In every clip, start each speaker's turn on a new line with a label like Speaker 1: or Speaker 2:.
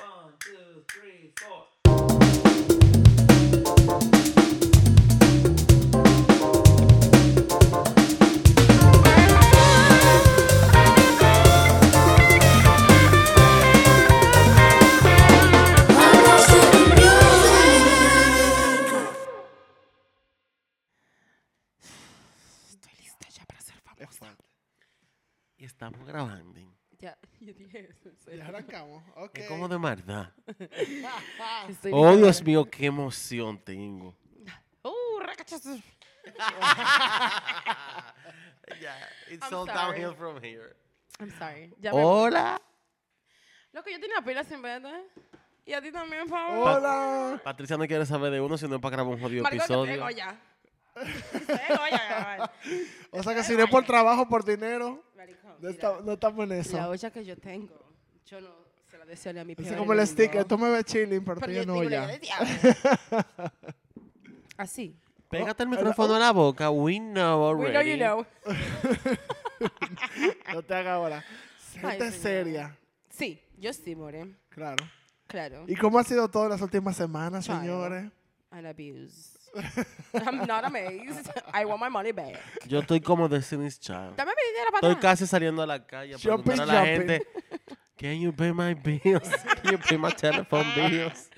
Speaker 1: One, two, three, four.
Speaker 2: Estoy lista ya para ser
Speaker 3: Es
Speaker 2: famosa.
Speaker 3: fuerte. Y estamos grabando.
Speaker 2: Ya, yo dije eso. en serio.
Speaker 3: Ya arrancamos. Ok.
Speaker 1: Es como de maldad.
Speaker 2: Ah, Estoy
Speaker 1: Oh,
Speaker 2: lista
Speaker 1: Dios
Speaker 2: para-
Speaker 1: mío, qué emoción tengo.
Speaker 2: Uh, racachazo.
Speaker 3: yeah, it's
Speaker 2: I'm
Speaker 3: all
Speaker 2: sorry.
Speaker 3: downhill from here.
Speaker 2: I'm sorry. Ya me-
Speaker 1: Hola.
Speaker 2: Loco, yo tenía pilas en verdad. Y a ti también, por favor.
Speaker 3: Hola.
Speaker 1: Patricia no quiere saber de uno, sino para grabar un jodido
Speaker 2: Marco, te
Speaker 1: episodio.
Speaker 2: pego ya. Te pego ya, cabal.
Speaker 3: O sea que si no es por trabajo, por dinero,
Speaker 2: Maricón,
Speaker 3: no,
Speaker 2: mira,
Speaker 3: esta- no estamos en
Speaker 2: La
Speaker 3: eso.
Speaker 2: olla que yo tengo, yo no se la deseo ni a mi peor
Speaker 3: Es como el
Speaker 2: enemigo.
Speaker 3: stick. Esto me ve chilling, pero,
Speaker 2: Pero
Speaker 3: tú ya
Speaker 2: yo
Speaker 3: no
Speaker 2: digo,
Speaker 3: ya.
Speaker 2: "Le diablo". Así.
Speaker 1: Pégate
Speaker 3: Oh,
Speaker 1: el micrófono a la boca. We know already.
Speaker 2: We know you know.
Speaker 3: No te hagas ahora. Gente
Speaker 2: señor.
Speaker 3: seria.
Speaker 2: Sí, yo sí, more.
Speaker 3: Claro.
Speaker 2: Claro.
Speaker 3: ¿Y cómo ha sido todo las últimas semanas,
Speaker 2: Child.
Speaker 3: señores?
Speaker 2: And abuse. I'm not amazed. I want my money back.
Speaker 1: Yo estoy como The Sinist Child.
Speaker 2: Dame mi dinero para
Speaker 1: Estoy
Speaker 2: atrás.
Speaker 1: casi saliendo a la calle a
Speaker 3: Jumping,
Speaker 1: preguntar a la
Speaker 3: jumping.
Speaker 1: gente. Can you pay my bills? Can you pay my telephone bills?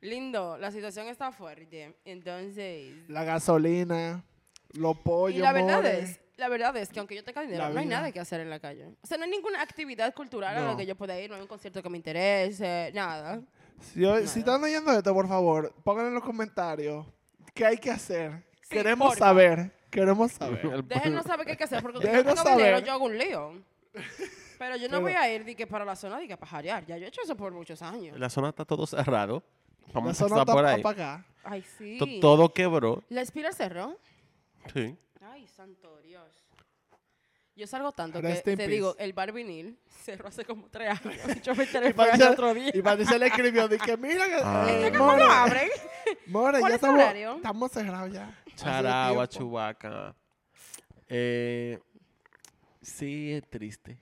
Speaker 2: Lindo, la situación está fuerte. Entonces.
Speaker 3: La gasolina, los pollos.
Speaker 2: Y la verdad
Speaker 3: more.
Speaker 2: es, la verdad es que aunque yo tenga dinero,
Speaker 3: La
Speaker 2: no hay
Speaker 3: vida.
Speaker 2: nada que hacer en la calle. O sea, no hay ninguna actividad cultural a
Speaker 3: No.
Speaker 2: la que yo pueda ir, no hay un concierto que me interese, nada.
Speaker 3: Si, yo- si están oyendo esto, por favor, pónganlo en los comentarios. ¿Qué hay que hacer?
Speaker 2: Sí,
Speaker 3: queremos
Speaker 2: porfa.
Speaker 3: saber. Queremos saber.
Speaker 1: El
Speaker 2: Déjenos saber qué hay que hacer, porque si yo
Speaker 3: Déjenos
Speaker 2: tengo dinero,
Speaker 3: saber.
Speaker 2: yo hago un lío. Pero yo no
Speaker 3: Pero-
Speaker 2: voy a ir de que para la zona de que para jarear. Ya yo he hecho eso por muchos años.
Speaker 1: La zona está todo cerrado. Vamos a
Speaker 3: Eso no
Speaker 1: empezar
Speaker 3: está
Speaker 1: por ahí.
Speaker 3: para acá.
Speaker 2: Ay, sí.
Speaker 1: To- Todo quebró.
Speaker 2: La espira cerró.
Speaker 1: Sí.
Speaker 2: Ay, santo Dios. Yo salgo tanto
Speaker 3: Rest
Speaker 2: que te
Speaker 3: in peace.
Speaker 2: digo, el bar vinil cerró hace como tres años. Yo me enteré
Speaker 3: Y
Speaker 2: fue el
Speaker 3: Patricia,
Speaker 2: otro día.
Speaker 3: y Patricia le escribió, dije, mira que...
Speaker 1: Ah.
Speaker 3: eh,
Speaker 1: Este
Speaker 2: ¿Cómo
Speaker 3: more,
Speaker 2: lo abren?
Speaker 3: more,
Speaker 2: ¿Cuál
Speaker 3: ya
Speaker 2: es
Speaker 3: estamos,
Speaker 2: horario?
Speaker 3: estamos cerrados ya. Hace
Speaker 1: Charagua,
Speaker 3: tiempo.
Speaker 1: Chubaca. Eh, sí, es triste.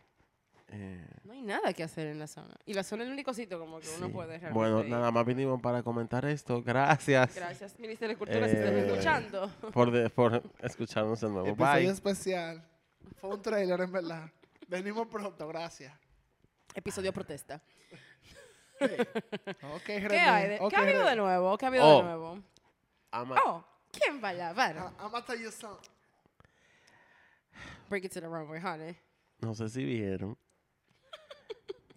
Speaker 1: Eh,
Speaker 2: No hay nada que hacer en la zona. Y la zona es el único sitio como que uno
Speaker 1: sí.
Speaker 2: puede realmente
Speaker 1: Bueno,
Speaker 2: ir.
Speaker 1: nada más vinimos para comentar esto. Gracias,
Speaker 2: Gracias, Ministerio de Cultura, si
Speaker 1: Eh,
Speaker 2: estás escuchando.
Speaker 1: Por, de- por escucharnos de nuevo.
Speaker 3: Episodio
Speaker 1: Bye.
Speaker 3: especial. Fue un trailer, en verdad. Venimos pronto, gracias.
Speaker 2: Episodio protesta.
Speaker 3: Hey. Ok, René.
Speaker 2: ¿Qué hay? de-
Speaker 3: ok,
Speaker 2: ¿Qué ha habido
Speaker 3: René.
Speaker 2: de nuevo? ¿Qué ha habido
Speaker 1: Oh. Ah.
Speaker 2: de nuevo?
Speaker 1: Ama-
Speaker 2: Oh, ¿quién va a lavar?
Speaker 3: I- I'ma Ah, tell you something.
Speaker 2: Break it to the runway, honey.
Speaker 1: No sé si vieron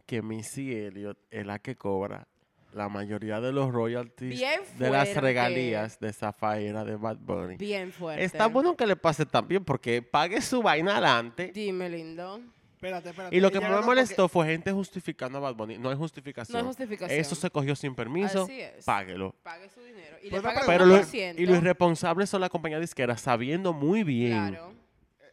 Speaker 1: que Missy Elliott es la que cobra la mayoría de los royalties
Speaker 2: Bien
Speaker 1: de las
Speaker 2: fuerte.
Speaker 1: regalías de Zafaira de Bad Bunny.
Speaker 2: Bien fuerte.
Speaker 1: Está bueno que le pase también porque pague su vaina adelante.
Speaker 2: Dime, lindo.
Speaker 3: Espérate, espérate.
Speaker 1: Y lo que
Speaker 3: Ella
Speaker 1: más me
Speaker 3: ganó porque-
Speaker 1: molestó fue gente justificando a Bad Bunny. No hay justificación.
Speaker 2: No hay justificación.
Speaker 1: Eso se cogió sin permiso.
Speaker 2: Así es.
Speaker 1: Páguelo.
Speaker 2: Pague su dinero. Y
Speaker 3: Pues
Speaker 2: le
Speaker 3: una
Speaker 2: pagan
Speaker 1: Pero
Speaker 2: un
Speaker 1: lo-
Speaker 2: 1%.
Speaker 1: y los irresponsables son la compañía disquera, sabiendo muy bien.
Speaker 2: Claro.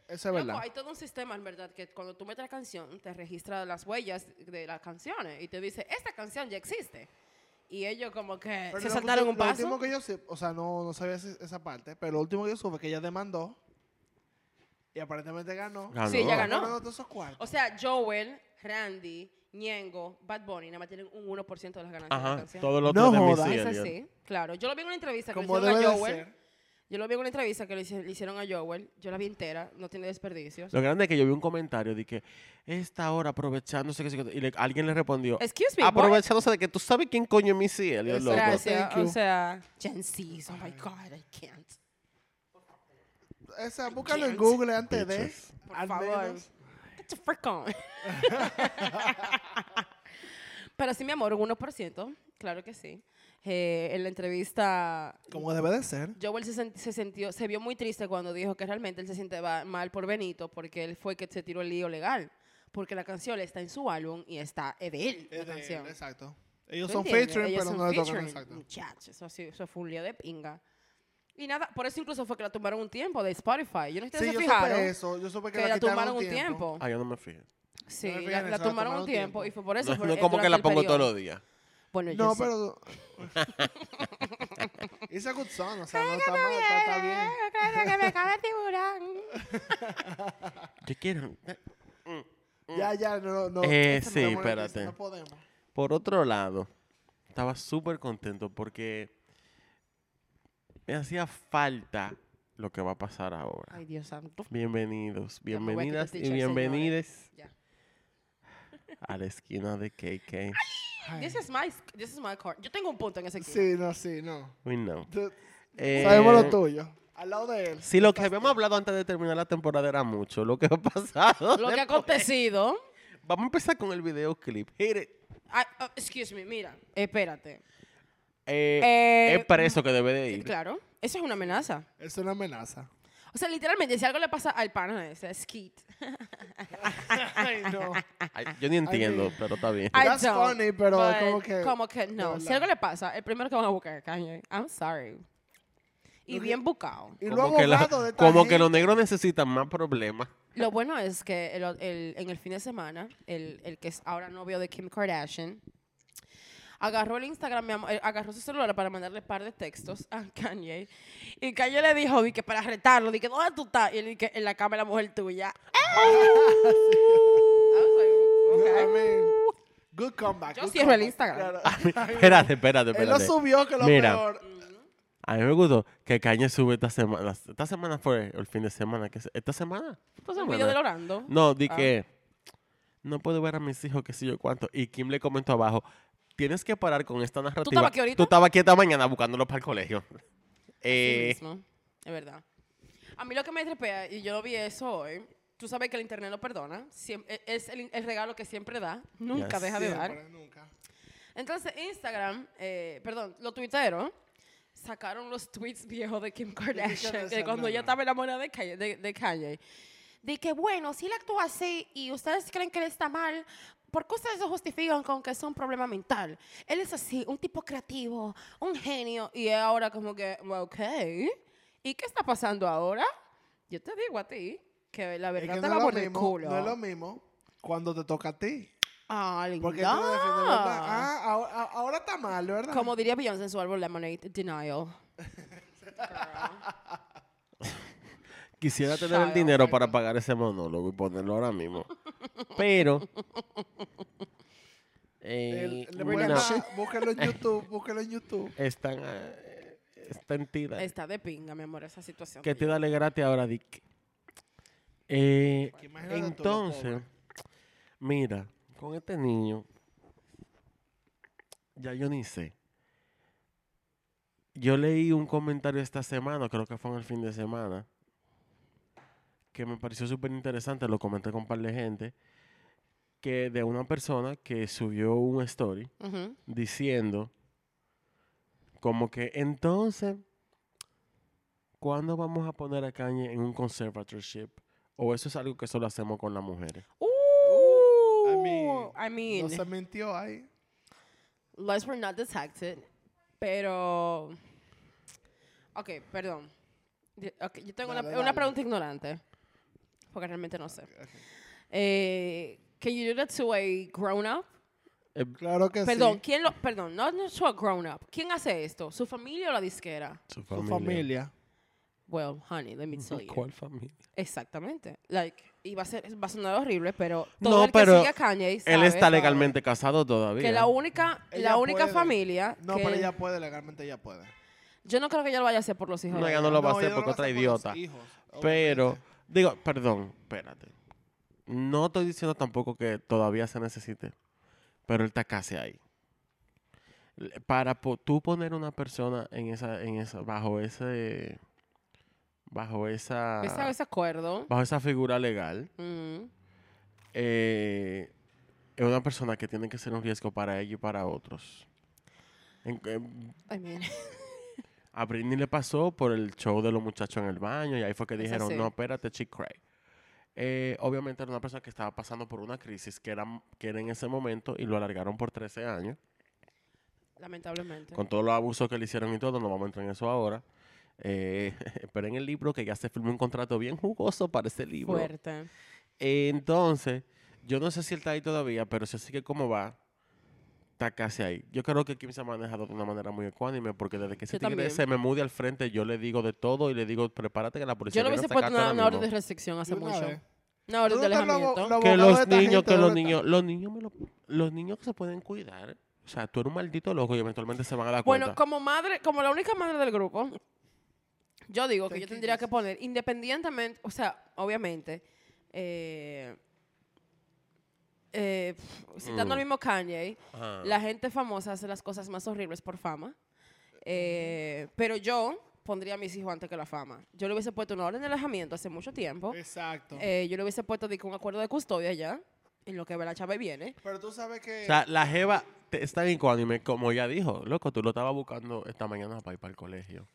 Speaker 3: Eso es
Speaker 2: Loco,
Speaker 3: verdad.
Speaker 2: hay todo un sistema, en verdad, que cuando tú metes la canción, te registra las huellas de las canciones y te dice, esta canción ya existe. Y ellos como que
Speaker 3: Pero
Speaker 2: se
Speaker 3: lo
Speaker 2: saltaron
Speaker 3: último-
Speaker 2: un
Speaker 3: Lo
Speaker 2: paso.
Speaker 3: último que yo sé, o sea, no, no sabía ese- esa parte, pero lo último que yo supe es que ella demandó y aparentemente ganó.
Speaker 1: Ganó.
Speaker 2: Sí, ella ganó.
Speaker 3: todos esos cuartos.
Speaker 2: O sea, Joel, Randy, Ñengo, Bad Bunny, nada más tienen un 1% de las ganancias de la
Speaker 1: Ajá,
Speaker 2: canción.
Speaker 1: todo lo
Speaker 3: No
Speaker 1: otro de
Speaker 3: jodas.
Speaker 1: Missy
Speaker 2: Eso
Speaker 1: Elliott.
Speaker 2: sí, claro. Yo lo vi en una entrevista que le
Speaker 3: como
Speaker 2: hicieron
Speaker 3: debe
Speaker 2: a
Speaker 3: de
Speaker 2: Joel.
Speaker 3: ser.
Speaker 2: Yo lo vi en una entrevista que le hici- le hicieron a Joel. Yo la vi entera, no tiene desperdicios.
Speaker 1: Lo grande es que yo vi un comentario de que esta hora aprovechándose que y le- alguien le respondió
Speaker 2: Excuse me, what?
Speaker 1: aprovechándose de que tú sabes quién coño es Missy Elliott, loco.
Speaker 2: Gracias,
Speaker 3: Thank you.
Speaker 2: o sea, Gen Z, oh my God, I can't.
Speaker 3: Esa, búscalo en
Speaker 2: Yes.
Speaker 3: Google antes de.
Speaker 1: Bitches.
Speaker 2: Por
Speaker 3: al
Speaker 2: favor.
Speaker 3: menos.
Speaker 2: Get the frick on. Pero sí, mi amor, un 1%, claro que sí. Eh, en la entrevista,
Speaker 3: Como debe de ser.
Speaker 2: Joel se, sen- se sintió, se vio muy triste cuando dijo que realmente él se siente va- mal por Benito porque él fue que se tiró el lío legal. Porque la canción está en su álbum y está es de él, la
Speaker 3: Es de-
Speaker 2: canción.
Speaker 3: Exacto. Ellos
Speaker 2: ¿Tú
Speaker 3: son
Speaker 2: entiendes?
Speaker 3: featuring,
Speaker 2: Ellos
Speaker 3: pero
Speaker 2: son
Speaker 3: no le tocan.
Speaker 2: featuring,
Speaker 3: Exacto.
Speaker 2: muchachos. eso, sí- eso fue un lío de pinga. Y nada, por eso incluso fue que la tumbaron un tiempo de Spotify. Yo no sé si
Speaker 3: Sí,
Speaker 2: ustedes
Speaker 3: yo
Speaker 2: se fijaron
Speaker 3: supe eso. Yo supe que,
Speaker 2: que
Speaker 3: la,
Speaker 2: la
Speaker 3: quitaron
Speaker 2: tumbaron
Speaker 3: un tiempo.
Speaker 1: Ah, yo no me fijé.
Speaker 2: Sí,
Speaker 3: No me fijé
Speaker 2: la,
Speaker 3: en
Speaker 2: la
Speaker 3: eso, la
Speaker 2: tomaron un
Speaker 3: tomaron
Speaker 2: tiempo
Speaker 3: tiempo.
Speaker 2: y fue por eso.
Speaker 1: No,
Speaker 2: fue
Speaker 1: no
Speaker 2: el-
Speaker 1: es como que
Speaker 2: durante
Speaker 1: la
Speaker 2: el
Speaker 1: pongo
Speaker 2: periodo.
Speaker 1: todos los días.
Speaker 2: Bueno, yo
Speaker 3: No,
Speaker 2: sí.
Speaker 3: pero. It's a good song, o sea, no está mal, está, está bien.
Speaker 2: que me cae el tiburón.
Speaker 1: ¿Qué quieren?
Speaker 3: Ya, ya, no, no. no.
Speaker 1: Eh,
Speaker 3: Esa
Speaker 1: sí,
Speaker 3: no la monetiza,
Speaker 1: Eh, espérate.
Speaker 3: No podemos.
Speaker 1: Por otro lado, estaba súper contento porque me hacía falta lo que va a pasar ahora.
Speaker 2: Ay, Dios santo.
Speaker 1: Bienvenidos,
Speaker 2: Ya me voy a quitar
Speaker 1: bienvenidas
Speaker 2: el
Speaker 1: y
Speaker 2: t-shirt, señores.
Speaker 1: bienvenides
Speaker 2: Ya.
Speaker 1: a la esquina de KK.
Speaker 3: Ay.
Speaker 2: This is my, this is my card. Yo tengo un punto en ese equipo.
Speaker 3: Sí, no, sí, no.
Speaker 1: Uy, no.
Speaker 3: Tú-
Speaker 1: Eh,
Speaker 3: Sabemos lo tuyo. Al lado de él.
Speaker 1: Si lo que habíamos hablado antes de terminar la temporada era mucho, lo que ha pasado.
Speaker 2: Lo que ha
Speaker 1: después-
Speaker 2: acontecido.
Speaker 1: Vamos a empezar con el videoclip. Hit it.
Speaker 2: Ay, ah, excuse me, mira. Espérate.
Speaker 1: Eh,
Speaker 2: Eh,
Speaker 1: es preso que debe de ir.
Speaker 2: Claro. Eso es una amenaza.
Speaker 3: Es una amenaza.
Speaker 2: O sea, literalmente, si algo le pasa al pana ese, Skeet.
Speaker 3: Ay, no.
Speaker 1: Ay,
Speaker 2: ah.
Speaker 1: yo ni entiendo, pero está bien.
Speaker 2: I
Speaker 3: That's
Speaker 2: don't,
Speaker 3: funny, pero es
Speaker 2: but
Speaker 3: como que-
Speaker 2: como que no.
Speaker 3: de
Speaker 2: Si
Speaker 3: verdad.
Speaker 2: algo le pasa, el primero que van a buscar es Kanye. I'm sorry. Y
Speaker 3: Lo que-
Speaker 2: bien buscado.
Speaker 3: Y
Speaker 1: como
Speaker 3: luego
Speaker 1: que, la-
Speaker 3: hablado de esta
Speaker 1: como que
Speaker 3: gente-
Speaker 1: los negros necesitan más problemas.
Speaker 2: Lo bueno es que el o- el- en el fin de semana, el, el que es ahora novio de Kim Kardashian, agarró el Instagram, mi amor, eh, agarró su celular para mandarle un par de textos a Kanye. Y Kanye le dijo, di que para retarlo, di que ¿dónde tú estás? Y él di que en la cama de la mujer tuya.
Speaker 1: Ah,
Speaker 2: I was like,
Speaker 3: I
Speaker 2: "Okay".
Speaker 3: mean, Good comeback.
Speaker 2: Yo
Speaker 3: good
Speaker 2: cierro el
Speaker 3: comeback.
Speaker 2: Instagram.
Speaker 3: Claro.
Speaker 1: espérate, espérate,
Speaker 3: Él lo
Speaker 1: espérate.
Speaker 3: subió, que lo
Speaker 1: Mira.
Speaker 3: peor.
Speaker 1: A mí me gustó que Kanye sube esta semana. Esta semana fue el fin de semana. Que, se- ¿Esta semana? ¿Esta
Speaker 2: Un
Speaker 1: semana?
Speaker 2: video del orando.
Speaker 1: No, di
Speaker 2: Ah.
Speaker 1: que no puedo ver a mis hijos, qué sé yo cuánto. Y Kim le comentó abajo, tienes que parar con esta narrativa.
Speaker 2: estabas aquí ahorita?
Speaker 1: Tú estabas aquí esta mañana buscándolos para el colegio.
Speaker 2: Sí
Speaker 1: Eh,
Speaker 2: mismo, es verdad. A mí lo que me trepea, y yo lo vi eso hoy, tú sabes que el internet no perdona, siem- e- es el, el regalo que siempre da, nunca
Speaker 1: Yes.
Speaker 2: deja de dar.
Speaker 3: Siempre, nunca.
Speaker 2: Entonces Instagram, eh, perdón, los tuiteros sacaron los tweets viejos de Kim Kardashian,
Speaker 3: Kardashian,
Speaker 2: de cuando
Speaker 3: no,
Speaker 2: ella
Speaker 3: no.
Speaker 2: estaba enamorada de Kanye. De, de Kanye. De que bueno, si él actúa así y ustedes creen que él está mal, ¿por qué ustedes lo justifican con que es un problema mental? Él es así, un tipo creativo, un genio, y es ahora como que, "Well, ok, ¿y qué está pasando ahora? Yo te digo a ti que la
Speaker 3: Es que
Speaker 2: verdad
Speaker 3: no
Speaker 2: te
Speaker 3: es
Speaker 2: la
Speaker 3: lo
Speaker 2: muerde el
Speaker 3: mismo-
Speaker 2: culo.
Speaker 3: No es lo mismo cuando te toca a ti.
Speaker 2: Ah,
Speaker 3: Porque
Speaker 2: linda.
Speaker 3: tú lo defiendes, ¿verdad? Ah, ahora, ah, ahora está mal, ¿verdad?
Speaker 2: Como diría Beyoncé en su álbum Lemonade, Denial.
Speaker 1: quisiera tener el
Speaker 2: Child,
Speaker 1: dinero
Speaker 2: I
Speaker 1: para
Speaker 2: know.
Speaker 1: pagar ese monólogo y ponerlo ahora mismo. Pero... eh,
Speaker 3: El- le
Speaker 1: bueno,
Speaker 3: ponen a- búsquelo en YouTube, búsquelo en YouTube.
Speaker 1: están, eh, está en ti, dale.
Speaker 2: Está de pinga, mi amor, esa situación.
Speaker 1: que te dale gratis ahora, Dick. Eh,
Speaker 3: Que imagínate tú lo
Speaker 1: entonces,
Speaker 3: pobre.
Speaker 1: mira, con este niño, ya yo ni sé. Yo leí un comentario esta semana, creo que fue en el fin de semana, que me pareció súper interesante, lo comenté con un par de gente, que de una persona que subió un story
Speaker 2: Ujú.
Speaker 1: diciendo como que entonces, ¿cuándo vamos a poner a Kanye en un conservatorship? O eso es algo que solo hacemos con las mujeres.
Speaker 2: Ooh,
Speaker 3: Uh, I mean,
Speaker 2: I mean,
Speaker 3: No se mintió ahí.
Speaker 2: let's were not detected, pero... Ok, perdón. Di- ok, yo tengo una,
Speaker 3: Dale, dale.
Speaker 2: una pregunta ignorante, porque realmente no sé. Eh, can you do that to a grown-up?
Speaker 1: Eh,
Speaker 3: Claro que
Speaker 2: Perdón,
Speaker 3: sí.
Speaker 2: ¿quién lo...? Perdón, no, no to a grown-up. ¿Quién hace esto? ¿Su familia o la disquera?
Speaker 1: su
Speaker 3: Su familia.
Speaker 2: Well, honey, let me tell you.
Speaker 1: ¿Cuál familia?
Speaker 2: Exactamente. Like, y va a, ser, va a sonar horrible, pero
Speaker 1: No,
Speaker 2: todo el
Speaker 1: pero
Speaker 2: que sigue a Kanye
Speaker 1: Él
Speaker 2: sabe
Speaker 1: está legalmente casado
Speaker 2: que
Speaker 1: todavía.
Speaker 2: la única,
Speaker 3: Ella
Speaker 2: la única
Speaker 3: puede.
Speaker 2: familia
Speaker 3: No,
Speaker 2: que-
Speaker 3: pero ella puede, legalmente ella puede.
Speaker 2: yo no creo que ella lo vaya a hacer por los hijos.
Speaker 1: No,
Speaker 2: de
Speaker 1: ella no
Speaker 2: ella.
Speaker 1: lo va a
Speaker 3: No,
Speaker 1: hacer
Speaker 3: ella no
Speaker 1: porque
Speaker 3: lo va
Speaker 1: otra
Speaker 3: a hacer por los
Speaker 1: idiota.
Speaker 3: hijos,
Speaker 1: Pero,
Speaker 3: obviamente.
Speaker 1: digo, perdón, espérate. No estoy diciendo tampoco que todavía se necesite, pero él está casi ahí. L- Para po- tú poner una persona en esa, en esa, bajo ese, bajo esa,
Speaker 2: Ese- ese acuerdo.
Speaker 1: bajo esa figura legal,
Speaker 2: Mm.
Speaker 1: eh, es una persona que tiene que ser un riesgo para ella y para otros. En- em,
Speaker 2: I mean,
Speaker 1: a Britney le pasó por el show de los muchachos en el baño y ahí fue que
Speaker 2: Eso
Speaker 1: dijeron,
Speaker 2: sí.
Speaker 1: no, espérate, chick cray. Eh, obviamente era una persona que estaba pasando por una crisis que era, que era en ese momento y lo alargaron por 13 años
Speaker 2: lamentablemente.
Speaker 1: con todos los abusos que le hicieron y todo, no vamos a entrar en eso ahora. Eh, esperen el libro que ya se firmó un contrato bien jugoso para ese libro.
Speaker 2: Fuerte.
Speaker 1: Eh, entonces, yo no sé si él está ahí todavía, pero si así que como va, está casi ahí. Yo creo que Kim se ha manejado de una manera muy ecuánime, porque desde que ese
Speaker 2: Yo
Speaker 1: tigre
Speaker 2: también.
Speaker 1: se me mude al frente, yo le digo de todo y le digo, prepárate que la policía
Speaker 2: Yo le
Speaker 1: viene a
Speaker 2: hubiese puesto
Speaker 1: sacarte
Speaker 2: una,
Speaker 1: ahora
Speaker 2: una orden de
Speaker 1: mismo".
Speaker 2: restricción hace
Speaker 3: De una
Speaker 2: mucho.
Speaker 3: vez.
Speaker 2: No, el
Speaker 3: ¿Tú nunca lo-
Speaker 2: alejamiento.
Speaker 3: lo-
Speaker 1: que
Speaker 3: abogado de
Speaker 1: los
Speaker 3: esta
Speaker 1: niños,
Speaker 3: gente,
Speaker 1: que los
Speaker 3: ¿dónde
Speaker 1: niños, los niños, me lo- los niños que se pueden cuidar. O sea, tú eres un maldito loco y eventualmente se van a dar
Speaker 2: Bueno,
Speaker 1: cuenta.
Speaker 2: como madre, como la única madre del grupo, yo digo que yo
Speaker 3: Thank you,
Speaker 2: tendría que
Speaker 3: Jesus.
Speaker 2: poner, independientemente, o sea, obviamente, eh, eh, pf, citando al
Speaker 1: Mm. Ah.
Speaker 2: mismo Kanye,
Speaker 1: Ajá.
Speaker 2: la gente famosa hace las cosas más horribles por fama, eh, pero yo pondría a mis hijos antes que la fama. Yo le hubiese puesto una orden de alejamiento hace mucho tiempo,
Speaker 3: Exacto.
Speaker 2: eh, yo le hubiese puesto de que un acuerdo de custodia ya, en lo que ve la chava y viene.
Speaker 3: Pero tú sabes que...
Speaker 1: O sea, la jeva te- está en coánime, como ya dijo. Loco, tú lo estabas buscando esta mañana para ir para el colegio.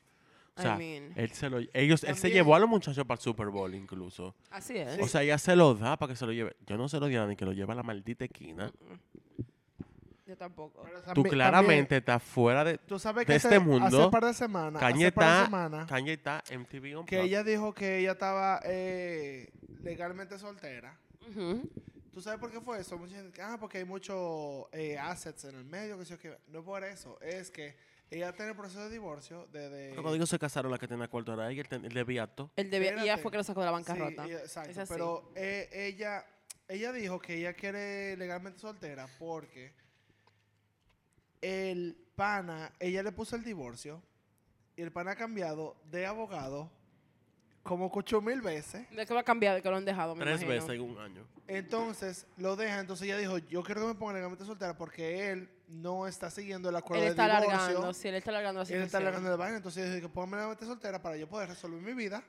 Speaker 1: O
Speaker 2: I
Speaker 1: sea,
Speaker 2: mean.
Speaker 1: él, se lo, ellos, él se
Speaker 3: También-
Speaker 1: llevó a los muchachos para el Super Bowl incluso.
Speaker 2: Así es.
Speaker 1: O sea, ella se lo da para que se lo lleve. Yo no se lo di a ni que lo lleve a la maldita esquina.
Speaker 2: Yo tampoco.
Speaker 3: pero tambi-
Speaker 1: Tú
Speaker 3: también-
Speaker 1: claramente estás fuera de...
Speaker 3: tú sabes
Speaker 1: de
Speaker 3: que
Speaker 1: este
Speaker 3: hace- hace
Speaker 1: mundo,
Speaker 3: par de semanas,
Speaker 1: Kanye
Speaker 3: hace par de
Speaker 1: está,
Speaker 3: semanas,
Speaker 1: Kanye está MTV on
Speaker 3: que ella dijo que ella estaba eh, legalmente soltera.
Speaker 2: Ujú.
Speaker 3: ¿Tú sabes por qué fue eso? Mucha gente, ah, porque hay muchos eh, assets en el medio, que sé yo qué". No es por eso, es que ella tiene el proceso de divorcio desde...
Speaker 1: Cuando ellos se casaron, la que tenía cuarto era ella, el, ten- el de Beato.
Speaker 2: El de, y ella
Speaker 3: Espérate.
Speaker 2: fue que lo sacó de la
Speaker 3: Sí,
Speaker 2: bancarrota.
Speaker 3: ella- exacto,
Speaker 2: Es así.
Speaker 3: pero eh, ella, ella dijo que ella quiere legalmente soltera porque el pana, ella le puso el divorcio y el pana ha cambiado de abogado como ocho mil veces.
Speaker 2: De que lo han cambiado y que lo han dejado. me
Speaker 1: Tres
Speaker 2: imagino. Eh.
Speaker 1: veces en un año.
Speaker 3: Entonces lo deja, entonces ella dijo, yo quiero que me ponga legalmente soltera porque él no está siguiendo el acuerdo
Speaker 2: Él está
Speaker 3: de divorcio.
Speaker 2: alargando, sí, él está alargando la
Speaker 3: Él está
Speaker 2: situación.
Speaker 3: alargando el baño, entonces yo dije, ponme legalmente soltera para yo poder resolver mi vida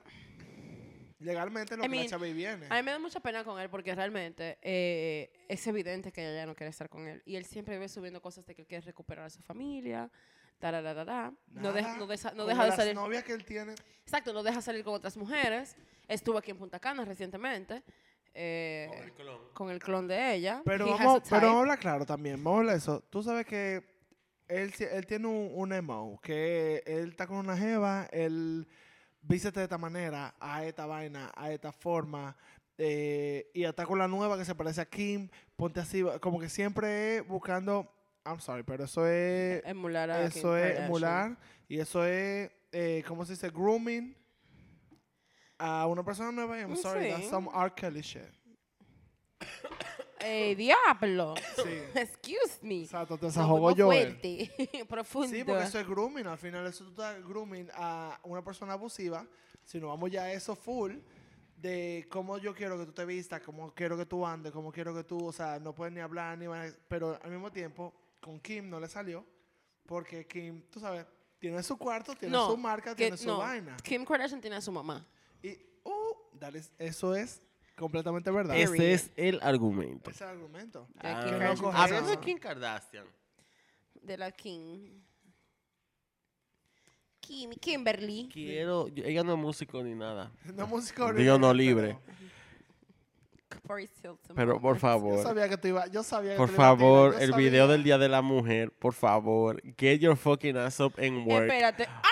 Speaker 3: legalmente lo
Speaker 2: I
Speaker 3: que
Speaker 2: mean,
Speaker 3: la chava y viene.
Speaker 2: A mí me da mucha pena con él porque realmente eh, es evidente que ella ya no quiere estar con él. Y él siempre vive subiendo cosas de que él quiere recuperar a su familia. tarararara. No deja,
Speaker 3: Nada,
Speaker 2: no deja- no
Speaker 3: como
Speaker 2: deja de
Speaker 3: las
Speaker 2: salir.
Speaker 3: novias que él tiene.
Speaker 2: Exacto, no deja salir con otras mujeres. Estuvo aquí en Punta Cana recientemente. eh, con el clon de ella.
Speaker 3: Pero
Speaker 2: He has
Speaker 3: vamos,
Speaker 2: a
Speaker 3: pero
Speaker 2: type.
Speaker 3: vamos a hablar claro también. Vamos a hablar de eso. Tú sabes que él, si- él tiene un, un emo, que él está con una jeva, él vístete de esta manera, a esta vaina, a esta forma, eh, y hasta con la nueva que se parece a Kim, ponte así, como que siempre es buscando, I'm sorry, pero eso es,
Speaker 2: Emular a Kim
Speaker 3: eso es
Speaker 2: Kardashian.
Speaker 3: emular, y eso es, eh, ¿cómo se dice? Grooming a una persona nueva, y I'm
Speaker 2: Mm,
Speaker 3: sorry,
Speaker 2: sí.
Speaker 3: that's some R. Kelly shit.
Speaker 2: ¡Ey, Eh, diablo!
Speaker 3: Sí.
Speaker 2: Excuse me.
Speaker 3: Exacto, te
Speaker 2: Nos
Speaker 3: desahogó
Speaker 2: fuimos
Speaker 3: yo.
Speaker 1: eh.
Speaker 3: eh.
Speaker 2: fuerte, profundo.
Speaker 3: Sí, porque eso es grooming. Al final, eso tú estás grooming a una persona abusiva. Si nos vamos ya a eso full, de cómo yo quiero que tú te vistas, cómo quiero que tú andes, cómo quiero que tú, o sea, no puedes ni hablar, ni van a- Pero al mismo tiempo, con Kim no le salió, porque Kim, tú sabes, tiene su cuarto, tiene
Speaker 2: No,
Speaker 3: su marca,
Speaker 2: que-
Speaker 3: tiene su
Speaker 2: no,
Speaker 3: vaina.
Speaker 2: Kim Kardashian tiene a su mamá.
Speaker 3: Y, uh, dale, eso es completamente verdad.
Speaker 2: Es-
Speaker 3: Ese
Speaker 1: Ese es el argumento.
Speaker 3: es el argumento.
Speaker 2: De la
Speaker 1: Ah,
Speaker 2: Kim
Speaker 3: no
Speaker 2: Kardashian tiene a
Speaker 3: coge
Speaker 2: su
Speaker 1: hablando de
Speaker 2: mamá.
Speaker 1: Kim Kardashian.
Speaker 2: De la Kim. Kim, Kimberly.
Speaker 1: Quiero, yo- ella no es músico ni nada.
Speaker 3: No música
Speaker 1: Dios no
Speaker 3: original,
Speaker 1: libre.
Speaker 3: pero
Speaker 2: Paris Hilton.
Speaker 1: Pero por
Speaker 3: Yo
Speaker 1: favor,
Speaker 3: sabía que tú ibas. Yo sabía que
Speaker 1: por
Speaker 3: tú ibas a tirar, yo
Speaker 1: favor, el
Speaker 3: sabía.
Speaker 1: video del Día de la Mujer, por favor, get your fucking ass up and work.
Speaker 2: Espérate. ¡Ah!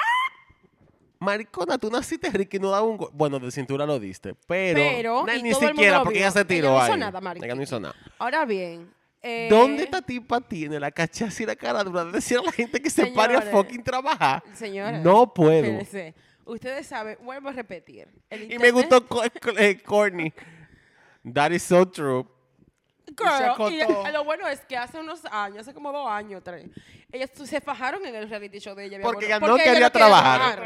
Speaker 1: Maricona, tú naciste rica y no daba un... go- Bueno, de cintura lo diste, pero...
Speaker 2: Pero,
Speaker 1: na-
Speaker 2: y
Speaker 1: ni
Speaker 2: todo el mundo
Speaker 1: siquiera,
Speaker 2: lo
Speaker 1: porque
Speaker 2: vio.
Speaker 1: ella se
Speaker 2: Ella
Speaker 1: tiró
Speaker 2: no hizo
Speaker 1: ahí.
Speaker 2: nada, mariquita.
Speaker 1: Ella no hizo nada.
Speaker 2: Ahora bien. eh,
Speaker 1: ¿Dónde esta tipa tiene la cachaza y la cara dura de decir a la gente que se pare a
Speaker 2: Señores.
Speaker 1: fucking trabajar?
Speaker 2: Señora.
Speaker 1: No puedo.
Speaker 2: espérense. Ustedes saben, vuelvo a repetir. el
Speaker 1: Y me
Speaker 2: internet-
Speaker 1: gustó co- co- eh, Courtney. That is so true.
Speaker 2: Girl, y
Speaker 3: acotó.
Speaker 2: lo bueno es que hace unos años, hace como dos años, tres, ellas tu- se fajaron en el reality show de ella. mi
Speaker 1: Porque
Speaker 2: amor,
Speaker 1: ella no quería
Speaker 2: quiere
Speaker 1: trabajar.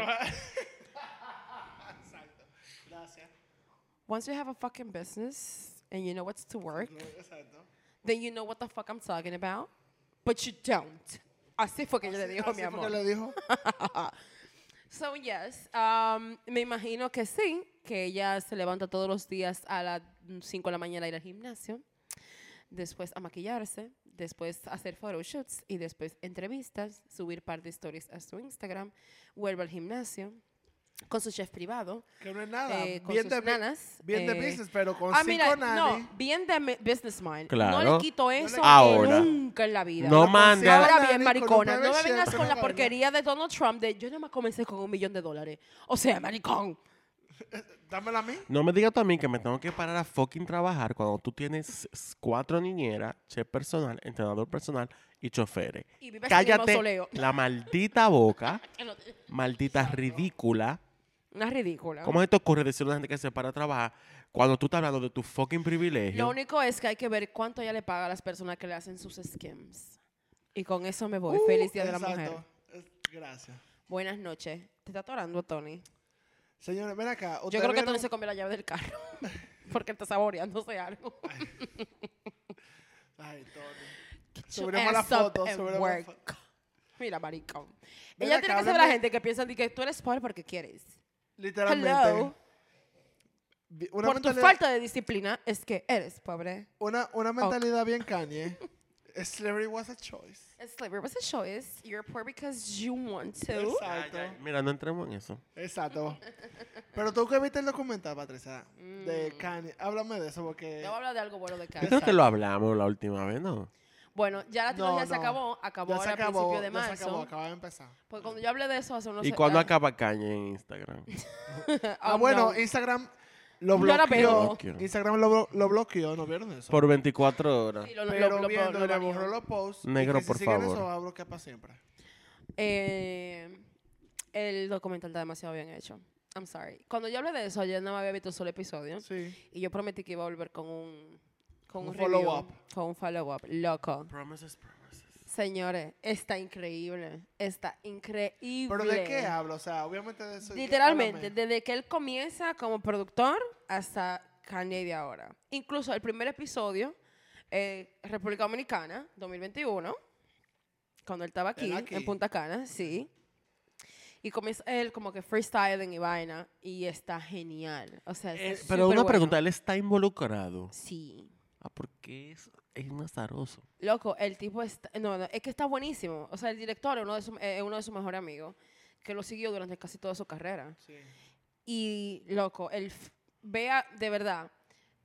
Speaker 3: Gracias.
Speaker 2: Once you have a fucking business and you know what's to work,
Speaker 3: Exacto.
Speaker 2: then you know what the fuck I'm talking about, but you don't. Así fue que yo le
Speaker 3: Así-
Speaker 2: digo, mi
Speaker 3: así fue que
Speaker 2: amor.
Speaker 3: le dijo.
Speaker 2: So, yes, um, me imagino que sí, que ella se levanta todos los días a las 5 de la mañana a ir al gimnasio, después a maquillarse, después a hacer photoshoots y después entrevistas, subir par de stories a su Instagram, vuelve al gimnasio con su chef privado,
Speaker 3: Que no es nada.
Speaker 2: eh, con
Speaker 3: bien
Speaker 2: sus
Speaker 3: de, bi-
Speaker 2: nanas.
Speaker 3: bien de
Speaker 2: eh,
Speaker 3: business, pero con
Speaker 2: Ah,
Speaker 3: cinco
Speaker 2: mira,
Speaker 3: nanas.
Speaker 2: no, bien de mi- business mind. No
Speaker 1: Claro.
Speaker 2: le quito eso que
Speaker 1: Ahora.
Speaker 2: nunca en la vida.
Speaker 1: No
Speaker 3: Con
Speaker 1: manda.
Speaker 3: cinco
Speaker 2: Ahora
Speaker 3: nanas y con
Speaker 2: bien,
Speaker 3: un
Speaker 2: maricona, no me vengas
Speaker 3: bebé siempre,
Speaker 2: con la
Speaker 3: vaina.
Speaker 2: porquería de Donald Trump de yo no me comencé con un millón de dólares. O sea, maricón.
Speaker 3: Dámela a mí.
Speaker 1: No me digas tú a mí que me tengo que parar a fucking trabajar cuando tú tienes s- cuatro niñeras, chef personal, entrenador personal y choferes.
Speaker 2: Y vives en el
Speaker 1: Cállate
Speaker 2: mausoleo.
Speaker 1: la maldita boca, maldita ridícula.
Speaker 2: Una ridícula.
Speaker 1: ¿Cómo se te ocurre decirle a la gente que se para a trabajar Cuando tú estás hablando de tu fucking privilegio.
Speaker 2: Lo único es que hay que ver cuánto ella le paga a las personas que le hacen sus skims. Y con eso me voy.
Speaker 3: Uh,
Speaker 2: Feliz Día de la
Speaker 3: exacto.
Speaker 2: Mujer.
Speaker 3: Es- Gracias.
Speaker 2: Buenas noches. Te está atorando, Tony.
Speaker 3: Señores, ven acá.
Speaker 2: Yo
Speaker 3: ¿ustedes
Speaker 2: creo que
Speaker 3: vieron-
Speaker 2: Tony se comió la llave del carro. Porque él está saboreándose algo.
Speaker 3: Ay, Tony.
Speaker 2: Get your
Speaker 3: Subiremos la
Speaker 2: ass up
Speaker 3: foto.
Speaker 2: and
Speaker 3: Subiremos la
Speaker 2: work.
Speaker 3: foto.
Speaker 2: Mira, maricón.
Speaker 3: Ven
Speaker 2: Ella
Speaker 3: acá,
Speaker 2: tiene que ser de la
Speaker 3: háblame-
Speaker 2: gente que piensa de que tú eres pobre porque quieres.
Speaker 3: Literalmente.
Speaker 2: Hello.
Speaker 3: vi- Una
Speaker 2: Por tu
Speaker 3: mentalidad-
Speaker 2: falta de disciplina es que eres pobre.
Speaker 3: Una, una mentalidad bien Kanye. Slavery was a choice.
Speaker 2: Slavery was a choice. You're poor because you want to.
Speaker 3: Exacto.
Speaker 1: Ya, ya, Mira, no entremos en eso.
Speaker 3: Exacto. Pero tú que viste el documental, Patricia,
Speaker 2: Mm.
Speaker 3: de Kanye. Háblame de eso porque...
Speaker 2: Te voy a hablar de algo bueno de
Speaker 1: Yo
Speaker 2: Kanye.
Speaker 1: creo que lo hablamos la última vez, ¿no?
Speaker 2: Bueno, ya la trilogía se
Speaker 3: no.
Speaker 2: acabó. Acabó
Speaker 3: Ya
Speaker 2: ahora
Speaker 3: se acabó,
Speaker 2: a principio de
Speaker 3: ya se acabó,
Speaker 2: marzo.
Speaker 3: acaba de empezar.
Speaker 2: Porque cuando yo hablé de eso hace unos
Speaker 1: ¿Y cuándo
Speaker 2: ah,
Speaker 1: acaba Caña en Instagram?
Speaker 2: oh,
Speaker 3: Ah, bueno,
Speaker 2: no.
Speaker 3: Instagram lo
Speaker 2: Yo la veo.
Speaker 3: bloqueó. Instagram lo, blo- lo bloqueó, ¿no vieron eso?
Speaker 1: Por 24 horas.
Speaker 2: Sí, lo- lo-
Speaker 3: Pero
Speaker 2: lo- lo-
Speaker 3: viendo,
Speaker 2: lo
Speaker 3: le
Speaker 2: baneó.
Speaker 3: borró los posts. y
Speaker 1: Negro,
Speaker 3: que si
Speaker 1: por
Speaker 3: siguen
Speaker 1: favor.
Speaker 3: eso va a bloquear para siempre.
Speaker 2: Eh, el documental está demasiado bien hecho. I'm sorry. Cuando yo hablé de eso, ayer no me había visto un solo episodio.
Speaker 3: Sí.
Speaker 2: Y yo prometí que iba a volver con un... Con
Speaker 3: Un
Speaker 2: un, review,
Speaker 3: follow-up.
Speaker 2: Con un follow-up. Loco.
Speaker 1: Promises, promises.
Speaker 2: Señores, está increíble. Está increíble.
Speaker 3: Pero ¿de qué habla? O sea, obviamente de eso.
Speaker 2: Literalmente,
Speaker 3: háblame.
Speaker 2: desde que él comienza como productor hasta Kanye de ahora. Incluso el primer episodio, eh, República Dominicana, 2021, cuando él estaba aquí,
Speaker 3: Él aquí.
Speaker 2: en Punta Cana, sí. Y comienza él como que freestyling y vaina, y está genial. O sea, está
Speaker 1: Eh, pero una
Speaker 2: superbueno.
Speaker 1: pregunta, ¿él está involucrado?
Speaker 2: Sí.
Speaker 1: Ah, porque es, es un azaroso.
Speaker 2: Loco, el tipo está, no, no, es que está buenísimo. O sea, el director es uno de sus eh, uno de sus mejores amigos que lo siguió durante casi toda su carrera.
Speaker 3: Sí.
Speaker 2: Y loco, el f- vea de verdad.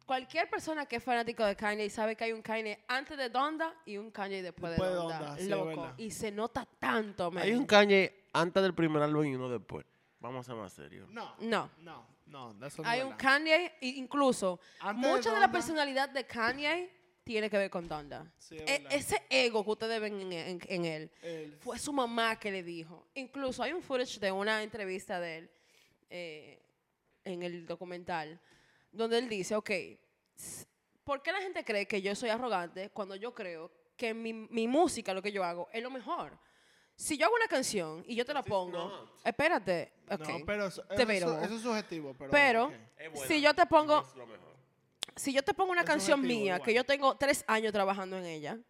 Speaker 2: Cualquier persona que es fanático de Kanye sabe que hay un Kanye antes de Donda y un Kanye después,
Speaker 3: Después de
Speaker 2: de Donda.
Speaker 3: Donda, sí, es
Speaker 2: loco,
Speaker 3: verdad.
Speaker 2: y se nota tanto, man.
Speaker 1: Hay un Caña antes del primer álbum y uno después. Vamos a ser más serios.
Speaker 3: No.
Speaker 2: No.
Speaker 3: No, no, de eso no
Speaker 2: Hay
Speaker 3: es
Speaker 2: un
Speaker 3: verdad.
Speaker 2: Kanye, i- incluso
Speaker 3: Antes de
Speaker 2: mucha de, la
Speaker 3: Donda-
Speaker 2: personalidad de Kanye tiene que ver con Donda.
Speaker 3: Sí, es
Speaker 2: E-
Speaker 3: verdad.
Speaker 2: ese ego que ustedes ven en, en- en él
Speaker 3: El-
Speaker 2: fue su mamá que le dijo. Incluso hay un footage de una entrevista de él eh, en el documental donde él dice, ok, s- ¿por qué la gente cree que yo soy arrogante cuando yo creo que mi, mi música, lo que yo hago, es lo mejor? Si yo hago una canción y yo te la pongo,
Speaker 1: not.
Speaker 2: espérate, ok.
Speaker 3: No, pero eso, eso-
Speaker 2: Debatable.
Speaker 3: eso es subjetivo. Pero,
Speaker 2: Pero
Speaker 3: ok.
Speaker 2: si yo te pongo,
Speaker 1: lo mejor.
Speaker 2: si yo te pongo una
Speaker 3: Es
Speaker 2: canción
Speaker 3: subjetivo,
Speaker 2: mía
Speaker 3: igual.
Speaker 2: que yo tengo tres años trabajando en ella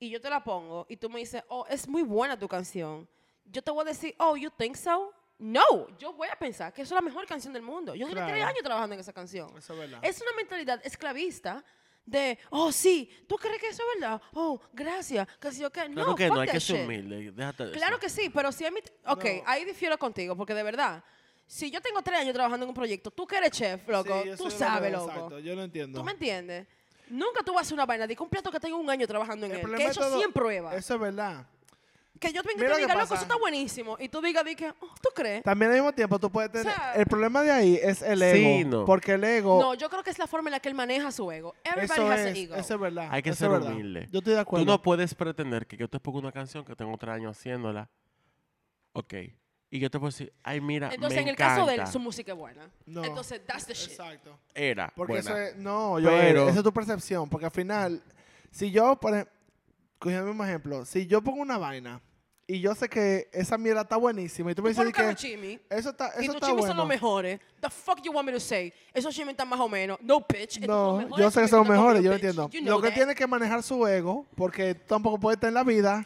Speaker 2: y yo te la pongo y tú me dices, oh, es muy buena tu canción, yo te voy a decir, oh, you think so? No, yo voy a pensar que eso es la mejor canción del mundo. Yo duré tres
Speaker 3: Claro.
Speaker 2: años trabajando en esa canción.
Speaker 3: Eso es verdad.
Speaker 2: Es una mentalidad esclavista de, oh, sí, ¿tú crees que eso es verdad? Oh, gracias, que si yo que no.
Speaker 1: Claro que no,
Speaker 2: fuck
Speaker 1: hay
Speaker 2: that
Speaker 1: que ser
Speaker 2: shit.
Speaker 1: humilde. Déjate de
Speaker 2: Claro
Speaker 1: eso.
Speaker 2: que sí, pero si es mi... Ok,
Speaker 3: No.
Speaker 2: ahí difiero contigo, porque de verdad, si yo tengo tres años trabajando en un proyecto, tú que eres chef, loco,
Speaker 3: Sí, yo
Speaker 2: tú
Speaker 3: soy
Speaker 2: sabes,
Speaker 3: loco,
Speaker 2: loco.
Speaker 3: Exacto, yo lo entiendo.
Speaker 2: ¿Tú me entiendes? Nunca tú vas a hacer una vaina de que un plato que tengo un año trabajando en
Speaker 3: El
Speaker 2: él,
Speaker 3: problema
Speaker 2: que he
Speaker 3: es
Speaker 2: hecho
Speaker 3: todo-
Speaker 2: 100 pruebas.
Speaker 3: Eso es verdad.
Speaker 2: Que yo venga
Speaker 3: Mira
Speaker 2: y
Speaker 3: lo
Speaker 2: te
Speaker 3: que
Speaker 2: diga, loco,
Speaker 3: pasa.
Speaker 2: eso está buenísimo. Y tú digas, di que, oh, ¿tú crees?
Speaker 3: También al mismo tiempo tú puedes tener...
Speaker 2: sea-
Speaker 3: el problema de ahí es el
Speaker 1: Sí,
Speaker 3: ego.
Speaker 1: no.
Speaker 3: Porque el ego...
Speaker 2: No, yo creo que es la forma en la que él maneja su ego. Everybody
Speaker 3: eso
Speaker 2: has
Speaker 3: es,
Speaker 2: an ego.
Speaker 3: eso es verdad.
Speaker 1: Hay que
Speaker 3: eso
Speaker 1: ser
Speaker 3: es verdad.
Speaker 1: humilde.
Speaker 3: Yo estoy de acuerdo.
Speaker 1: Tú no puedes pretender que yo te ponga una canción que tengo tres años haciéndola. Ok. Y yo te puedo decir, ay, mira,
Speaker 2: Entonces,
Speaker 1: me
Speaker 2: en el
Speaker 1: encanta.
Speaker 2: caso de él, su música es buena.
Speaker 3: No.
Speaker 2: Entonces, that's the shit.
Speaker 3: Exacto.
Speaker 1: Era
Speaker 3: Porque
Speaker 1: buena.
Speaker 3: eso es... No, yo... eh,
Speaker 1: Pero-
Speaker 3: Esa es tu percepción. Porque al final... Si yo, por ejemplo... Cogiendo el mismo ejemplo. Si yo pongo una vaina y yo sé que esa mierda está buenísima y tú me
Speaker 2: Tú
Speaker 3: dices de
Speaker 2: pones
Speaker 3: que...
Speaker 2: Carlos Chimmy,
Speaker 3: Eso está,
Speaker 2: y
Speaker 3: eso
Speaker 2: tus
Speaker 3: está
Speaker 2: chimis son
Speaker 3: bueno.
Speaker 2: los mejores. The fuck you want me to say? Esos chimis están más o menos. No, bitch. Estos son los
Speaker 3: No,
Speaker 2: mejores,
Speaker 3: yo sé que son
Speaker 2: estos
Speaker 3: los
Speaker 2: no
Speaker 3: mejores, yo lo
Speaker 2: bitch.
Speaker 3: entiendo.
Speaker 2: You
Speaker 3: Lo
Speaker 2: know
Speaker 3: que
Speaker 2: that.
Speaker 3: tiene que manejar su ego, porque tampoco puede estar en la vida.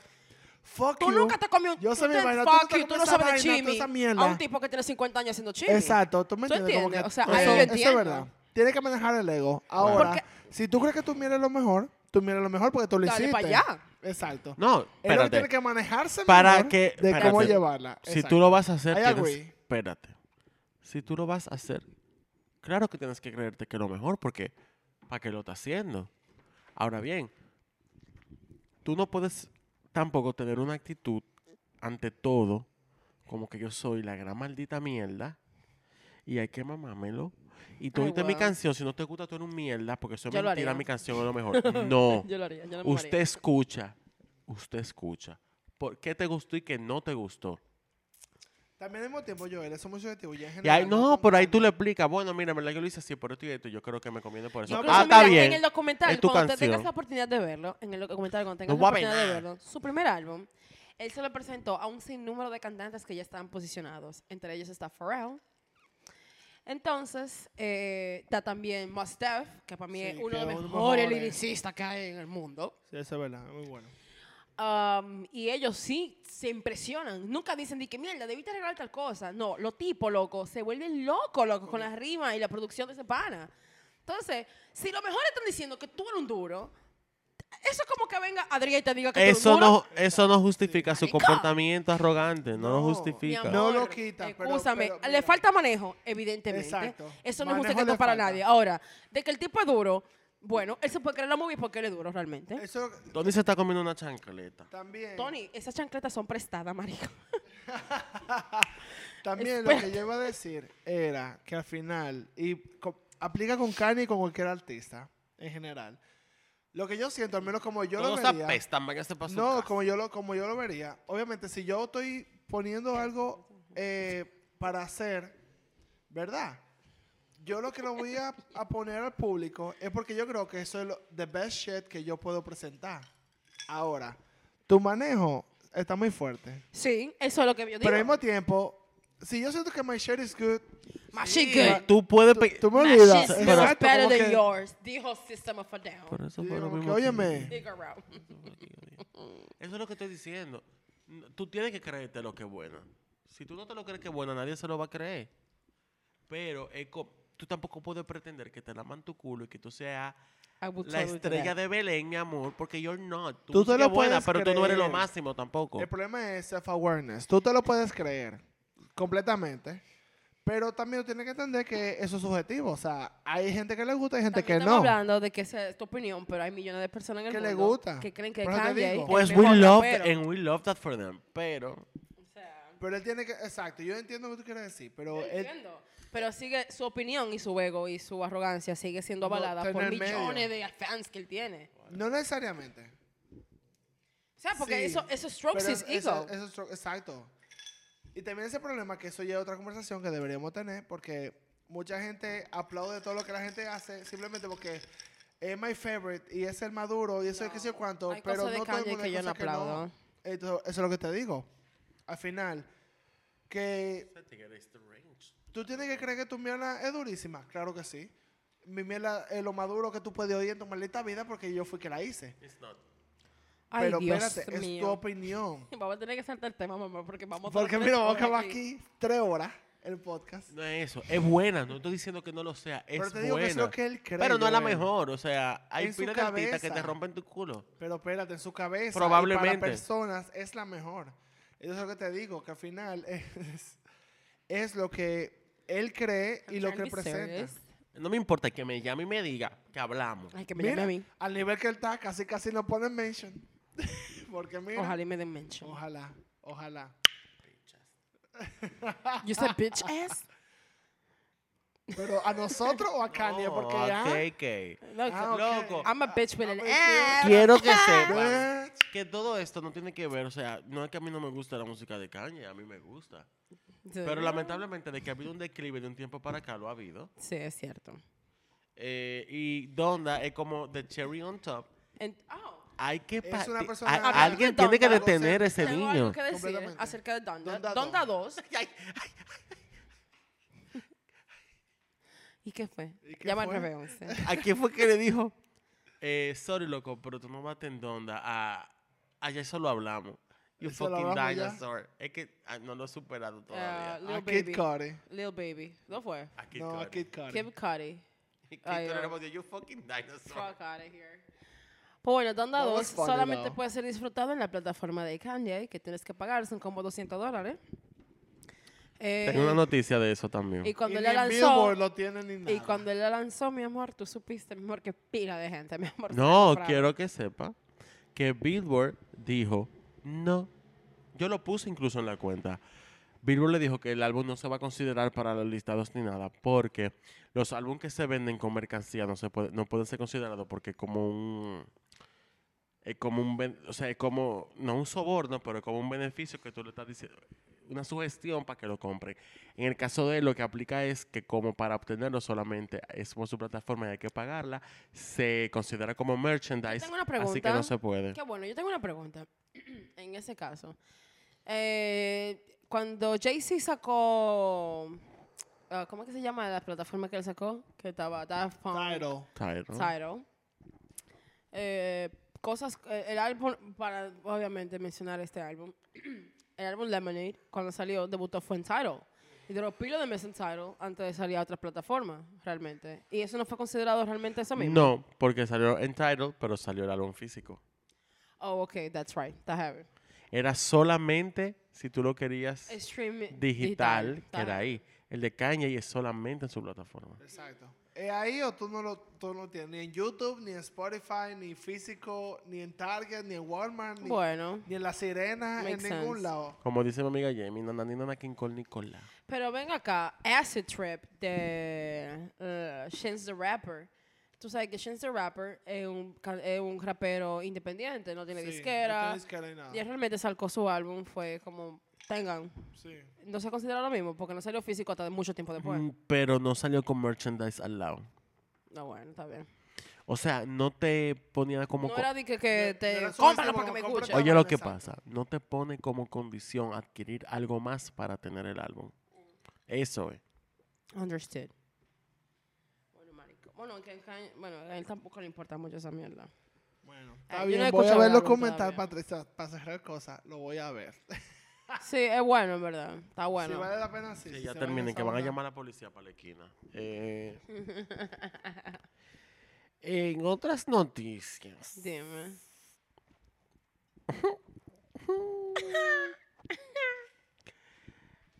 Speaker 3: Fuck
Speaker 2: Tú
Speaker 3: you.
Speaker 2: nunca te comió un
Speaker 3: Yo sé mi
Speaker 2: tú te-
Speaker 3: vaina, tú
Speaker 2: fuck
Speaker 3: te
Speaker 2: you, tú
Speaker 3: comes
Speaker 2: no
Speaker 3: esa
Speaker 2: sabes de
Speaker 3: vaina, tú
Speaker 2: chimi.
Speaker 3: esa
Speaker 2: A un
Speaker 3: mierda.
Speaker 2: tipo que tiene 50 años haciendo chimi.
Speaker 3: Exacto, tú me
Speaker 2: ¿Tú
Speaker 3: entiendes. Como que,
Speaker 2: entiendes? O sea,
Speaker 1: ahí
Speaker 3: eso,
Speaker 1: yo
Speaker 3: eso
Speaker 2: entiendo.
Speaker 3: es verdad. Tiene que manejar el ego. Ahora,
Speaker 2: Porque-
Speaker 3: si tú crees que tú mires lo mejor, tú mires lo mejor porque tú lo
Speaker 2: Dale
Speaker 3: hiciste.
Speaker 2: pa' allá.
Speaker 3: Exacto.
Speaker 1: No,
Speaker 3: Él lo que
Speaker 1: espérate.
Speaker 3: tiene que manejarse
Speaker 1: Para
Speaker 3: mejor
Speaker 1: que-
Speaker 3: de cómo
Speaker 1: espérate.
Speaker 3: llevarla.
Speaker 1: Si
Speaker 3: Exacto.
Speaker 1: tú lo vas a hacer,
Speaker 3: I
Speaker 1: tienes-
Speaker 3: agree.
Speaker 1: espérate. Si tú lo vas a hacer, claro que tienes que creerte que es lo mejor, porque para qué lo estás haciendo. Ahora bien, tú no puedes tampoco tener una actitud ante todo como que yo soy la gran maldita mierda y hay que mamámelo. Y tú
Speaker 2: Ay,
Speaker 1: oíste mi
Speaker 2: wow.
Speaker 1: canción, si no te gusta tú eres un mierda porque eso es
Speaker 2: Yo lo
Speaker 1: mentira,
Speaker 2: haría.
Speaker 1: mi canción es lo mejor. No.
Speaker 2: Yo lo haría, yo no me
Speaker 1: Usted
Speaker 2: marearía.
Speaker 1: escucha, usted escucha. ¿Por qué te gustó y qué no te gustó?
Speaker 3: También al mismo tiempo, Joel, eso es muy subjetivo. ya en
Speaker 1: Y ahí,
Speaker 3: general,
Speaker 1: no,
Speaker 3: como-
Speaker 1: pero ahí tú le explicas, bueno, mira, en verdad yo lo hice así por esto y esto, yo creo que me conviene por eso.
Speaker 3: No,
Speaker 1: ah,
Speaker 3: pero
Speaker 1: está
Speaker 2: mira,
Speaker 1: bien.
Speaker 2: En el documental,
Speaker 1: es tu
Speaker 2: cuando usted
Speaker 1: canción.
Speaker 2: tengas la oportunidad de verlo, en el documental, cuando tengas
Speaker 1: No
Speaker 2: la
Speaker 1: voy a
Speaker 2: oportunidad de
Speaker 1: ver
Speaker 2: verlo, su primer álbum, él se lo presentó a un sinnúmero de cantantes que ya estaban posicionados. Entre ellos está Pharrell. Entonces, eh, está también Mos Def, que para mí
Speaker 3: Sí,
Speaker 2: es uno
Speaker 3: que
Speaker 2: de los
Speaker 3: es uno de los
Speaker 2: mejores
Speaker 3: mejores.
Speaker 2: liricistas que hay en el mundo.
Speaker 3: Sí, eso es verdad, es muy bueno.
Speaker 2: Um, y ellos sí se impresionan. Nunca dicen de que mierda, debiste arreglar tal cosa. No, los tipos, loco, se vuelven locos, loco, con las rimas y la producción de ese pana. Entonces, si lo mejor están diciendo que tú eres un duro, eso es como que venga Adrián y te diga que tú eres
Speaker 1: Eso
Speaker 2: un duro.
Speaker 1: no, eso no justifica su
Speaker 2: Marico.
Speaker 1: comportamiento arrogante, no, lo
Speaker 3: No, mi
Speaker 2: Mi
Speaker 1: justifica.
Speaker 2: amor,
Speaker 3: No lo quita, pero-
Speaker 2: escúchame,
Speaker 3: pero
Speaker 2: le
Speaker 3: mira.
Speaker 2: falta manejo, evidentemente.
Speaker 3: Exacto.
Speaker 2: Eso no es
Speaker 3: Manejo
Speaker 2: un secreto
Speaker 3: le
Speaker 2: para
Speaker 3: falta.
Speaker 2: nadie. Ahora, de que el tipo es duro, bueno, él se puede creer la movie porque él es duro realmente.
Speaker 3: Eso
Speaker 1: Tony se está comiendo una chancleta.
Speaker 3: también.
Speaker 2: ¿Eh? Tony, esas chancletas son prestadas, marico.
Speaker 3: También lo que
Speaker 2: Espérate.
Speaker 3: yo iba a decir era que al final, y co- aplica con Kanye y con cualquier artista en general, lo que yo siento, al menos como yo
Speaker 1: Todos
Speaker 3: lo vería,
Speaker 1: apestan, váyase para su
Speaker 3: no,
Speaker 1: casa.
Speaker 3: como yo, lo, como yo lo vería, obviamente si yo estoy poniendo algo eh, para hacer, ¿verdad? Yo lo que lo voy a, a poner al público es porque yo creo que eso es lo, the best shit que yo puedo presentar. Ahora, tu manejo está muy fuerte.
Speaker 2: Sí, eso es lo que yo digo.
Speaker 3: Pero al mismo tiempo, si yo siento que my shirt is good,
Speaker 2: Machine
Speaker 1: Sí,
Speaker 2: Gun.
Speaker 1: Tú puedes... pe-
Speaker 3: tú me
Speaker 2: My
Speaker 3: olvidas.
Speaker 2: shit's
Speaker 1: Pero-
Speaker 2: much
Speaker 3: Exacto,
Speaker 2: better
Speaker 3: como
Speaker 2: than
Speaker 3: que-
Speaker 2: yours. Dijo System of a
Speaker 1: Por
Speaker 2: Down.
Speaker 1: eso
Speaker 3: Sí,
Speaker 1: fue lo
Speaker 3: como que,
Speaker 1: mismo que-
Speaker 3: óyeme,
Speaker 2: Figure out.
Speaker 1: Eso es lo que estoy diciendo. N- Tú tienes que creerte lo que es bueno. Si tú no te lo crees que es bueno, nadie se lo va a creer. Pero es co- tú tampoco puedes pretender que te laman tu culo y que tú seas
Speaker 2: I would
Speaker 1: la
Speaker 2: totally do
Speaker 1: estrella
Speaker 2: that.
Speaker 1: de Belén, mi amor, porque you're not. Tú,
Speaker 3: Tú
Speaker 1: sí
Speaker 3: te
Speaker 1: que
Speaker 3: lo
Speaker 1: es buena,
Speaker 3: puedes
Speaker 1: pero tú no eres lo
Speaker 3: creer.
Speaker 1: máximo tampoco.
Speaker 3: el problema es self-awareness. Tú te lo puedes creer completamente, pero también tienes que entender que eso es subjetivo. O sea, hay gente que le gusta y gente
Speaker 2: También
Speaker 3: que
Speaker 2: estamos
Speaker 3: no.
Speaker 2: hablando de que esa es tu opinión, pero hay millones de personas en el
Speaker 3: Que
Speaker 2: mundo
Speaker 3: le gusta.
Speaker 2: que creen que
Speaker 3: Por eso te
Speaker 2: Kanye
Speaker 3: digo.
Speaker 2: es
Speaker 1: Pues
Speaker 2: el
Speaker 1: we
Speaker 2: mejor
Speaker 1: love
Speaker 2: rapero.
Speaker 1: and we love that for them. Pero
Speaker 2: O sea,
Speaker 3: Pero él tiene que, exacto, yo entiendo lo que tú quieres decir, pero
Speaker 2: yo
Speaker 3: él,
Speaker 2: entiendo. Pero sigue su opinión y su ego y su arrogancia sigue siendo
Speaker 3: No,
Speaker 2: avalada
Speaker 3: está en
Speaker 2: por
Speaker 3: el medio.
Speaker 2: millones de fans que él tiene.
Speaker 3: no necesariamente.
Speaker 2: O sea, porque
Speaker 3: Sí,
Speaker 2: eso, eso strokes
Speaker 3: pero
Speaker 2: his
Speaker 3: eso-
Speaker 2: ego.
Speaker 3: eso es tro- exacto. Y también ese problema, que eso ya es otra conversación que deberíamos tener, porque mucha gente aplaude todo lo que la gente hace simplemente porque es my favorite y es el maduro y eso es que sé yo cuánto,
Speaker 2: hay
Speaker 3: pero
Speaker 2: cosas de
Speaker 3: no todo el
Speaker 2: Kanye
Speaker 3: mundo
Speaker 2: que
Speaker 3: hay
Speaker 2: yo no
Speaker 3: cosas no.
Speaker 2: aplaudo.
Speaker 3: Esto- eso es lo que te digo. Al final, que tú tienes que creer que tu mierda es durísima, claro que sí. Mi mierda es lo maduro que tú puedes oír en tu maldita vida porque yo fui que la hice.
Speaker 2: Ay,
Speaker 3: pero
Speaker 2: Dios
Speaker 3: espérate, es tu
Speaker 2: mío.
Speaker 3: opinión.
Speaker 2: Vamos a tener que saltar el tema, mamá, porque vamos a
Speaker 3: Porque
Speaker 2: tener
Speaker 3: mira,
Speaker 2: tres
Speaker 3: vamos a
Speaker 2: horas
Speaker 3: acabar aquí tres horas el podcast.
Speaker 1: no es eso. Es buena. No estoy diciendo que no lo sea. Es
Speaker 3: Pero te digo que es
Speaker 1: buena.
Speaker 3: lo que él cree,
Speaker 1: Pero no es la
Speaker 3: Joel.
Speaker 1: mejor. O sea, hay
Speaker 3: En su
Speaker 1: pilas de artistas que te
Speaker 3: cabeza.
Speaker 1: rompen tu culo.
Speaker 3: Pero espérate, en su cabeza y
Speaker 1: Probablemente.
Speaker 3: para personas es la mejor. Eso es lo que te digo, que al final es, es lo que él cree y
Speaker 2: I'm
Speaker 3: lo
Speaker 2: trying to
Speaker 3: que
Speaker 2: be
Speaker 3: presenta.
Speaker 2: serious.
Speaker 1: No me importa que me llame y me diga que hablamos.
Speaker 2: Ay, que me llame
Speaker 3: Mira,
Speaker 2: a mí.
Speaker 3: al nivel que él está, casi casi no pone mention. Porque mira,
Speaker 2: Ojalá y me den mention.
Speaker 3: ojalá, ojalá.
Speaker 2: You said bitch ass?
Speaker 3: Ah, Pero a nosotros o a Kanye,
Speaker 1: No,
Speaker 3: porque
Speaker 1: a
Speaker 3: ya...
Speaker 1: KK.
Speaker 2: Loco.
Speaker 3: Ah, ok.
Speaker 1: Loco.
Speaker 2: I'm a bitch with an
Speaker 3: Ah,
Speaker 2: ass.
Speaker 1: Quiero que sepan
Speaker 3: Bitch.
Speaker 1: que todo esto no tiene que ver. O sea, no es que a mí no me gusta la música de Kanye. A mí me gusta.
Speaker 2: Sí.
Speaker 1: Pero lamentablemente de que ha habido un declive de un tiempo para acá, lo ha habido.
Speaker 2: Sí, es cierto.
Speaker 1: Eh, y Donda es como the cherry on top.
Speaker 2: En- oh,
Speaker 1: Hay que...
Speaker 3: Es
Speaker 1: pa-
Speaker 3: una
Speaker 1: ti-
Speaker 3: persona-
Speaker 1: a-
Speaker 2: Hablando
Speaker 1: alguien
Speaker 2: de
Speaker 1: tiene que
Speaker 2: Donda,
Speaker 1: detener
Speaker 3: José,
Speaker 1: ese
Speaker 2: tengo
Speaker 1: niño.
Speaker 2: algo que decir
Speaker 3: Completamente.
Speaker 2: acerca de Donda.
Speaker 3: Donda
Speaker 2: Donda,
Speaker 3: dos.
Speaker 2: 2. ¿Y qué fue?
Speaker 3: ¿Y qué
Speaker 2: Llama al
Speaker 3: fue?
Speaker 2: 911.
Speaker 1: ¿A quién fue que le dijo? Eh, sorry, loco, pero tú no mates en Donda. Ah, ayer eso lo hablamos. You
Speaker 3: Eso lo
Speaker 1: fucking
Speaker 3: hablamos ya.
Speaker 1: dinosaur. Es que ah, no lo he superado todavía.
Speaker 2: Lil
Speaker 3: A
Speaker 2: Baby.
Speaker 3: Kid Cudi.
Speaker 2: Lil Baby. ¿No fue?
Speaker 1: a Kid
Speaker 3: No, a
Speaker 1: Cudi.
Speaker 3: Kid Cudi.
Speaker 2: Kim Cudi.
Speaker 1: Kid Cudi
Speaker 2: Ay, no.
Speaker 1: le hemos dicho, you fucking dinosaur.
Speaker 2: Fuck out of here. Pues bueno, Donda
Speaker 3: No,
Speaker 2: 2
Speaker 3: it's funny,
Speaker 2: solamente
Speaker 3: though.
Speaker 2: puede ser disfrutado en la plataforma de Kanye, que tienes que pagar, son como 200 dólares. Eh,
Speaker 1: Tengo una noticia de eso también.
Speaker 2: y cuando él
Speaker 3: Y ni
Speaker 2: la
Speaker 3: en
Speaker 2: lanzó,
Speaker 3: Billboard lo tienen ni nada.
Speaker 2: y cuando él la lanzó, mi amor, tú supiste, mi amor, que pila de gente, mi amor. se la
Speaker 1: No,
Speaker 2: compraron.
Speaker 1: quiero que sepa que Billboard dijo, no. Yo lo puse incluso en la cuenta. Billboard le dijo que el álbum no se va a considerar para los listados ni nada, porque los álbumes que se venden con mercancía no, se puede, no pueden ser considerados porque como un... es como un, ben- o sea, es como, no un soborno, pero es como un beneficio que tú le estás diciendo, una sugestión para que lo compren. En el caso de él, lo que aplica es que como para obtenerlo solamente es por su plataforma y hay que pagarla, se considera como merchandise,
Speaker 2: tengo una
Speaker 1: así que
Speaker 2: pregunta.
Speaker 1: no se puede.
Speaker 2: Qué bueno, yo tengo una pregunta. en ese caso, eh, cuando Jay-Z sacó. ah, ¿Cómo es que se llama la plataforma que él sacó? Que estaba Daft Punk,
Speaker 3: Tidal.
Speaker 1: Tidal.
Speaker 2: Tidal. Eh, cosas. eh, el álbum, para obviamente mencionar este álbum, el álbum Lemonade, cuando salió, debutó fue en Tidal. Y duró pilo de meses en Tidal antes de salir a otras plataformas, realmente. Y eso no fue considerado realmente eso mismo.
Speaker 1: No, porque salió en Tidal, pero salió el álbum físico.
Speaker 2: Oh, okay, that's right. That's heavy.
Speaker 1: Era solamente si tú lo querías
Speaker 2: Stream
Speaker 1: digital, que
Speaker 2: tal.
Speaker 1: era ahí. El de Kanye es solamente en su plataforma.
Speaker 3: Exacto. ¿Es ahí o tú no lo tú no lo tienes? Ni en YouTube, ni en Spotify, ni físico, ni en Target, ni en Walmart, ni,
Speaker 2: Bueno,
Speaker 3: ni en La Sirena, en
Speaker 2: Makes
Speaker 3: ningún
Speaker 2: sense.
Speaker 3: lado.
Speaker 1: Como dice mi amiga Jamie, nananina Cole Nicolás.
Speaker 2: pero ven acá, Acid Trip de eh, Chance the Rapper. Tú sabes que Chance the Rapper es un, ca- es un rapero independiente, no tiene
Speaker 3: Sí, no
Speaker 2: disquera.
Speaker 3: tiene disquera ni nada.
Speaker 2: Y él realmente sacó su álbum, fue como, tengan.
Speaker 3: Sí.
Speaker 2: No se considera lo mismo, porque no salió físico hasta mucho tiempo después.
Speaker 1: Mm, Pero no salió con merchandise al lado.
Speaker 2: No, bueno, está bien.
Speaker 1: O sea, no te ponía como...
Speaker 2: No
Speaker 1: co-
Speaker 2: era de que, que
Speaker 3: No- no
Speaker 2: te
Speaker 3: era solo
Speaker 2: cómpralo
Speaker 3: ese,
Speaker 2: porque me
Speaker 3: bueno, cómprate
Speaker 2: escucha.
Speaker 1: Oye lo que
Speaker 3: Exacto.
Speaker 1: pasa, no te pone como condición adquirir algo más para tener el álbum. Eso es.
Speaker 2: Understood. Bueno, marico. Bueno, que, que- bueno, a él tampoco le importa mucho esa mierda.
Speaker 3: Bueno.
Speaker 2: Ah, yo
Speaker 3: Está
Speaker 2: no
Speaker 3: bien,
Speaker 2: he
Speaker 3: voy a
Speaker 2: escuchado
Speaker 3: ver
Speaker 2: el
Speaker 3: los
Speaker 2: álbum
Speaker 3: comentarios
Speaker 2: todavía.
Speaker 3: Patricia, para cerrar cosas. Lo voy a ver.
Speaker 2: Sí, es bueno, en verdad. Está
Speaker 3: Si
Speaker 2: bueno.
Speaker 3: vale la pena, sí.
Speaker 1: Que
Speaker 3: si
Speaker 1: ya
Speaker 3: se vale
Speaker 1: terminen,
Speaker 3: esa
Speaker 1: que van a
Speaker 3: onda.
Speaker 1: llamar a la policía para la esquina. Eh, en otras noticias.
Speaker 2: Dime.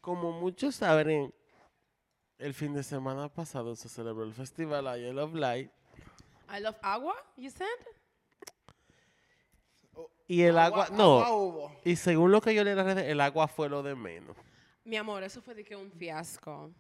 Speaker 1: Como muchos saben, el fin de semana pasado se celebró el festival I Love Light
Speaker 2: I love agua, you said?
Speaker 1: y el agua, no,
Speaker 3: Agua hubo.
Speaker 1: y según lo que yo leí en las redes, el agua fue lo de menos.
Speaker 2: Mi amor, eso fue de que un fiasco.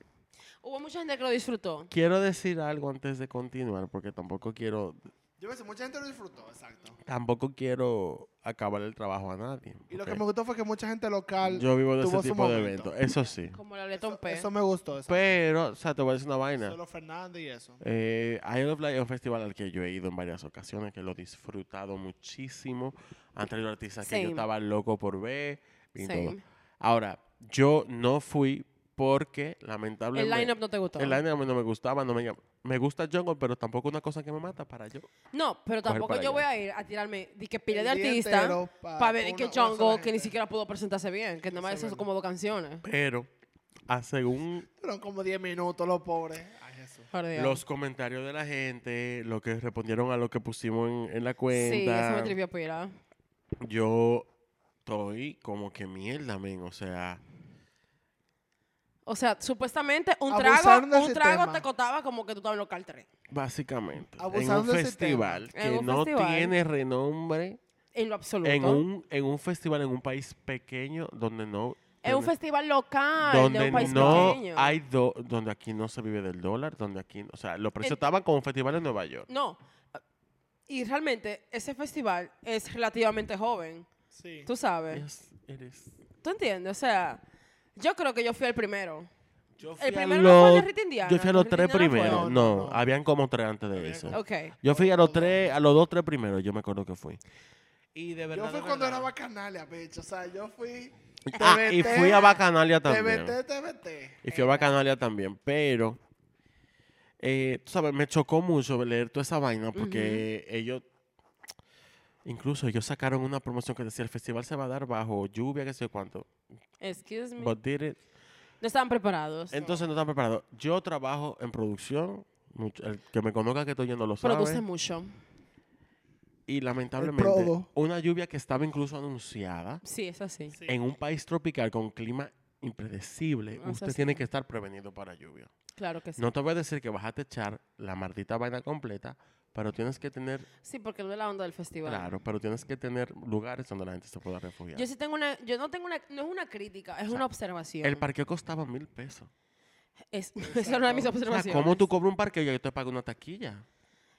Speaker 2: Hubo mucha gente que lo disfrutó.
Speaker 1: Quiero decir algo antes de continuar porque tampoco quiero
Speaker 3: Yo pensé, mucha gente lo disfrutó, exacto.
Speaker 1: tampoco quiero acabar el trabajo a nadie.
Speaker 3: Y lo
Speaker 1: porque
Speaker 3: que me gustó fue que mucha gente local.
Speaker 1: yo vivo de
Speaker 3: tuvo
Speaker 1: ese
Speaker 3: su
Speaker 1: tipo de
Speaker 3: momento.
Speaker 1: eventos, eso sí.
Speaker 2: Como la letra
Speaker 3: Eso,
Speaker 2: un pez.
Speaker 3: eso me gustó. Eso.
Speaker 1: Pero, o sea, te voy a decir una vaina.
Speaker 3: Solo Fernández y eso.
Speaker 1: Eh, I Love Live es un festival al que yo he ido en varias ocasiones, que lo he disfrutado muchísimo. Han traído artistas que yo
Speaker 2: Same.
Speaker 1: estaba loco por ver. y todo.
Speaker 2: Same.
Speaker 1: Ahora, yo no fui porque,
Speaker 2: El
Speaker 1: lamentablemente...
Speaker 2: lineup no te gustó.
Speaker 1: el lineup no me gustaba, no me, llam- me gusta Jungle, pero tampoco una cosa que me mata para yo.
Speaker 2: no, pero tampoco
Speaker 1: para allá.
Speaker 2: yo voy a ir a tirarme de que pila
Speaker 3: El
Speaker 2: de
Speaker 3: día
Speaker 2: artistas
Speaker 3: entero
Speaker 2: para
Speaker 3: pa-
Speaker 2: ver
Speaker 3: pa
Speaker 2: que
Speaker 3: una- una sola
Speaker 2: Jungle que ni
Speaker 3: gente.
Speaker 2: siquiera pudo presentarse bien, que nada más
Speaker 3: Eso es
Speaker 2: hizo como dos canciones.
Speaker 1: Pero, a según
Speaker 3: Fueron como 10 minutos, los pobres. Ay, Jesús.
Speaker 2: Por Dios.
Speaker 1: los comentarios de la gente, lo que respondieron a lo que pusimos en, en la cuenta...
Speaker 2: sí, eso me trivió pila.
Speaker 1: Yo estoy como que mierda, men. O sea,
Speaker 2: O sea, supuestamente un trago,
Speaker 3: Abusaron de
Speaker 2: un
Speaker 3: ese
Speaker 2: trago
Speaker 3: tema.
Speaker 2: te costaba como que tú estabas en local 3.
Speaker 1: básicamente, en un
Speaker 3: Abusando de ese
Speaker 1: festival
Speaker 2: tema.
Speaker 1: que
Speaker 2: En un
Speaker 1: no
Speaker 2: festival.
Speaker 1: tiene renombre,
Speaker 2: En lo absoluto.
Speaker 1: en un, en un festival en un país pequeño donde no.
Speaker 2: Es un
Speaker 1: donde-
Speaker 2: festival local
Speaker 1: donde
Speaker 2: de un país
Speaker 1: no
Speaker 2: pequeño.
Speaker 1: hay do- donde aquí no se vive del dólar, donde aquí, o sea, los precios
Speaker 2: En-
Speaker 1: estaban como un festival en Nueva York.
Speaker 2: No. Y realmente ese festival es relativamente joven.
Speaker 3: Sí.
Speaker 2: Tú sabes.
Speaker 1: Yes, it is.
Speaker 2: ¿Tú entiendes? O sea, yo creo que yo fui el primero.
Speaker 1: Yo
Speaker 2: El
Speaker 1: fui a
Speaker 2: primero no fue el de
Speaker 1: los-
Speaker 2: Rita Indiana,
Speaker 1: Yo fui a
Speaker 2: el
Speaker 1: los
Speaker 2: de
Speaker 1: tres
Speaker 2: Rita Indiana fue.
Speaker 1: primeros. No,
Speaker 3: No, no, no.
Speaker 1: habían como tres antes de eso.
Speaker 3: como-
Speaker 2: Ok.
Speaker 1: Yo fui a los tres, a los dos, tres primeros. Yo me acuerdo que fui. Y de
Speaker 3: Yo fui
Speaker 1: de
Speaker 3: cuando era
Speaker 1: verdad.
Speaker 3: Bacanalia, bicho. O sea, yo fui.
Speaker 1: Ah,
Speaker 3: TBT,
Speaker 1: y fui a Bacanalia también.
Speaker 3: TBT, TBT.
Speaker 1: Y fui a Bacanalia también, pero eh, tú sabes, me chocó mucho leer toda esa vaina porque ellos, incluso ellos sacaron una promoción que decía el festival se va a dar bajo lluvia, qué sé yo cuánto.
Speaker 2: Excuse me.
Speaker 1: But did it.
Speaker 2: no estaban preparados.
Speaker 1: Entonces no están preparados. Yo trabajo en producción, mucho- el que me conozca que estoy yendo lo sabe.
Speaker 2: Produce mucho.
Speaker 1: Y lamentablemente,
Speaker 3: prodo.
Speaker 1: una lluvia que estaba incluso anunciada
Speaker 2: Sí, es así.
Speaker 3: Sí.
Speaker 1: en un país tropical con clima impredecible,
Speaker 2: Eso
Speaker 1: usted
Speaker 2: sí.
Speaker 1: tiene que estar prevenido para lluvia.
Speaker 2: Claro que sí.
Speaker 1: No te voy a decir que vas a techar la maldita vaina completa, pero tienes que tener,
Speaker 2: Sí, porque no es la onda del festival.
Speaker 1: claro, pero tienes que tener lugares donde la gente se pueda refugiar.
Speaker 2: Yo sí tengo una, yo no tengo una, no es una crítica, es
Speaker 1: sea,
Speaker 2: una observación.
Speaker 1: El parqueo costaba mil pesos.
Speaker 2: es, esa era una de mis
Speaker 1: O sea,
Speaker 2: observaciones.
Speaker 1: ¿cómo tú cobras un parqueo y yo te pago una taquilla?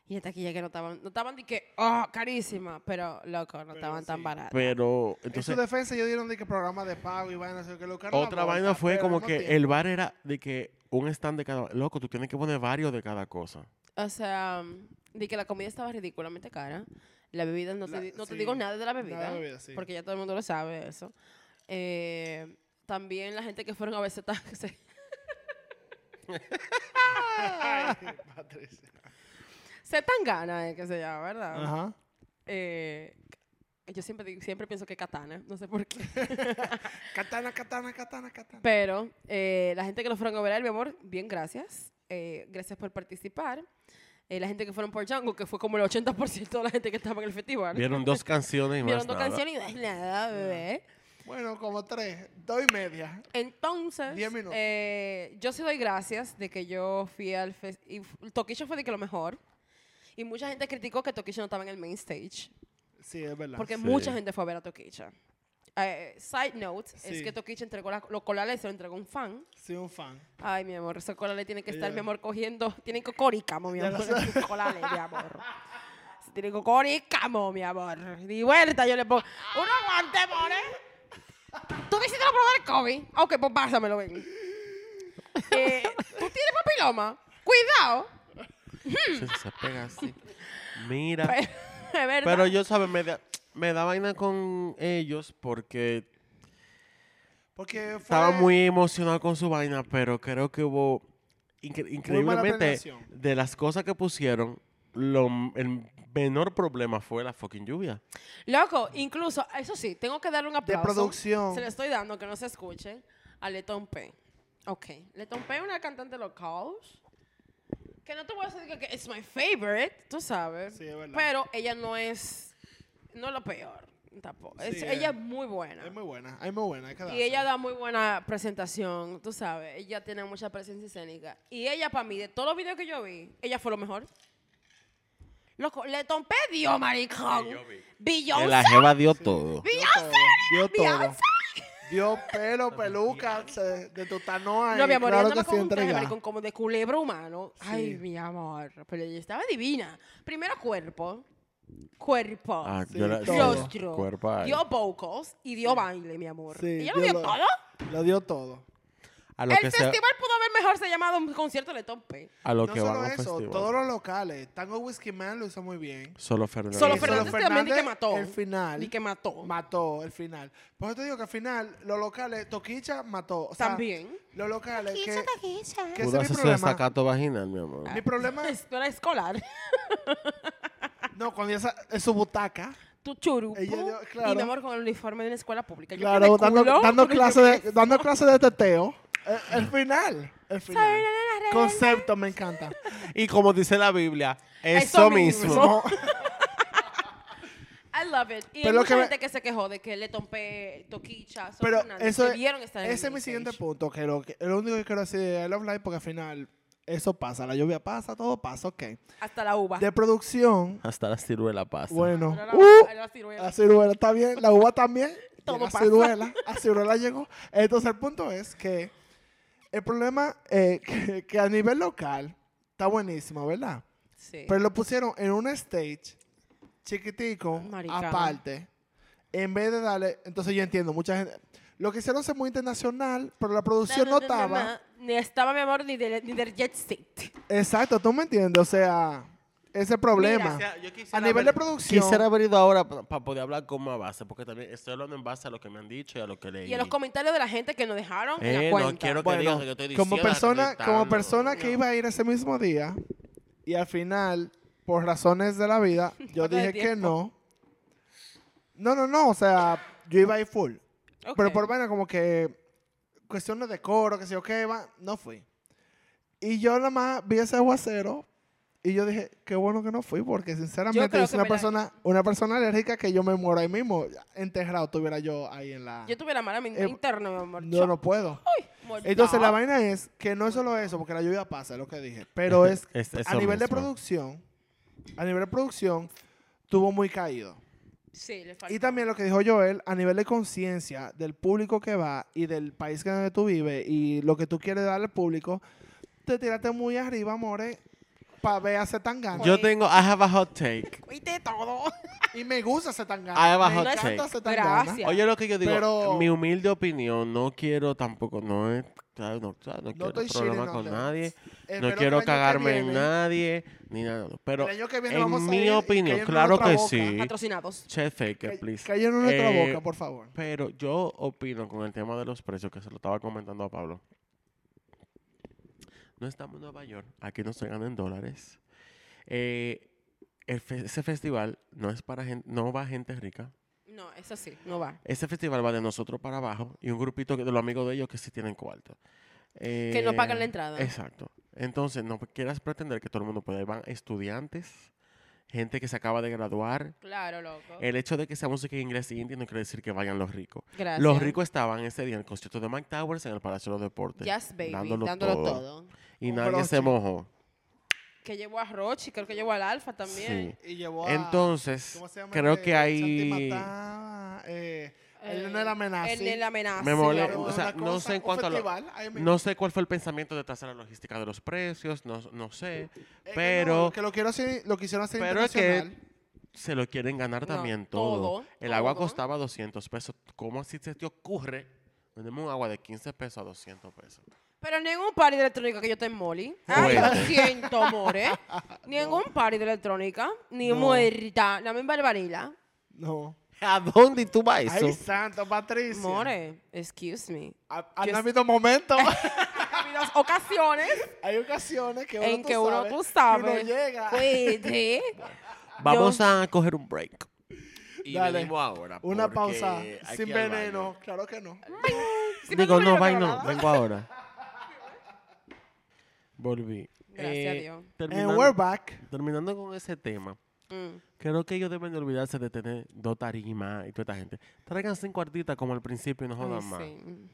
Speaker 2: Y esta taquilla que no estaban, no estaban de que, oh, carísima, pero loco, Ah, no estaban tan baratas.
Speaker 1: Pero
Speaker 3: en
Speaker 1: entonces
Speaker 3: su defensa ellos dieron de que programa de pago y vaina, así que lo cargan la
Speaker 1: otra
Speaker 3: bolsa,
Speaker 1: vaina fue
Speaker 3: pero
Speaker 1: como
Speaker 3: no
Speaker 1: que
Speaker 3: tienen.
Speaker 1: el bar era de que un stand de cada loco, tú tienes que poner varios de cada cosa.
Speaker 2: O sea, de que la comida estaba ridículamente cara. La bebida, no,
Speaker 3: La-
Speaker 2: te, di- no
Speaker 3: sí,
Speaker 2: te digo nada de la
Speaker 3: nada de
Speaker 2: bebida.
Speaker 3: la bebida, sí.
Speaker 2: Porque ya todo el mundo lo sabe eso. Eh, también la gente que fueron a veces tan- se,
Speaker 3: Ay, Patricia.
Speaker 2: se tan gana, eh, que se llama, ¿verdad?
Speaker 3: Ajá.
Speaker 2: Eh, yo siempre, digo- siempre pienso que katana, no sé por qué.
Speaker 3: Katana, katana, katana, katana.
Speaker 2: Pero eh, la gente que lo fueron a ver, mi amor, bien, gracias. Eh, gracias por participar. Eh, la gente que fueron por Django, que fue como el 80% de la gente que estaba en el festival.
Speaker 1: Vieron dos canciones y más
Speaker 2: Vieron dos
Speaker 1: nada.
Speaker 2: canciones y no es nada, bebé.
Speaker 3: Bueno, como tres, dos y media.
Speaker 2: Entonces,
Speaker 3: Diez minutos.
Speaker 2: eh, yo sí doy gracias de que yo fui al festival. Y f- Toquicho fue de que lo mejor. Y mucha gente criticó que Toquicho no estaba en el main stage.
Speaker 3: Sí, es verdad.
Speaker 2: Porque
Speaker 1: sí.
Speaker 2: mucha gente fue a ver a Toquicha. Eh, side note es
Speaker 3: Sí.
Speaker 2: que Toquicha entregó la- los colales, se lo entregó un fan.
Speaker 3: Sí, un fan.
Speaker 2: Ay, mi amor, esos colales tienen que estar,
Speaker 3: Ella-
Speaker 2: mi amor, cogiendo. Tienen cocoricamo, mi
Speaker 3: Ya lo
Speaker 2: amor. esos colales, mi amor. Se Tienen cocoricamo, mi amor. Di vuelta, yo le pongo. ¡Uno aguante, more! ¿Tú quisiste la prueba del COVID? Ok, pues pásamelo, ven. Eh, ¿Tú tienes papiloma? Cuidado.
Speaker 3: Mm.
Speaker 1: Sí, se pega así. Mira.
Speaker 2: Pero, es verdad.
Speaker 1: Pero yo, ¿sabes? Me da, me da vaina con ellos porque
Speaker 3: Porque fue...
Speaker 1: estaba muy emocionado con su vaina, pero creo que hubo incre- increíblemente
Speaker 3: planeación.
Speaker 1: de las cosas que pusieron, lo, m- el menor problema fue la fucking lluvia.
Speaker 2: Loco, incluso, eso sí, tengo que darle un aplauso.
Speaker 3: producción.
Speaker 2: Se le estoy dando, que no se escuche, a Letón P. Ok. Letón P es una cantante local. Que no te voy a decir que es my favorite, tú sabes.
Speaker 3: Sí, es verdad.
Speaker 2: Pero ella no es, no es lo peor, tampoco. Es-
Speaker 3: Sí, es-
Speaker 2: ella es muy buena.
Speaker 3: Es muy buena, es muy buena. Hay que
Speaker 2: Y ella
Speaker 3: dársela.
Speaker 2: da muy buena presentación, tú sabes. Ella tiene mucha presencia escénica. Y ella, para mí, de todos los videos que yo vi, ella fue lo mejor. Loco, le tompé Dios, maricón. Beyoncé.
Speaker 1: La jeva dio todo.
Speaker 3: Dio todo.
Speaker 2: Beyoncé.
Speaker 3: Dio pelo, peluca, se- de tu tanoa.
Speaker 2: No, mi amor,
Speaker 3: claro
Speaker 2: ella
Speaker 3: que
Speaker 2: andaba
Speaker 3: sí
Speaker 2: con un traje,
Speaker 3: entrega.
Speaker 2: maricón, como de culebro humano. Ay,
Speaker 3: Sí.
Speaker 2: mi amor. Pero ella estaba divina. Primero cuerpo. Cuerpo.
Speaker 1: Ah,
Speaker 3: Sí,
Speaker 1: yo la-
Speaker 3: todo.
Speaker 2: Rostro.
Speaker 1: Cuerpo ahí.
Speaker 2: Dio vocals y dio baile, mi amor.
Speaker 3: Sí,
Speaker 2: ¿Ella lo dio
Speaker 3: dio lo-
Speaker 2: todo?
Speaker 3: Lo dio todo.
Speaker 1: A lo
Speaker 2: El
Speaker 1: que,
Speaker 2: festival
Speaker 1: sea,
Speaker 2: pudo haber mejor se llamado un concierto de tope.
Speaker 1: a lo
Speaker 3: no
Speaker 1: que
Speaker 3: solo
Speaker 1: van a
Speaker 3: eso,
Speaker 1: festival.
Speaker 3: todos los locales. Tango Whiskey Man lo hizo muy bien.
Speaker 1: Solo Fernández.
Speaker 2: Solo
Speaker 3: Solo
Speaker 2: Fernández también di
Speaker 3: Fernández,
Speaker 2: que mató.
Speaker 3: el final.
Speaker 2: Di que mató.
Speaker 3: Mató el final. Por eso te digo que al final, los locales, Toquicha mató. O sea,
Speaker 2: También.
Speaker 3: Los locales que, que ese
Speaker 1: Pudo
Speaker 3: es mi
Speaker 1: hacer su
Speaker 3: problema.
Speaker 1: desacato vaginal, mi amor.
Speaker 3: Mi problema es,
Speaker 2: Esto era escolar.
Speaker 3: no, cuando ella sa- en su butaca,
Speaker 2: Tu churupo.
Speaker 3: Ella dio- claro.
Speaker 2: Y mi amor con el uniforme de una escuela pública. Yo
Speaker 3: claro,
Speaker 2: quedé
Speaker 3: dando,
Speaker 2: culo,
Speaker 3: dando
Speaker 2: porque yo
Speaker 3: clase de,
Speaker 2: quedé-
Speaker 3: dando clase de teteo. El, el final, el final. Concepto, me encanta.
Speaker 1: Y como dice la Biblia, eso,
Speaker 2: Eso
Speaker 1: mismo.
Speaker 2: mismo. I love it. Y hay
Speaker 3: Pero lo
Speaker 2: mucha
Speaker 3: que me-
Speaker 2: gente que se quejó de que le tompé Toquicha, Sol
Speaker 3: Pero
Speaker 2: Fernández,
Speaker 3: eso es,
Speaker 2: debieron estar en el
Speaker 3: ese es mi
Speaker 2: main
Speaker 3: siguiente
Speaker 2: stage.
Speaker 3: punto, que lo, que, lo único que quiero decir de I Love Live, porque al final eso pasa, la lluvia pasa, todo pasa, ok.
Speaker 2: Hasta la uva.
Speaker 3: De producción,
Speaker 1: Hasta la ciruela pasa.
Speaker 3: bueno.
Speaker 2: Era la-
Speaker 3: ¡Uh!
Speaker 2: era la ciruela.
Speaker 3: La ciruela está bien, la uva también.
Speaker 2: Todo
Speaker 3: la
Speaker 2: pasa.
Speaker 3: ciruela, a ciruela llegó. Entonces el punto es que el problema eh, que, que a nivel local está buenísimo, ¿verdad?
Speaker 2: Sí.
Speaker 3: Pero lo pusieron en un stage chiquitico,
Speaker 2: Maricano.
Speaker 3: aparte, en vez de darle, entonces yo entiendo, mucha gente, lo que hicieron es muy internacional, pero la producción no estaba.
Speaker 2: Ni estaba, mi amor, ni, de, ni del Jet State.
Speaker 3: Exacto, tú me entiendes, o sea, ese problema. a nivel de producción,
Speaker 1: Quisiera haber ido ahora para poder hablar con más base, porque también estoy hablando en base a lo que me han dicho y a lo que leí.
Speaker 2: Y en los comentarios de la gente que nos dejaron en
Speaker 1: Eh,
Speaker 2: la
Speaker 1: no
Speaker 2: cuenta.
Speaker 1: quiero que- digas
Speaker 3: bueno,
Speaker 1: lo que estoy
Speaker 3: como
Speaker 1: diciendo,
Speaker 3: persona,
Speaker 1: estoy
Speaker 3: como
Speaker 1: gritando.
Speaker 3: persona que iba a ir ese mismo día y al final, por razones de la vida, yo
Speaker 2: Falta de
Speaker 3: dije que
Speaker 2: tiempo.
Speaker 3: no. No, no, no, o sea, yo iba a ir full.
Speaker 2: Ok.
Speaker 3: Pero por bueno, como que cuestiones de coro, que sé yo qué, va, no fui. Y yo nada más vi ese aguacero y yo dije, qué bueno que no fui, porque
Speaker 2: Yo
Speaker 3: sinceramente
Speaker 2: creo
Speaker 3: yo,
Speaker 2: que
Speaker 3: soy una
Speaker 2: me la-
Speaker 3: persona, una persona alérgica que yo me muero ahí mismo, enterrado estuviera yo ahí en la...
Speaker 2: Yo tuve la mala
Speaker 3: Eh,
Speaker 2: interna, mi amor.
Speaker 3: yo no puedo.
Speaker 2: Mortal.
Speaker 3: Entonces la vaina es que no es solo eso, porque la lluvia pasa, es lo que dije. Pero es,
Speaker 1: Es-
Speaker 3: a
Speaker 1: eso
Speaker 3: nivel de
Speaker 1: mismo.
Speaker 3: producción, a nivel de producción, tuvo muy caído.
Speaker 2: Sí, le faltó.
Speaker 3: Y también lo que dijo Joel, a nivel de conciencia del público que va y del país que donde tú vives y lo que tú quieres dar al público, te tiraste muy arriba, more. para ver a Zetangana.
Speaker 1: Yo tengo, I have a hot take.
Speaker 2: Oíste todo.
Speaker 3: Y me gusta Zetangana.
Speaker 1: I have a
Speaker 3: Me
Speaker 1: hot
Speaker 3: encanta
Speaker 1: take.
Speaker 3: Zetangana.
Speaker 2: Gracias.
Speaker 1: Oye, lo que yo digo,
Speaker 3: Pero-
Speaker 1: mi humilde opinión, no quiero tampoco, no es, claro, no, claro, no quiero
Speaker 3: estoy
Speaker 1: problemas
Speaker 3: shitting on
Speaker 1: con
Speaker 3: them.
Speaker 1: nadie,
Speaker 3: Espero
Speaker 1: no
Speaker 3: que Eh, el
Speaker 1: quiero
Speaker 3: año que
Speaker 1: cagarme en
Speaker 3: viene-
Speaker 1: nadie, ni nada, no. pero
Speaker 3: el año que viene vamos a
Speaker 1: en mi
Speaker 3: ir
Speaker 1: opinión,
Speaker 3: cayendo en
Speaker 1: claro
Speaker 3: otra
Speaker 1: que
Speaker 3: boca.
Speaker 1: sí,
Speaker 2: Patrocinados.
Speaker 1: Chef Faker,
Speaker 3: Cay-
Speaker 1: please.
Speaker 3: Cayeron en nuestra
Speaker 1: Eh,
Speaker 3: boca, por favor.
Speaker 1: Pero yo opino con el tema de los precios, que se lo estaba comentando a Pablo. No estamos en Nueva York, aquí nos se en dólares. Eh, el fe- ese festival no es para gente, no va gente rica.
Speaker 2: No, eso sí, no va.
Speaker 1: Ese festival va de nosotros para abajo y un grupito que- de los amigos de ellos que sí tienen cuarto.
Speaker 2: Que no pagan
Speaker 1: Eh,
Speaker 2: la entrada.
Speaker 1: Exacto. Entonces, no quieras pretender que todo el mundo pueda. ir. Van estudiantes, gente que se acaba de graduar.
Speaker 2: Claro, loco.
Speaker 1: El hecho de que sea música en inglés y indie no quiere decir que vayan los ricos.
Speaker 2: Gracias.
Speaker 1: Los ricos estaban ese día en el concierto de Mike Towers en el Palacio de los Deportes.
Speaker 2: Yes, baby.
Speaker 1: Este, dándolo
Speaker 2: Dándolo,
Speaker 1: todo.
Speaker 2: todo.
Speaker 1: Y
Speaker 3: Un
Speaker 1: nadie se
Speaker 3: broche.
Speaker 1: mojó.
Speaker 2: Que llevó a Rochi, creo que llevó al Alfa también.
Speaker 1: Sí.
Speaker 3: Y llevó a-
Speaker 1: Entonces,
Speaker 3: ¿cómo se llama
Speaker 1: creo
Speaker 3: este?
Speaker 1: que
Speaker 3: Santi
Speaker 1: hay...
Speaker 3: Matá, eh, el
Speaker 2: Eh,
Speaker 3: no era amenaza.
Speaker 2: El de la amenaza.
Speaker 1: Me mole-
Speaker 2: la
Speaker 1: o
Speaker 2: verdad.
Speaker 1: sea,
Speaker 3: Una
Speaker 1: no
Speaker 3: cosa,
Speaker 1: sé en
Speaker 3: un
Speaker 1: cuánto a lo-
Speaker 3: festival, ahí Eh, mismo.
Speaker 1: No sé cuál fue el pensamiento detrás de la logística de los precios, no, no sé,
Speaker 3: Es que
Speaker 1: pero
Speaker 3: no, que lo quiero hacer, lo quisieron hacer
Speaker 1: pero es que-
Speaker 3: internacional.
Speaker 1: se lo quieren ganar
Speaker 2: No,
Speaker 1: también todo.
Speaker 2: todo,
Speaker 1: El agua
Speaker 2: todo.
Speaker 1: costaba 200 pesos. ¿Cómo así se te ocurre? Vendemos un agua de 15 pesos a 200 pesos.
Speaker 2: Pero ningún party de electrónica que yo te en Molly. Ay,
Speaker 1: Bueno.
Speaker 2: lo siento, more. Ningún party de electrónica. Ni
Speaker 3: No.
Speaker 2: muerta. La misma barbarila.
Speaker 3: No.
Speaker 1: ¿A dónde tú vas
Speaker 3: Ay, santo Patricia.
Speaker 2: More, excuse me.
Speaker 3: Ha- Han
Speaker 2: Yo es-
Speaker 3: habido momentos,
Speaker 2: Ha habido ocasiones
Speaker 3: hay ocasiones que uno
Speaker 2: en
Speaker 3: tú
Speaker 2: que
Speaker 3: sabes,
Speaker 2: uno, tú sabes, Pues,
Speaker 3: que uno llega.
Speaker 2: puede.
Speaker 1: Vamos a coger un break. Y
Speaker 3: Dale.
Speaker 1: venimos ahora.
Speaker 3: Una
Speaker 1: porque
Speaker 3: pausa
Speaker 1: hay que
Speaker 3: sin
Speaker 1: ir al baño.
Speaker 3: veneno, claro que no.
Speaker 2: Si me
Speaker 1: Digo,
Speaker 2: tomo yo
Speaker 1: no,
Speaker 2: no
Speaker 1: vaina,
Speaker 2: quiero
Speaker 1: no,
Speaker 2: nada.
Speaker 1: vengo ahora. Volví. Eh,
Speaker 2: Gracias a Dios.
Speaker 1: Terminando,
Speaker 3: And we're back.
Speaker 1: terminando con ese tema,
Speaker 2: Mm.
Speaker 1: creo que ellos deben de olvidarse de tener dos tarimas y toda esta gente. Traigan cinco artistas como al principio y no jodan
Speaker 2: Ay,
Speaker 1: más.
Speaker 2: sí.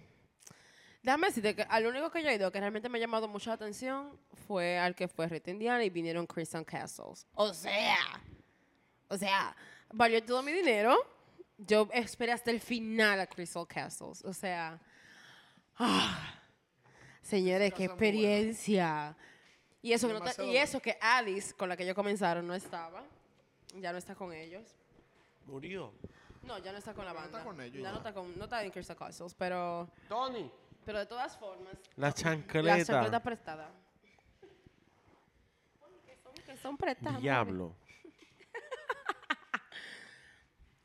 Speaker 2: Déjame decirte que al único que yo he ido que realmente me ha llamado mucha la atención fue al que fue Rita Indiana y vinieron Christian Castles. O sea, o sea, valió todo mi dinero. Yo esperé hasta el final a Crystal Castles. O sea, ah, señores, qué experiencia. Y eso, que no está-
Speaker 3: Demasiado
Speaker 2: y
Speaker 3: bueno.
Speaker 2: eso que Alice, con la que ellos comenzaron, no estaba. Ya no está con ellos.
Speaker 1: Murió.
Speaker 2: No, ya no está con la
Speaker 3: no
Speaker 2: banda.
Speaker 3: está con ellos,
Speaker 2: Ya
Speaker 3: ya.
Speaker 2: no está, con, no está en Crystal Castles, pero,
Speaker 1: Tony.
Speaker 2: pero de todas formas,
Speaker 1: La chancleta.
Speaker 2: las chancletas prestadas. Que son, que son prestadas. madre.
Speaker 1: Diablo.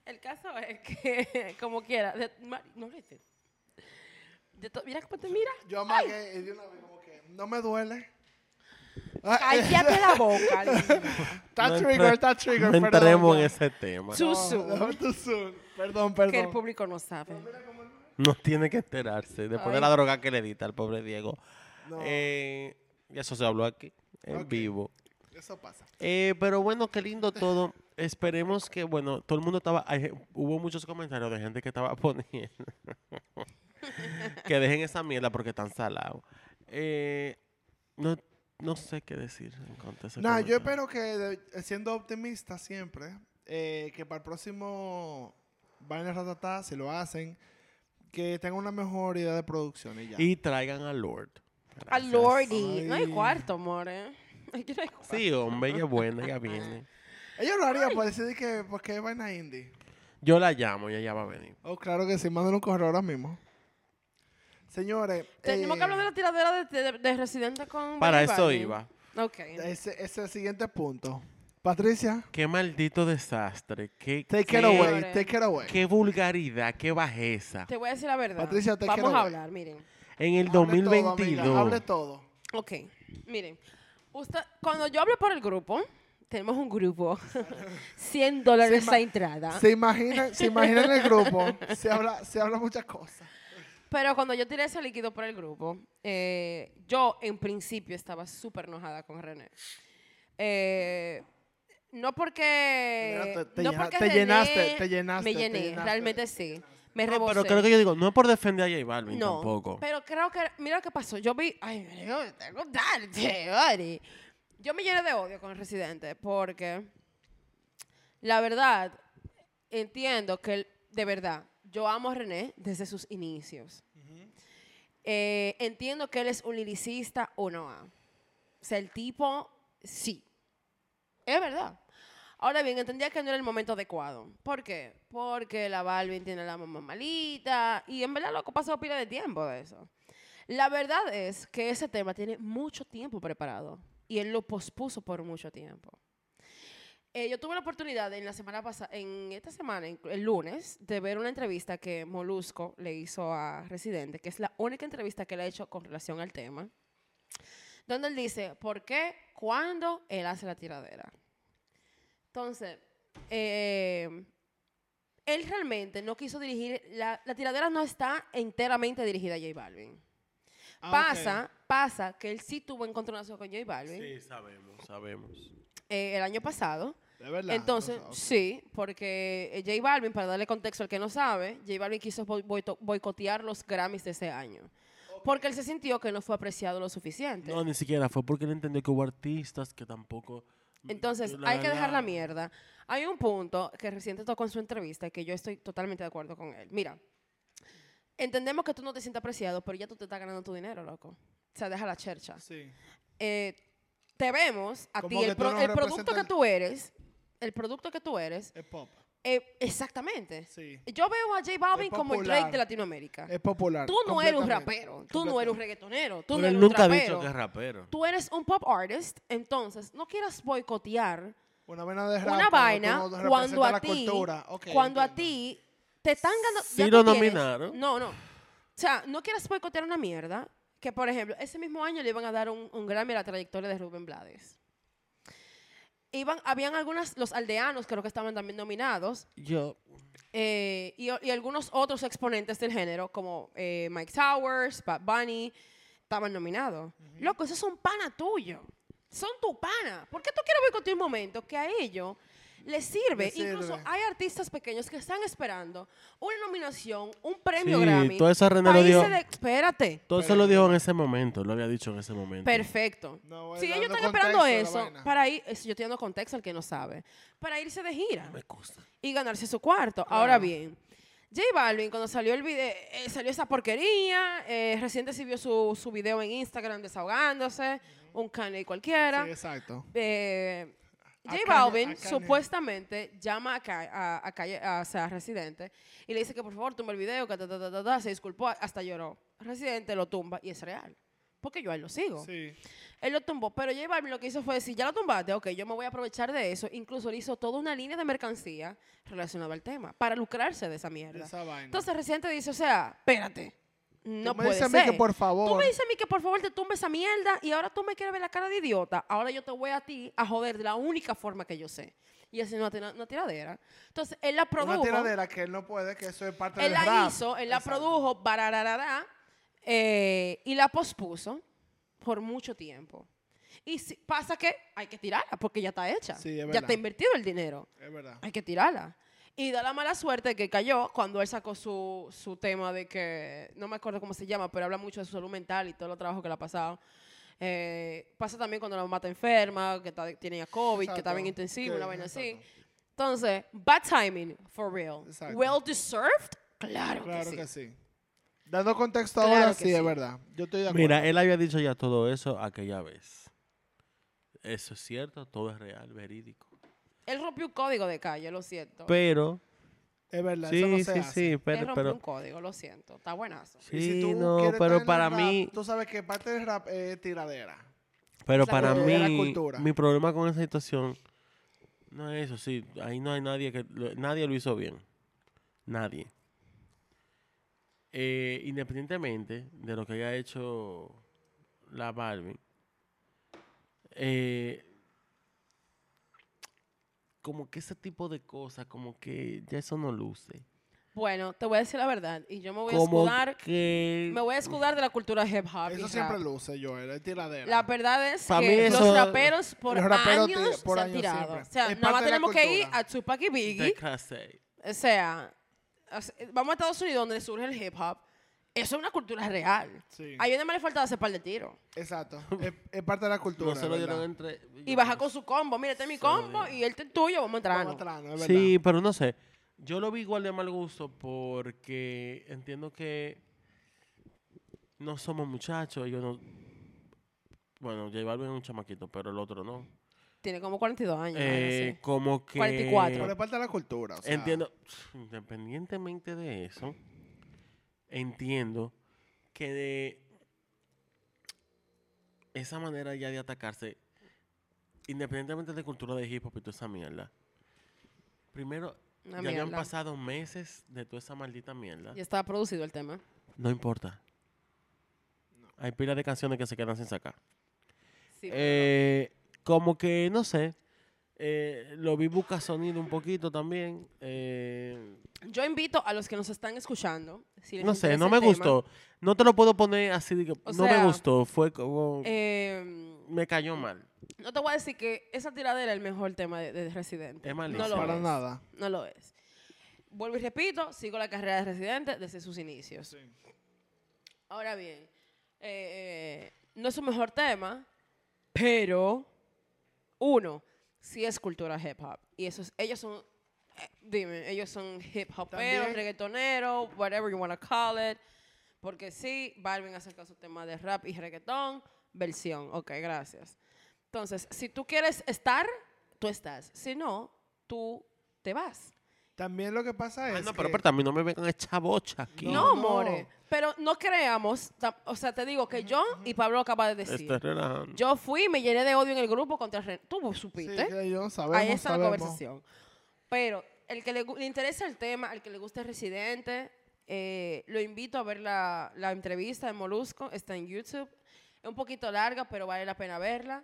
Speaker 2: El caso es que, como quiera, de- ma- no le te- de to- Mira cómo te mira.
Speaker 3: Yo amagué y de una vez como que no me duele. Ah, eh,
Speaker 2: Cállate la boca, linda.
Speaker 3: Está
Speaker 1: No entre-
Speaker 3: trigger, está trigger.
Speaker 1: No
Speaker 3: perdón,
Speaker 1: entremos en
Speaker 3: ya.
Speaker 1: ese tema.
Speaker 2: Su-
Speaker 3: No,
Speaker 2: soon.
Speaker 3: no, too soon. Perdón,
Speaker 2: que el
Speaker 3: perdón.
Speaker 2: público no sabe.
Speaker 1: No tiene que enterarse. Después de
Speaker 2: Ay.
Speaker 1: la droga que le edita al pobre Diego.
Speaker 3: No.
Speaker 1: Eh, y eso se habló aquí, en
Speaker 3: Ok.
Speaker 1: vivo.
Speaker 3: Eso pasa.
Speaker 1: Eh, pero bueno, qué lindo todo. Esperemos que, bueno, todo el mundo estaba. hay- hubo muchos comentarios de gente que estaba poniendo que dejen esa mierda porque están salados. Eh, no, no sé qué decir en cuanto a ese
Speaker 3: Nah,
Speaker 1: comentario.
Speaker 3: yo espero que, de- siendo optimista siempre, eh, que para el próximo Vaina Ratatá, si lo hacen, que tenga una mejor idea de producción y ya.
Speaker 1: Y traigan a Lord.
Speaker 2: A
Speaker 1: Gracias.
Speaker 2: Ah, Lordy. No hay
Speaker 3: Ay.
Speaker 2: cuarto, more. Aquí no hay cuarto.
Speaker 1: Sí, hombre, ella es buena, ella viene.
Speaker 3: Ellos lo harían por decir que, porque es Vaina Indie.
Speaker 1: Yo la llamo y ella va a venir.
Speaker 3: Oh, claro que sí, manden un correo ahora mismo. Señores.
Speaker 2: Tenemos
Speaker 3: eh,
Speaker 2: que hablar de la tiradera de, de- de Residente con.
Speaker 1: Para
Speaker 2: Bad
Speaker 1: eso
Speaker 2: Bunny.
Speaker 1: iba.
Speaker 2: Ok.
Speaker 3: eh, Ese ese es el siguiente punto. Patricia,
Speaker 1: Qué maldito desastre. Qué,
Speaker 3: take
Speaker 1: qué,
Speaker 3: it away,
Speaker 2: Señores.
Speaker 3: take it away.
Speaker 1: qué vulgaridad, qué bajeza.
Speaker 2: Te voy a decir la verdad.
Speaker 3: Patricia, te
Speaker 2: Vamos
Speaker 3: quiero
Speaker 2: a
Speaker 3: ver.
Speaker 2: hablar, miren.
Speaker 1: En el
Speaker 3: Hable todo, amiga,
Speaker 1: 2022.
Speaker 3: Hable todo.
Speaker 2: Ok, miren. Usted, cuando yo hablo por el grupo, tenemos un grupo. 100 dólares
Speaker 3: Sí, ma-
Speaker 2: a entrada.
Speaker 3: Se imaginan, se imaginan el grupo, se habla, se habla muchas cosas.
Speaker 2: Pero cuando yo tiré ese líquido por el grupo, eh, yo en principio estaba súper enojada con René. Eh, no porque.
Speaker 3: Mira, te- te
Speaker 2: no
Speaker 3: llena-
Speaker 2: porque
Speaker 3: te
Speaker 2: René-
Speaker 3: llenaste, te llenaste,
Speaker 2: Me
Speaker 3: te
Speaker 2: llené,
Speaker 3: llenaste.
Speaker 2: realmente sí. Me
Speaker 1: No,
Speaker 2: rebosé.
Speaker 1: pero creo que yo digo, no por defender a J Balvin
Speaker 2: No,
Speaker 1: tampoco.
Speaker 2: pero creo que, mira lo que pasó. Yo vi, ay, me digo, tengo darte, Ori. Yo me llené de odio con el residente porque, la verdad, entiendo que, él- de verdad, yo amo a René desde sus inicios. Eh, entiendo que él es un liricista o no. O sea, el tipo Sí. Es verdad. Ahora bien, entendía que no era el momento adecuado. ¿Por qué? Porque la Balvin tiene la mamá malita y en verdad loco pasó pila de tiempo de eso. La verdad es que ese tema tiene mucho tiempo preparado y él lo pospuso por mucho tiempo. Eh, yo tuve la oportunidad en la semana pasada, en esta semana, en- el lunes, de ver una entrevista que Molusco le hizo a Residente, que es la única entrevista que le ha hecho con relación al tema, donde él dice por qué, cuándo él hace la tiradera. Entonces, eh, él realmente no quiso dirigir, la, la tiradera no está enteramente dirigida a J Balvin.
Speaker 3: Ah, ok.
Speaker 2: pasa, pasa que él sí tuvo encontronazo con J Balvin
Speaker 1: sabemos, sabemos.
Speaker 2: eh, el año pasado.
Speaker 3: De verdad.
Speaker 2: Entonces,
Speaker 3: o sea,
Speaker 2: sí, porque eh, J Balvin, para darle contexto al que no sabe, J Balvin quiso boi- boito- boicotear los Grammys de ese año. Porque él se sintió que no fue apreciado lo suficiente.
Speaker 1: No, ni siquiera fue porque él entendió que hubo artistas que tampoco.
Speaker 2: Entonces,
Speaker 1: Yo, la
Speaker 2: hay que dejar la
Speaker 1: verdad,
Speaker 2: mierda. Hay un punto que reciente tocó en su entrevista que yo estoy totalmente de acuerdo con él. Mira, entendemos que tú no te sientes apreciado, pero ya tú te estás ganando tu dinero, loco. O sea, deja la chercha.
Speaker 3: sí.
Speaker 2: Eh, te vemos a
Speaker 3: Como
Speaker 2: ti,
Speaker 3: que
Speaker 2: el,
Speaker 3: tú
Speaker 2: pro-
Speaker 3: no
Speaker 2: el producto
Speaker 3: representas
Speaker 2: que
Speaker 3: el-
Speaker 2: tú eres, el producto que tú eres,
Speaker 3: Es pop.
Speaker 2: eh, exactamente.
Speaker 3: Sí.
Speaker 2: Yo veo a J Balvin
Speaker 3: Es
Speaker 2: como el
Speaker 3: popular.
Speaker 2: Drake de Latinoamérica.
Speaker 3: Es popular.
Speaker 2: Tú no eres un
Speaker 3: completamente,
Speaker 2: rapero, tú no eres un
Speaker 3: completamente.
Speaker 2: reggaetonero, tú
Speaker 1: Pero
Speaker 2: no eres
Speaker 1: él
Speaker 2: un
Speaker 1: nunca ha
Speaker 2: trapero.
Speaker 1: dicho que es rapero.
Speaker 2: Tú eres un pop artist, entonces no quieras boicotear
Speaker 3: Una vaina de rap.
Speaker 2: una
Speaker 3: cuando tú
Speaker 2: vaina
Speaker 3: no representas
Speaker 2: cuando a
Speaker 3: la
Speaker 2: ti,
Speaker 3: cultura. Ok,
Speaker 2: cuando a
Speaker 3: entiendo.
Speaker 2: ti te están ganando. ya
Speaker 1: Sí lo
Speaker 2: tú tienes-
Speaker 1: nominaron.
Speaker 2: No, no. O sea, no quieras boicotear una mierda que, por ejemplo, ese mismo año le iban a dar un, un Grammy a la trayectoria de Rubén Blades. Iban, habían algunas, los aldeanos creo que estaban también nominados,
Speaker 1: Yo.
Speaker 2: eh, y, o- y algunos otros exponentes del género, como eh, Mike Towers, Bad Bunny, estaban nominados. Loco, esos son pana tuyo. Son tu pana. ¿Por qué tú quieres boicotear un momento que a ellos les sirve?
Speaker 3: Les
Speaker 2: Incluso
Speaker 3: sirve.
Speaker 2: hay artistas pequeños que están esperando una nominación, un premio
Speaker 1: Sí,
Speaker 2: Grammy.
Speaker 1: todo eso René lo
Speaker 2: países
Speaker 1: dio.
Speaker 2: de- Espérate.
Speaker 1: Todo eso lo dijo en ese momento, lo había dicho en ese momento.
Speaker 2: Perfecto.
Speaker 3: No,
Speaker 2: si
Speaker 3: eh,
Speaker 2: ellos
Speaker 3: dando
Speaker 2: están esperando
Speaker 3: contexto a la
Speaker 2: eso,
Speaker 3: vaina.
Speaker 2: para ir, eso yo estoy dando contexto al que no sabe, para irse de gira
Speaker 1: Me gusta.
Speaker 2: y ganarse su cuarto. Ahora bien, J Balvin, cuando salió el video, eh, salió esa porquería, eh, reciente se vio su, su video en Instagram desahogándose, un Kanye cualquiera.
Speaker 3: Sí, exacto.
Speaker 2: Eh,
Speaker 3: A
Speaker 2: J
Speaker 3: Kanye-
Speaker 2: Balvin
Speaker 3: a Kanye.
Speaker 2: supuestamente llama a, Ka- a, a Kanye- a- o sea, a Residente y le dice que por favor tumba el video, que ta, ta, ta, ta, ta, se disculpó, hasta lloró. Residente lo tumba y es real. Porque yo a él lo sigo.
Speaker 3: Sí.
Speaker 2: Él lo tumbó, pero J Balvin lo que hizo fue decir, ya lo tumbaste, ok, yo me voy a aprovechar de eso. Incluso él hizo toda una línea de mercancía relacionada al tema, para lucrarse de esa mierda.
Speaker 3: Esa vaina.
Speaker 2: Entonces Residente dice, o sea, espérate, no
Speaker 3: Tú me
Speaker 2: puede
Speaker 3: dices a
Speaker 2: ser.
Speaker 3: mí que por favor.
Speaker 2: Tú me dices a mí que por favor te tumbe esa mierda y ahora tú me quieres ver la cara de idiota. Ahora yo te voy a ti a joder de la única forma que yo sé. Y así una, tira- una tiradera. Entonces él la produjo.
Speaker 3: Una tiradera que él no puede, que eso es parte
Speaker 2: Él
Speaker 3: del
Speaker 2: la
Speaker 3: rap.
Speaker 2: hizo, él la
Speaker 3: Exacto.
Speaker 2: produjo, barararará, eh, y la pospuso por mucho tiempo. Y si- pasa que hay que tirarla porque ya está hecha.
Speaker 3: Sí, es
Speaker 2: ya
Speaker 3: verdad.
Speaker 2: está invertido el dinero.
Speaker 3: Es verdad.
Speaker 2: Hay que tirarla. Y da la mala suerte que cayó cuando él sacó su, su tema de que, no me acuerdo cómo se llama, pero habla mucho de su salud mental y todo el trabajo que le ha pasado. Eh, pasa también cuando la mamá está enferma, que está, tiene ya COVID, que está
Speaker 3: Exacto.
Speaker 2: bien intensivo,
Speaker 3: Que-
Speaker 2: una vaina así.
Speaker 3: exacto.
Speaker 2: Entonces, bad timing, for real.
Speaker 3: Exacto.
Speaker 2: Well deserved, claro,
Speaker 3: Claro
Speaker 2: que sí.
Speaker 3: que sí. Dando contexto
Speaker 2: Claro
Speaker 3: ahora,
Speaker 2: que
Speaker 3: sí,
Speaker 2: sí.
Speaker 3: es verdad. Yo estoy de acuerdo.
Speaker 1: Mira, él había dicho ya todo eso aquella vez. Eso es cierto, todo es real, verídico.
Speaker 2: Él rompió un código de calle, lo siento.
Speaker 1: Pero,
Speaker 3: es verdad. eso no
Speaker 1: sí,
Speaker 3: se
Speaker 1: sí,
Speaker 3: hace.
Speaker 1: sí,
Speaker 2: Él
Speaker 1: pero,
Speaker 2: rompió
Speaker 1: pero,
Speaker 2: un código, lo siento. Está buenazo.
Speaker 3: Y
Speaker 1: sí,
Speaker 3: tú
Speaker 1: no,
Speaker 3: quieres estar en
Speaker 1: pero
Speaker 3: el
Speaker 1: para
Speaker 3: rap,
Speaker 1: mí,
Speaker 3: Tú sabes que parte del rap es tiradera.
Speaker 1: pero
Speaker 2: la
Speaker 1: para
Speaker 3: cultura, la
Speaker 1: mí,
Speaker 3: cultura.
Speaker 1: mi problema con esa situación no es eso, sí, ahí no hay nadie que, lo- nadie lo hizo bien, nadie. Eh, independientemente de lo que haya hecho la Barbie, eh, como que ese tipo de cosas, como que ya eso no luce.
Speaker 2: Bueno, te voy a decir la verdad. Y yo me voy a
Speaker 1: como
Speaker 2: escudar.
Speaker 1: que
Speaker 2: Me voy a escudar de la cultura hip hop. y
Speaker 3: Eso
Speaker 2: rap.
Speaker 3: siempre luce, Joel. Es tiradera.
Speaker 2: La verdad es
Speaker 1: Pa' mí
Speaker 2: que los
Speaker 1: eso-
Speaker 2: raperos por
Speaker 3: Los
Speaker 2: años
Speaker 3: raperos tira- por
Speaker 2: se han
Speaker 3: años
Speaker 2: tirado.
Speaker 3: siempre.
Speaker 2: O sea,
Speaker 3: Es
Speaker 2: nada más
Speaker 3: parte de la
Speaker 2: tenemos que ir
Speaker 3: cultura.
Speaker 2: a Tupac y Biggie.
Speaker 1: Descase.
Speaker 2: O sea, o sea, vamos a Estados Unidos donde surge el hip hop. Eso es una cultura real.
Speaker 3: Sí.
Speaker 2: Ahí donde me le faltaba hacer par de tiros.
Speaker 3: Exacto. es, es parte de la cultura.
Speaker 1: No se lo
Speaker 3: es
Speaker 1: dieron
Speaker 3: verdad.
Speaker 1: entre.
Speaker 2: Y baja con su combo. Mira, este es mi
Speaker 1: Solo
Speaker 2: combo
Speaker 1: Dios.
Speaker 2: y él es el tuyo. Vamos a entrar.
Speaker 3: Vamos atrás, ¿no? Es verdad.
Speaker 1: Sí, pero no sé. Yo lo vi igual de mal gusto porque entiendo que no somos muchachos. Ellos no. Bueno, J Balvin es un chamaquito, pero el otro no.
Speaker 2: Tiene como 42 años.
Speaker 1: Eh,
Speaker 2: algo
Speaker 1: como que...
Speaker 2: 44.
Speaker 3: Pero le falta la cultura. o sea,
Speaker 1: Entiendo, independientemente de eso, entiendo que de esa manera ya de atacarse, independientemente de cultura de hip hop y toda esa mierda, primero,
Speaker 2: Una
Speaker 1: ya habían
Speaker 2: mierda.
Speaker 1: pasado meses de toda esa maldita mierda.
Speaker 2: así. Ya estaba producido el tema.
Speaker 1: No importa. Hay pila de canciones que se quedan sin sacar.
Speaker 2: Sí,
Speaker 1: Eh, como que, no sé, eh, lo vi busca sonido un poquito también. eh,
Speaker 2: Yo invito a los que nos están escuchando. si les
Speaker 1: No sé,
Speaker 2: interesa
Speaker 1: no
Speaker 2: el
Speaker 1: me
Speaker 2: tema,
Speaker 1: gustó. No te lo puedo poner así de que no
Speaker 2: O sea,
Speaker 1: me gustó. Fue como.
Speaker 2: eh,
Speaker 1: me cayó mal.
Speaker 2: no te voy a decir que esa tiradera es el mejor tema de, de Residente.
Speaker 1: Es
Speaker 2: No
Speaker 1: malísimo.
Speaker 2: lo
Speaker 3: para
Speaker 2: es.
Speaker 3: nada.
Speaker 2: No lo es. Vuelvo y repito, sigo la carrera de Residente desde sus inicios. Ahora bien, eh, eh, no es su mejor tema, pero uno, sí es cultura hip hop. Y eso es- ellos son, eh, dime, ellos son hip hoperos,
Speaker 3: También-
Speaker 2: reggaetoneros, whatever you want to call it. Porque sí, Balvin ha sacado su tema de rap y reggaetón, versión. Ok, gracias. Entonces, si tú quieres estar, tú estás. Si no, tú te vas.
Speaker 3: También lo que pasa es.
Speaker 1: Ah, no,
Speaker 3: que-
Speaker 1: pero, pero también no me vengan a echar bocha aquí.
Speaker 2: No,
Speaker 3: No, no.
Speaker 2: more. Pero no creamos, tam- o sea, te digo que yo y Pablo acaba de decir.
Speaker 1: Estoy relajando.
Speaker 2: pues Yo fui y me llené de odio en el grupo contra Ren. Tú
Speaker 3: Sí,
Speaker 2: supiste.
Speaker 3: que yo sabemos,
Speaker 2: Ahí está la
Speaker 3: sabemos.
Speaker 2: conversación. Pero el que le, gu- le interesa el tema, al que le gusta el residente, eh, lo invito a ver la, la entrevista de Molusco. Está en YouTube. Es un poquito larga, pero vale la pena verla.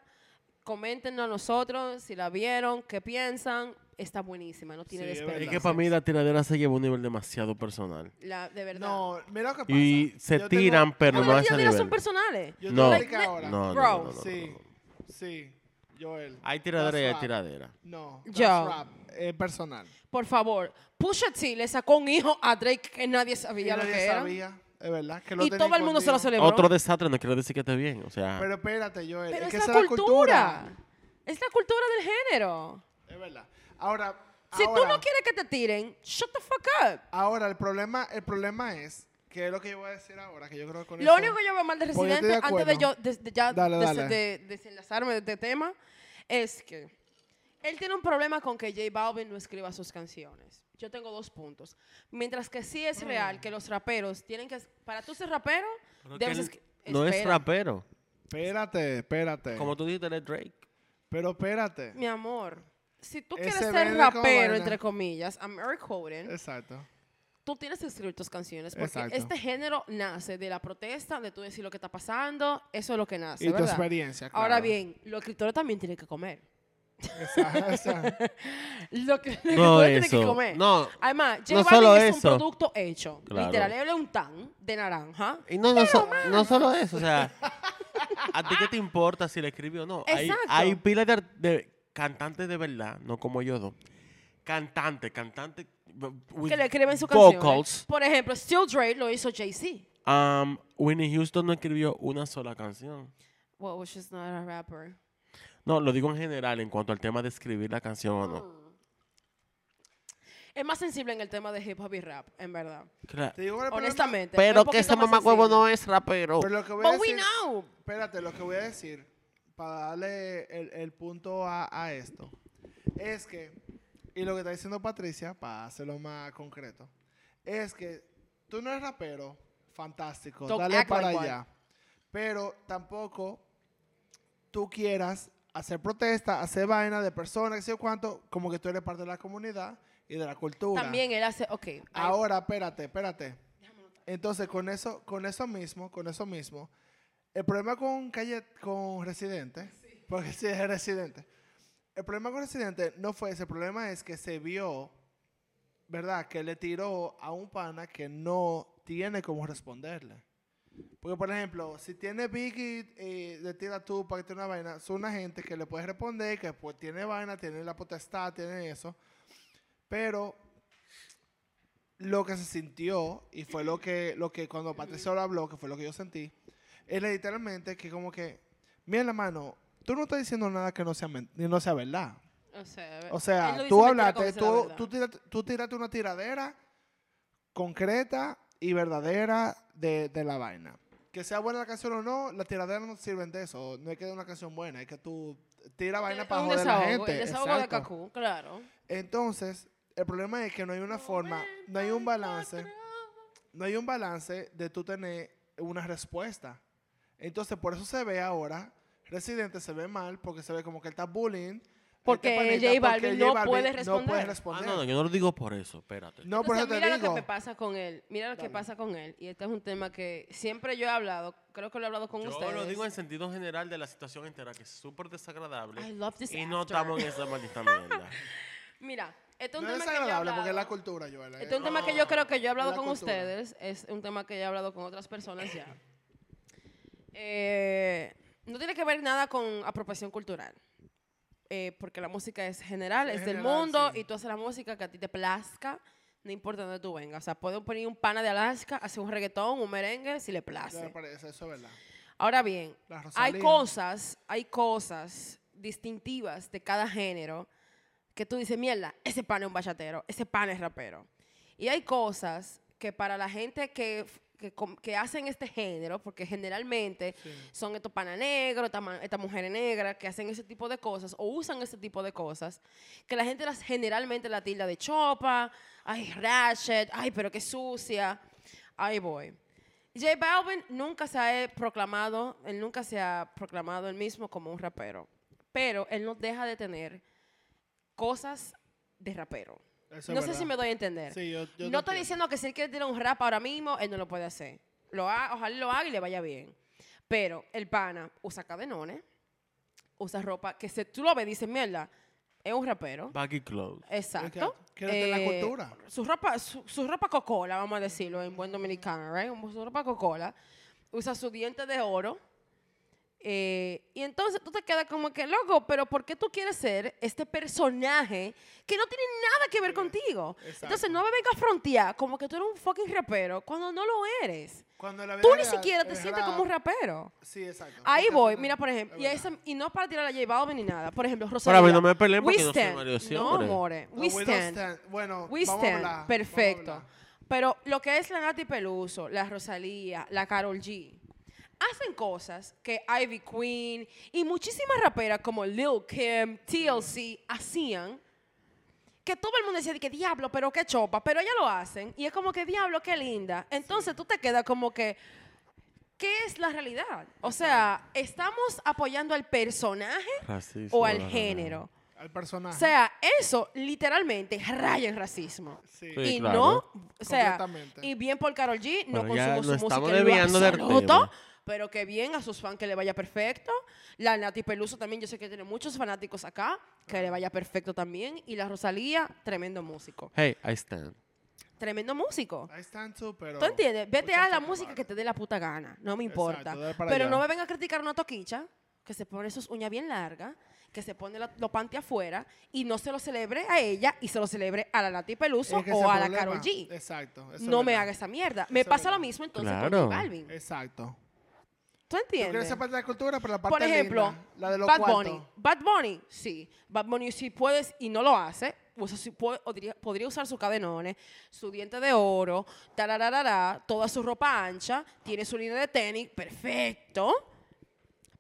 Speaker 2: Coméntenos a nosotros si la vieron, qué piensan. Está buenísima, no tiene
Speaker 3: Sí, es
Speaker 1: es
Speaker 2: desperdicio.
Speaker 1: que para mí la tiradera se lleva a un nivel demasiado personal.
Speaker 2: La- de verdad.
Speaker 3: No, mira lo que pasa.
Speaker 1: Y se
Speaker 3: Yo tengo-
Speaker 1: tiran, pero
Speaker 2: Pero
Speaker 1: no a
Speaker 2: las
Speaker 1: ese
Speaker 2: tiraderas
Speaker 1: nivel.
Speaker 2: son personales.
Speaker 3: Yo
Speaker 1: No.
Speaker 3: te explico ahora.
Speaker 1: No, no,
Speaker 2: Bro.
Speaker 1: no, no, no,
Speaker 3: sí,
Speaker 1: no, no.
Speaker 3: sí. Joel.
Speaker 1: Hay tiradera y
Speaker 3: That's
Speaker 1: hay
Speaker 3: rap.
Speaker 1: tiradera.
Speaker 3: No, that's
Speaker 2: Yo.
Speaker 3: rap. Es personal.
Speaker 2: Por favor, Pusha T le sacó un hijo a Drake que nadie sabía lo
Speaker 3: Y nadie
Speaker 2: que era.
Speaker 3: sabía, es verdad. Que lo
Speaker 2: Y
Speaker 3: tenía
Speaker 2: todo el mundo se lo
Speaker 3: escondido.
Speaker 2: celebró.
Speaker 1: Otro desastre, no quiero decir que esté bien. O sea,
Speaker 3: Pero espérate, Joel.
Speaker 2: Pero
Speaker 3: es,
Speaker 2: es,
Speaker 3: que
Speaker 2: la
Speaker 3: esa
Speaker 2: cultura.
Speaker 3: cultura.
Speaker 2: Es la cultura del género.
Speaker 3: Es verdad. Ahora,
Speaker 2: Si tú
Speaker 3: ahora-
Speaker 2: no quieres que te tiren, shut the fuck up.
Speaker 3: Ahora, el problema, el problema es, que es lo que yo voy a decir ahora, que yo creo que
Speaker 2: Lo
Speaker 3: con eso-
Speaker 2: único que yo veo mal de
Speaker 3: Pues yo estoy de
Speaker 2: Residente, antes de yo
Speaker 3: acuerdo.
Speaker 2: des- de ya
Speaker 3: Dale,
Speaker 2: des-
Speaker 3: dale.
Speaker 2: de- desenlazarme de este tema, es que él tiene un problema con que J Balvin no escriba sus canciones. Yo tengo dos puntos. Mientras que sí es real que los raperos tienen que... Para tú ser rapero,
Speaker 1: Mm. Pero que
Speaker 2: debes...
Speaker 1: él
Speaker 2: escri-
Speaker 1: no es
Speaker 2: Espera,
Speaker 1: rapero.
Speaker 3: Espérate, espérate.
Speaker 1: Como tú dijiste, él es Drake.
Speaker 3: Pero espérate.
Speaker 2: Mi amor, si tú quieres
Speaker 3: Ese
Speaker 2: ser
Speaker 3: verde como
Speaker 2: rapero,
Speaker 3: vaina.
Speaker 2: entre comillas, I'm Eric Holden,
Speaker 3: Exacto.
Speaker 2: tú tienes que escribir tus canciones porque
Speaker 3: Exacto.
Speaker 2: este género nace de la protesta, de tú decir lo que está pasando, eso es lo que nace,
Speaker 3: Y tu
Speaker 2: ¿verdad?
Speaker 3: experiencia, claro.
Speaker 2: Ahora bien, los escritores también tienen que comer.
Speaker 3: Exacto, exacto.
Speaker 2: Los que- los
Speaker 1: No,
Speaker 2: escritores tienen que
Speaker 1: eso.
Speaker 2: comer.
Speaker 1: No.
Speaker 2: Además, J
Speaker 1: No
Speaker 2: Balvin
Speaker 1: solo
Speaker 2: es un
Speaker 1: eso.
Speaker 2: producto hecho.
Speaker 1: Claro.
Speaker 2: Literal, él es un tan de naranja.
Speaker 1: Y no, no, so- no solo eso, o sea, ¿a ti qué te importa si le escribió o no? Hay,
Speaker 2: Exacto.
Speaker 1: hay pilas de, ar- de cantantes de verdad, no como yo dos. Cantante, cantante. with
Speaker 2: Que le escriben sus canciones.
Speaker 1: vocals.
Speaker 2: Por ejemplo, Still Dre lo hizo Jay-Z.
Speaker 1: Um, Winnie Houston no escribió una sola canción.
Speaker 2: Well, which is not a rapper.
Speaker 1: No, lo digo en general en cuanto al tema de escribir la canción o no.
Speaker 2: Ah. Es más sensible en el tema de hip hop y rap, en verdad.
Speaker 1: Claro.
Speaker 3: Te digo cuál es el problema.
Speaker 2: Honestamente.
Speaker 1: Pero que ese mamá huevo no
Speaker 2: es.
Speaker 1: es rapero.
Speaker 3: Pero lo que voy a
Speaker 2: But we
Speaker 3: decir,
Speaker 2: know.
Speaker 3: espérate, lo que voy a decir, para darle el, el punto a, a esto, es que, y lo que está diciendo Patricia, para hacerlo más concreto, es que tú no eres rapero, fantástico,
Speaker 2: Don't
Speaker 3: dale
Speaker 2: act
Speaker 3: para
Speaker 2: like one.
Speaker 3: allá, pero tampoco tú quieras hacer protesta, hacer vaina de personas, que sé yo cuánto, como que tú eres parte de la comunidad y de la cultura.
Speaker 2: También él hace. Ok. ahí-
Speaker 3: Ahora, espérate, espérate. Entonces, con eso, con eso mismo, con eso mismo, el problema con calle, con residente, porque sí es residente. El problema con residente no fue ese, el problema es que se vio, ¿verdad? Que le tiró a un pana que no tiene cómo responderle. Porque, por ejemplo, si tiene Biggie y le tira tú para que tiene una vaina, son una gente que le puede responder, que pues tiene vaina, tiene la potestad, tiene eso. Pero lo que se sintió, y fue lo que, lo que cuando Patricia lo habló, que fue lo que yo sentí, es literalmente que como que, mira la mano, tú no estás diciendo nada que no sea, men- no sea verdad.
Speaker 2: O sea,
Speaker 3: O
Speaker 2: él no
Speaker 3: sea,
Speaker 2: dice
Speaker 3: tú
Speaker 2: mentira
Speaker 3: hablaste,
Speaker 2: como dice la
Speaker 3: tú,
Speaker 2: verdad.
Speaker 3: tú, tiraste, tú tiraste una tiradera concreta y verdadera de, de la vaina. Que sea buena la canción o no, las tiraderas no sirven de eso. No hay que dar una canción buena, es que tú tira vaina para
Speaker 2: un
Speaker 3: joder a la
Speaker 2: desahogo,
Speaker 3: gente.
Speaker 2: el desahogo de
Speaker 3: exacto.
Speaker 2: Cacú, claro.
Speaker 3: Entonces, el problema es que no hay una forma, no hay un balance, no hay un balance de tú tener una respuesta. Entonces, por eso se ve ahora, Residente se ve mal, porque se ve como que él está bullying.
Speaker 2: Porque
Speaker 3: a este panita,
Speaker 2: J Balvin
Speaker 3: porque
Speaker 2: no
Speaker 3: J
Speaker 2: puede
Speaker 3: No
Speaker 1: Ah,
Speaker 2: responder.
Speaker 3: puede responder.
Speaker 1: no, no, yo no lo digo por eso, espérate.
Speaker 3: No, por eso
Speaker 2: Entonces,
Speaker 3: te
Speaker 2: mira
Speaker 3: digo.
Speaker 2: lo que me pasa con él. Mira lo que pasa con él. Y este es un tema que siempre yo he hablado. Creo que lo he hablado con
Speaker 1: Yo
Speaker 2: ustedes.
Speaker 1: lo digo en sentido general de la situación entera, que es súper desagradable.
Speaker 2: I love this
Speaker 1: y no
Speaker 2: after.
Speaker 1: estamos en esa maldita mierda.
Speaker 2: Mira, este es un
Speaker 3: No es
Speaker 2: tema que yo he
Speaker 3: desagradable, porque es la
Speaker 2: hablado.
Speaker 3: cultura, Joel. ¿eh?
Speaker 2: Este es un tema que
Speaker 1: Ah.
Speaker 2: yo creo que yo he hablado
Speaker 3: la
Speaker 2: con
Speaker 3: cultura.
Speaker 2: ustedes. Es un tema que yo he hablado con otras personas ya. Eh, no tiene que ver nada con apropiación cultural. Eh, porque la música es general,
Speaker 3: Es
Speaker 2: es, del
Speaker 3: general,
Speaker 2: mundo
Speaker 3: sí.
Speaker 2: y tú haces la música que a ti te plazca, no importa dónde tú vengas. O sea, puedes poner un pana de Alaska, hacer un reggaetón, un merengue, si le
Speaker 3: Ya me
Speaker 2: place.
Speaker 3: parece, Eso es verdad.
Speaker 2: Ahora bien,
Speaker 3: La Rosalía.
Speaker 2: hay cosas, hay cosas distintivas de cada género que tú dices, mierda, ese pan es un bachatero, ese pan es rapero. Y hay cosas que para la gente que, que, com- que hacen este género, porque generalmente son estos panas negros, estas ma- estas mujeres negras que hacen ese tipo de cosas o usan ese tipo de cosas, que la gente las generalmente la tilda de chopa, ay, ratchet, ay, pero qué sucia. Ahí voy. J Balvin nunca se ha proclamado, él nunca se ha proclamado él mismo como un rapero, pero él no deja de tener cosas de rapero.
Speaker 3: Eso es
Speaker 2: no
Speaker 3: verdad.
Speaker 2: sé si me doy a entender.
Speaker 3: Sí, yo- yo te
Speaker 2: no estoy
Speaker 3: entiendo.
Speaker 2: diciendo que si él quiere tirar un rap ahora mismo, él no lo puede hacer. Lo ha- ojalá lo haga y le vaya bien. Pero el pana usa cadenones, usa ropa que se, tú lo ves y dices, mierda, es un rapero.
Speaker 1: Baggy clothes.
Speaker 2: Exacto. Eh,
Speaker 3: que era de la cultura.
Speaker 2: Su ropa, su, su ropa Coca-Cola, vamos a decirlo en buen dominicano, right? Como Su ropa Coca-Cola. Usa su diente de oro. eh, y entonces tú te quedas como que loco, pero ¿por qué tú quieres ser este personaje que no tiene nada que ver contigo?
Speaker 3: exacto.
Speaker 2: Entonces no me vengas a frontear como que tú eres un fucking rapero cuando no lo eres.
Speaker 3: Cuando la
Speaker 2: Tú
Speaker 3: vida
Speaker 2: ni
Speaker 3: real
Speaker 2: siquiera te
Speaker 3: es
Speaker 2: sientes
Speaker 3: rap,
Speaker 2: como un rapero.
Speaker 3: Sí, exacto.
Speaker 2: Ahí
Speaker 3: Porque
Speaker 2: voy,
Speaker 3: eso-
Speaker 2: mira, por ejemplo,
Speaker 3: es
Speaker 2: y,
Speaker 3: verdad.
Speaker 2: esa- y no para tirar a J Balvin ni nada. Por ejemplo, Rosalía.
Speaker 1: Ahora, a mí no me peleen porque
Speaker 2: We
Speaker 1: yo soy
Speaker 2: stand.
Speaker 1: Mario
Speaker 2: No,
Speaker 1: siempre.
Speaker 2: more.
Speaker 3: No,
Speaker 2: We
Speaker 3: we don't
Speaker 2: stand.
Speaker 3: Ah, Bueno,
Speaker 2: We
Speaker 3: vamos a
Speaker 2: stand.
Speaker 3: hablar, vamos a
Speaker 2: Perfecto.
Speaker 3: hablar.
Speaker 2: Pero lo que es la Nati Peluso, la Rosalía, la Carol G, hacen cosas que Ivy Queen y muchísimas raperas como Lil Kim, TLC hacían. Que todo el mundo decía, de que diablo, pero qué chopa. Pero ellas lo hacen y es como que diablo, qué linda. Entonces tú te quedas como que, ¿qué es la realidad? O sea, ¿estamos apoyando al personaje
Speaker 1: Racismo,
Speaker 2: o
Speaker 1: la,
Speaker 2: al
Speaker 1: la, la.
Speaker 2: género?
Speaker 3: Al personaje.
Speaker 2: O sea, eso literalmente raya en racismo.
Speaker 3: Sí.
Speaker 1: Sí,
Speaker 2: y
Speaker 1: claro.
Speaker 2: no, o sea,
Speaker 3: Completamente.
Speaker 2: y bien por Carol G, no
Speaker 1: Pero ya
Speaker 2: consumo su
Speaker 1: nos
Speaker 2: música
Speaker 1: estamos
Speaker 2: en lo
Speaker 1: desviando del
Speaker 2: absoluto,
Speaker 1: tema.
Speaker 2: pero que bien a sus fans que le vaya perfecto. La Nati Peluso también, yo sé que tiene muchos fanáticos acá, que le vaya perfecto también. Y la Rosalía, tremendo músico.
Speaker 1: Hey, I stand.
Speaker 2: Tremendo músico.
Speaker 3: Ahí están tú, pero. pues
Speaker 2: ¿Tú entiendes? Vete a la
Speaker 3: Exacto,
Speaker 2: música que
Speaker 3: vale.
Speaker 2: te dé la puta gana. No me
Speaker 3: Exacto,
Speaker 2: importa.
Speaker 3: dale para
Speaker 2: Pero
Speaker 3: allá.
Speaker 2: no me venga a criticar una toquicha que se pone sus uñas bien largas, que se pone la- los panties afuera y no se lo celebre a ella y se lo celebre a la Nati Peluso
Speaker 3: Es que ese
Speaker 2: o a la
Speaker 3: problema.
Speaker 2: Carol G.
Speaker 3: Exacto. eso es
Speaker 2: no me
Speaker 3: verdad.
Speaker 2: haga esa mierda. Me
Speaker 3: Eso es
Speaker 2: pasa
Speaker 3: verdad.
Speaker 2: lo mismo entonces
Speaker 1: Claro.
Speaker 2: con J Balvin. ¿Tú
Speaker 3: Exacto. Yo creo que
Speaker 2: entiendes?
Speaker 3: esa parte de la cultura, pero la parte
Speaker 2: Por ejemplo,
Speaker 3: linda, la de los
Speaker 2: Bad
Speaker 3: cuartos.
Speaker 2: Bunny. Bad Bunny, sí. Bad Bunny si puedes y no lo hace, usa su- po- podría, podría usar sus cadenones, su diente de oro, tarararara, toda su ropa ancha, tiene su línea de tenis, perfecto.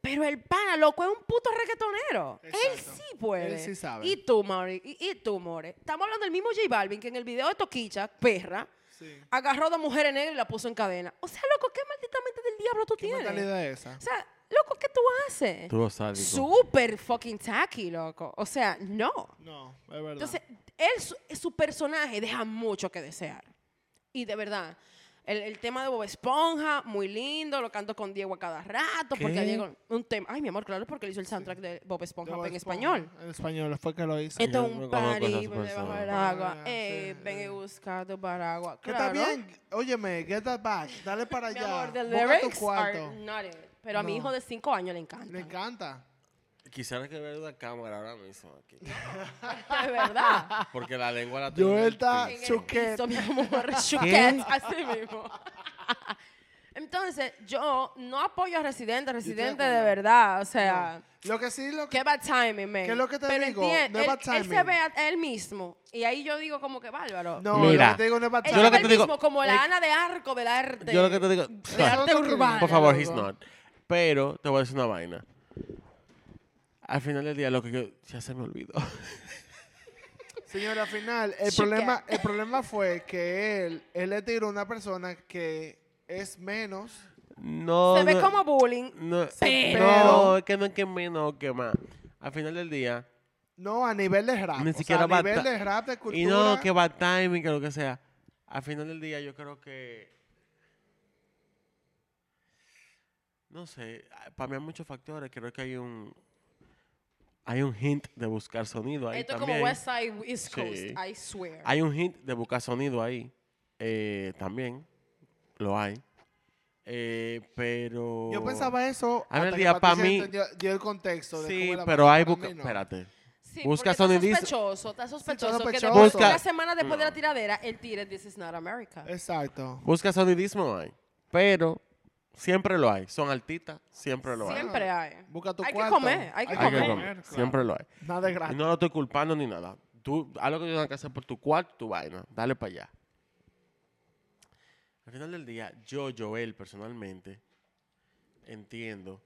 Speaker 2: Pero el pana, loco, es un puto reggaetonero. Él
Speaker 3: Exacto.
Speaker 2: sí puede.
Speaker 3: Él sí sabe.
Speaker 2: Y tú, Mari, y, y tú, More. Estamos hablando del mismo J Balvin que en el video de Toquicha, perra,
Speaker 3: Sí.
Speaker 2: agarró a dos mujeres negras y la puso en cadena. O sea, loco, ¿qué maldita mente del diablo tú
Speaker 3: ¿Qué
Speaker 2: tienes?
Speaker 3: mentalidad es esa?
Speaker 2: O sea, loco, ¿qué tú haces?
Speaker 1: Tú lo sabes.
Speaker 2: Súper fucking tacky, loco. O sea, no.
Speaker 3: No, es verdad.
Speaker 2: Entonces, él, su, su personaje deja mucho que desear. Y de verdad, el, el tema de Bob Esponja, muy lindo, lo canto con Diego a cada rato, porque
Speaker 1: ¿Qué?
Speaker 2: a Diego, un tema, ay mi amor, claro, porque él hizo el soundtrack de Bob
Speaker 3: Yo
Speaker 2: Esponja
Speaker 3: voy a
Speaker 2: en
Speaker 3: Esponja.
Speaker 2: español.
Speaker 3: En español, fue que lo hizo.
Speaker 1: Esto-
Speaker 2: Esto
Speaker 1: yo
Speaker 2: es
Speaker 1: no
Speaker 2: un
Speaker 1: conozco a esas
Speaker 2: party por debajo
Speaker 1: personas.
Speaker 2: del agua.
Speaker 3: Ah,
Speaker 2: Ey,
Speaker 3: sí,
Speaker 2: ven y
Speaker 3: sí.
Speaker 2: busca tu paraguas.
Speaker 3: Que
Speaker 2: Claro.
Speaker 3: está bien. Óyeme, get that back. Dale para
Speaker 2: Mi
Speaker 3: allá.
Speaker 2: amor, the
Speaker 3: Busca
Speaker 2: lyrics
Speaker 3: tu cuarto.
Speaker 2: are not it. Pero a mi
Speaker 3: No.
Speaker 2: hijo de 5 años le encanta.
Speaker 3: Le encanta.
Speaker 1: Quisiera que vea una cámara ahora mismo aquí.
Speaker 2: De verdad.
Speaker 1: Porque la lengua la tengo. en el
Speaker 3: Joel está
Speaker 1: piso.
Speaker 3: chuquet.
Speaker 2: Eso, mi amor. Chuquet, así mismo. Entonces, yo no apoyo a Residente, Residente de verdad, o sea,
Speaker 3: Lo que sí, lo que.
Speaker 2: qué bad timing, man.
Speaker 3: ¿Qué es lo que te
Speaker 2: Pero
Speaker 3: digo?
Speaker 2: entiende,
Speaker 3: No es
Speaker 2: él,
Speaker 3: bad
Speaker 2: él se
Speaker 3: timing.
Speaker 2: ve a él mismo, y ahí yo digo como que bárbaro.
Speaker 3: No,
Speaker 1: Mira,
Speaker 3: lo que te digo no es
Speaker 2: Él
Speaker 1: Yo
Speaker 2: se
Speaker 1: lo
Speaker 3: batalla.
Speaker 1: que
Speaker 2: ve
Speaker 1: te
Speaker 2: él
Speaker 1: digo-
Speaker 2: mismo como
Speaker 1: Eh,
Speaker 2: la Ana de Arco del arte.
Speaker 1: Yo lo que te digo.
Speaker 2: De arte
Speaker 3: Nosotros que-
Speaker 2: urbano.
Speaker 1: Por favor, he's
Speaker 2: loco.
Speaker 1: not. Pero te voy a decir una vaina. Al final del día, lo que yo. Ya se me olvidó.
Speaker 3: Señora, al final, el
Speaker 2: Chica.
Speaker 3: problema, el problema fue que él, él le tiró a una persona que es menos.
Speaker 1: No.
Speaker 2: Se ve
Speaker 1: no-
Speaker 2: como bullying.
Speaker 1: No,
Speaker 2: Pero-
Speaker 1: no, es que no es que menos que más. Al final del día.
Speaker 3: No, a nivel de rap.
Speaker 1: Ni
Speaker 3: o sea,
Speaker 1: siquiera
Speaker 3: a
Speaker 1: bata-
Speaker 3: nivel de rap, de cultura.
Speaker 1: Y no, que va timing, que lo que sea. Al final del día, yo creo que. No sé, para mí hay muchos factores. Creo que hay un. Hay un hint de buscar sonido ahí.
Speaker 2: Esto es como
Speaker 1: también.
Speaker 2: West Side, East Coast,
Speaker 1: Sí.
Speaker 2: I swear.
Speaker 1: Hay un hint de buscar sonido ahí. eh, también. Lo hay. Eh, pero.
Speaker 3: Yo pensaba eso.
Speaker 1: A ver,
Speaker 3: hasta que
Speaker 1: día, pa'
Speaker 3: Patricia
Speaker 1: mí-
Speaker 3: entendió- Dio el contexto. de cómo
Speaker 1: Sí,
Speaker 3: era
Speaker 1: pero
Speaker 3: vaina,
Speaker 1: hay
Speaker 3: para
Speaker 1: busca.
Speaker 3: mí no.
Speaker 1: Espérate.
Speaker 2: Sí,
Speaker 1: busca
Speaker 2: porque está
Speaker 1: sonidista-
Speaker 2: sospechoso, está sospechoso, que
Speaker 3: sospechoso.
Speaker 2: después de
Speaker 1: Busca-
Speaker 2: una semana después de la tiradera, él tire This is not America.
Speaker 3: Eh, Exacto.
Speaker 1: Busca sonidismo hay. Pero. Siempre lo hay. Son artistas. Siempre lo hay.
Speaker 2: Siempre hay.
Speaker 3: Busca tu
Speaker 2: Hay que
Speaker 3: cuarto.
Speaker 2: comer, hay que
Speaker 1: Hay que
Speaker 2: comer.
Speaker 1: comer,
Speaker 3: claro.
Speaker 1: Siempre lo hay.
Speaker 3: Nada de
Speaker 1: Y
Speaker 3: gratis.
Speaker 1: no lo estoy culpando ni nada. Tú, haz lo que tengas que hacer por tu cuarto, tu vaina. Dale para allá. Al final del día, yo, Joel, personalmente, entiendo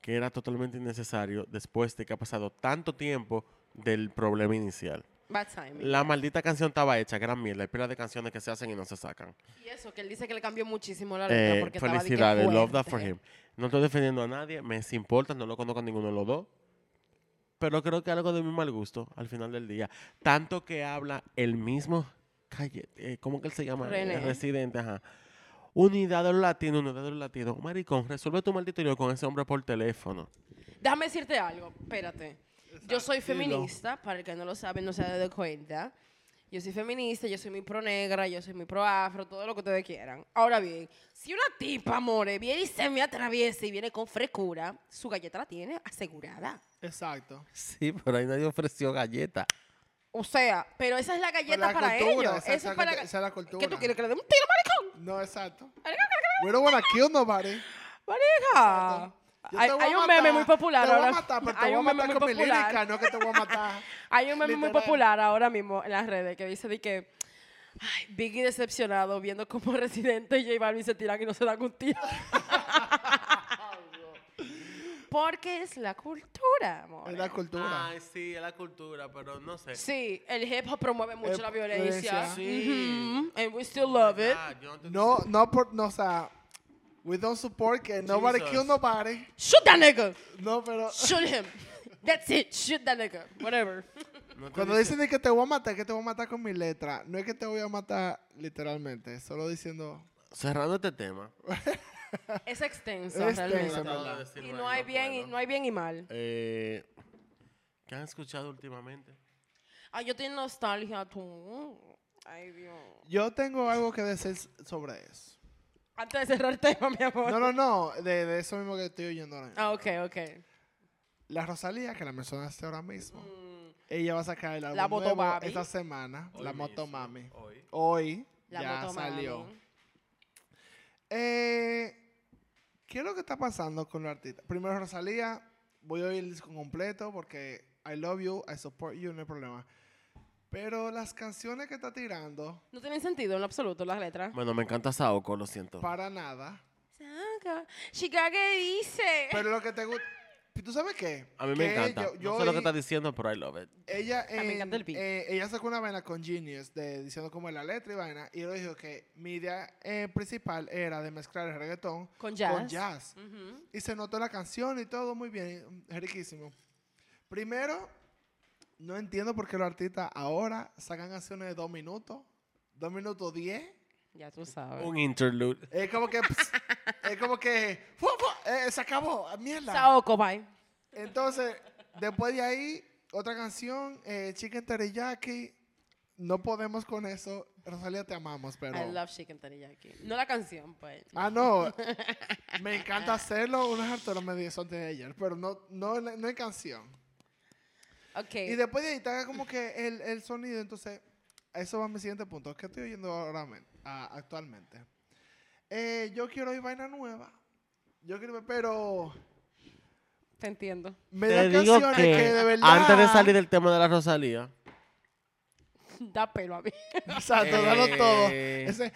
Speaker 1: que era totalmente innecesario después de que ha pasado tanto tiempo del problema inicial.
Speaker 2: Bad timing.
Speaker 1: La maldita canción estaba hecha, gran mierda. Hay pila de canciones que se hacen y no se sacan.
Speaker 2: Y eso, que él dice que le cambió muchísimo la letra
Speaker 1: Eh,
Speaker 2: porque estaba de que
Speaker 1: felicidades, love that
Speaker 2: fuerte.
Speaker 1: for him. No estoy defendiendo a nadie, me importa, no lo conozco a ninguno de los dos. Pero creo que algo de mi mal gusto al final del día. Tanto que habla el mismo, calle, eh, ¿cómo que él se llama?
Speaker 2: René.
Speaker 1: Eh, residente, ajá. Unidad de los latinos, unidad de los latinos. Maricón, resuelve tu maldito lío con ese hombre por teléfono.
Speaker 2: Déjame decirte algo, espérate. Yo soy feminista, para el que no lo sabe, no se ha dado cuenta. Yo soy feminista, yo soy muy pro negra, yo soy muy pro afro, todo lo que ustedes quieran. Ahora bien, si una tipa, more, viene y se me atraviesa y viene con frescura, su galleta la tiene asegurada.
Speaker 3: Exacto.
Speaker 1: Sí, pero ahí nadie ofreció galleta.
Speaker 2: O sea, pero esa es la galleta
Speaker 3: Pues la
Speaker 2: para
Speaker 3: cultura,
Speaker 2: ellos.
Speaker 3: esa-
Speaker 2: Eso
Speaker 3: esa
Speaker 2: es para.
Speaker 3: cultu- esa es la
Speaker 2: ¿Qué
Speaker 3: cultura.
Speaker 2: tú quieres que le dé un tiro, maricón?
Speaker 3: No, exacto. We don't wanna kill nobody.
Speaker 2: Marica.
Speaker 3: Yo
Speaker 2: Hay,
Speaker 3: te voy a
Speaker 2: hay un
Speaker 3: matar,
Speaker 2: meme muy popular
Speaker 3: Te voy
Speaker 2: ahora.
Speaker 3: a matar, pero te
Speaker 2: hay
Speaker 3: voy a
Speaker 2: un meme
Speaker 3: matar
Speaker 2: muy
Speaker 3: con mi lírica,
Speaker 2: popular.
Speaker 3: no que te voy a matar.
Speaker 2: Hay un meme muy
Speaker 3: Literal.
Speaker 2: popular ahora mismo en las redes que dice de que ay, Biggie decepcionado viendo cómo Residente y J Balvin se tiran y no se dan un tiro. Porque es la cultura, amor.
Speaker 3: Es la cultura.
Speaker 1: Ay, sí, es la cultura, pero no sé.
Speaker 2: Sí, el hip hop promueve mucho
Speaker 3: Eh,
Speaker 2: la violencia.
Speaker 3: violencia.
Speaker 1: Sí.
Speaker 2: Ujú, And we still love it.
Speaker 1: Ah, yo te-
Speaker 3: No, no, por, no, o sea, we don't support que nobody
Speaker 1: Jesus.
Speaker 3: kill nobody.
Speaker 2: Shoot that nigga.
Speaker 3: No, pero
Speaker 2: Shoot him. That's it. Shoot that nigga. Whatever.
Speaker 1: no te
Speaker 3: cuando
Speaker 1: dice-
Speaker 3: dicen de que te voy a matar, que te voy a matar con mi letra, no es que te voy a matar literalmente, solo diciendo.
Speaker 1: Cerrando este tema.
Speaker 2: Es extenso,
Speaker 3: Es
Speaker 2: realmente.
Speaker 3: extenso, ¿verdad?
Speaker 2: Y no hay bien y no hay bien y mal.
Speaker 1: Eh, ¿Qué han escuchado últimamente?
Speaker 2: Ay, Ah, yo tengo nostalgia tú. Ay, Dios.
Speaker 3: Yo tengo algo que decir sobre eso.
Speaker 2: Antes de cerrar el tema, mi amor.
Speaker 3: No, no, no, de, de eso mismo que estoy oyendo ahora mismo.
Speaker 2: Ah, ok, ok.
Speaker 3: La Rosalía, que la mencionaste ahora mismo, ella va a sacar el álbum
Speaker 2: La
Speaker 3: nuevo
Speaker 2: Motomami.
Speaker 3: esta semana, La Moto Mami.
Speaker 1: Hoy.
Speaker 3: Hoy
Speaker 2: La
Speaker 3: ya
Speaker 2: moto
Speaker 3: salió.
Speaker 2: mami.
Speaker 3: Eh, ¿Qué es lo que está pasando con los artistas? Primero Rosalía, voy a oír el disco completo porque I love you, I support you, no hay problema. Pero las canciones que está tirando,
Speaker 2: No tienen sentido en lo absoluto las letras.
Speaker 1: Bueno, me encanta Saoko, lo siento.
Speaker 3: para nada.
Speaker 2: Saca. Chica, ¿qué dice?
Speaker 3: Pero lo que te gusta... ¿Tú sabes qué?
Speaker 1: A mí me
Speaker 3: Que
Speaker 1: encanta.
Speaker 3: yo- yo
Speaker 1: no sé lo
Speaker 3: oí-
Speaker 1: que estás diciendo, pero I love it.
Speaker 3: Ella,
Speaker 2: Ah, me
Speaker 3: en-
Speaker 2: encanta el beat.
Speaker 3: eh, ella sacó una vaina con Genius de, diciendo como la letra y vaina. Y yo dijo que mi idea eh, principal era de mezclar el reggaetón
Speaker 2: Con jazz.
Speaker 3: con jazz.
Speaker 2: Ujú.
Speaker 3: Y se notó la canción y todo muy bien. Es riquísimo. Primero, no entiendo por qué los artistas ahora sacan canciones de dos minutos, dos minutos diez.
Speaker 2: Ya tú sabes.
Speaker 3: Oh,
Speaker 1: Un interlude.
Speaker 3: Es como que. ps, es como que. fu- fu- eh, se acabó. Mierda.
Speaker 2: Saoko, bye.
Speaker 3: Entonces, después de ahí, otra canción, eh, Chicken Teriyaki. No podemos con eso. Rosalía, te amamos, pero.
Speaker 2: I love chicken teriyaki. No la canción, pues.
Speaker 3: Ah, no. Me encanta hacerlo. Unos arteros me dijeron antes de ayer, pero no, no, en la- no en canción.
Speaker 2: Ok.
Speaker 3: Y después de ahí, está como que el, el sonido. Entonces, eso va a mi siguiente punto. ¿Qué estoy oyendo ahora men- a- Ah, actualmente? eh, yo quiero ir vaina nueva. Yo quiero, pero
Speaker 2: Te entiendo.
Speaker 3: me
Speaker 1: Te
Speaker 3: da
Speaker 1: digo
Speaker 3: canciones
Speaker 1: que,
Speaker 3: que, de verdad.
Speaker 1: antes de salir del tema de la Rosalía,
Speaker 2: Da pelo a mí.
Speaker 3: Exacto,
Speaker 1: Eh.
Speaker 3: dalo todo. Ese,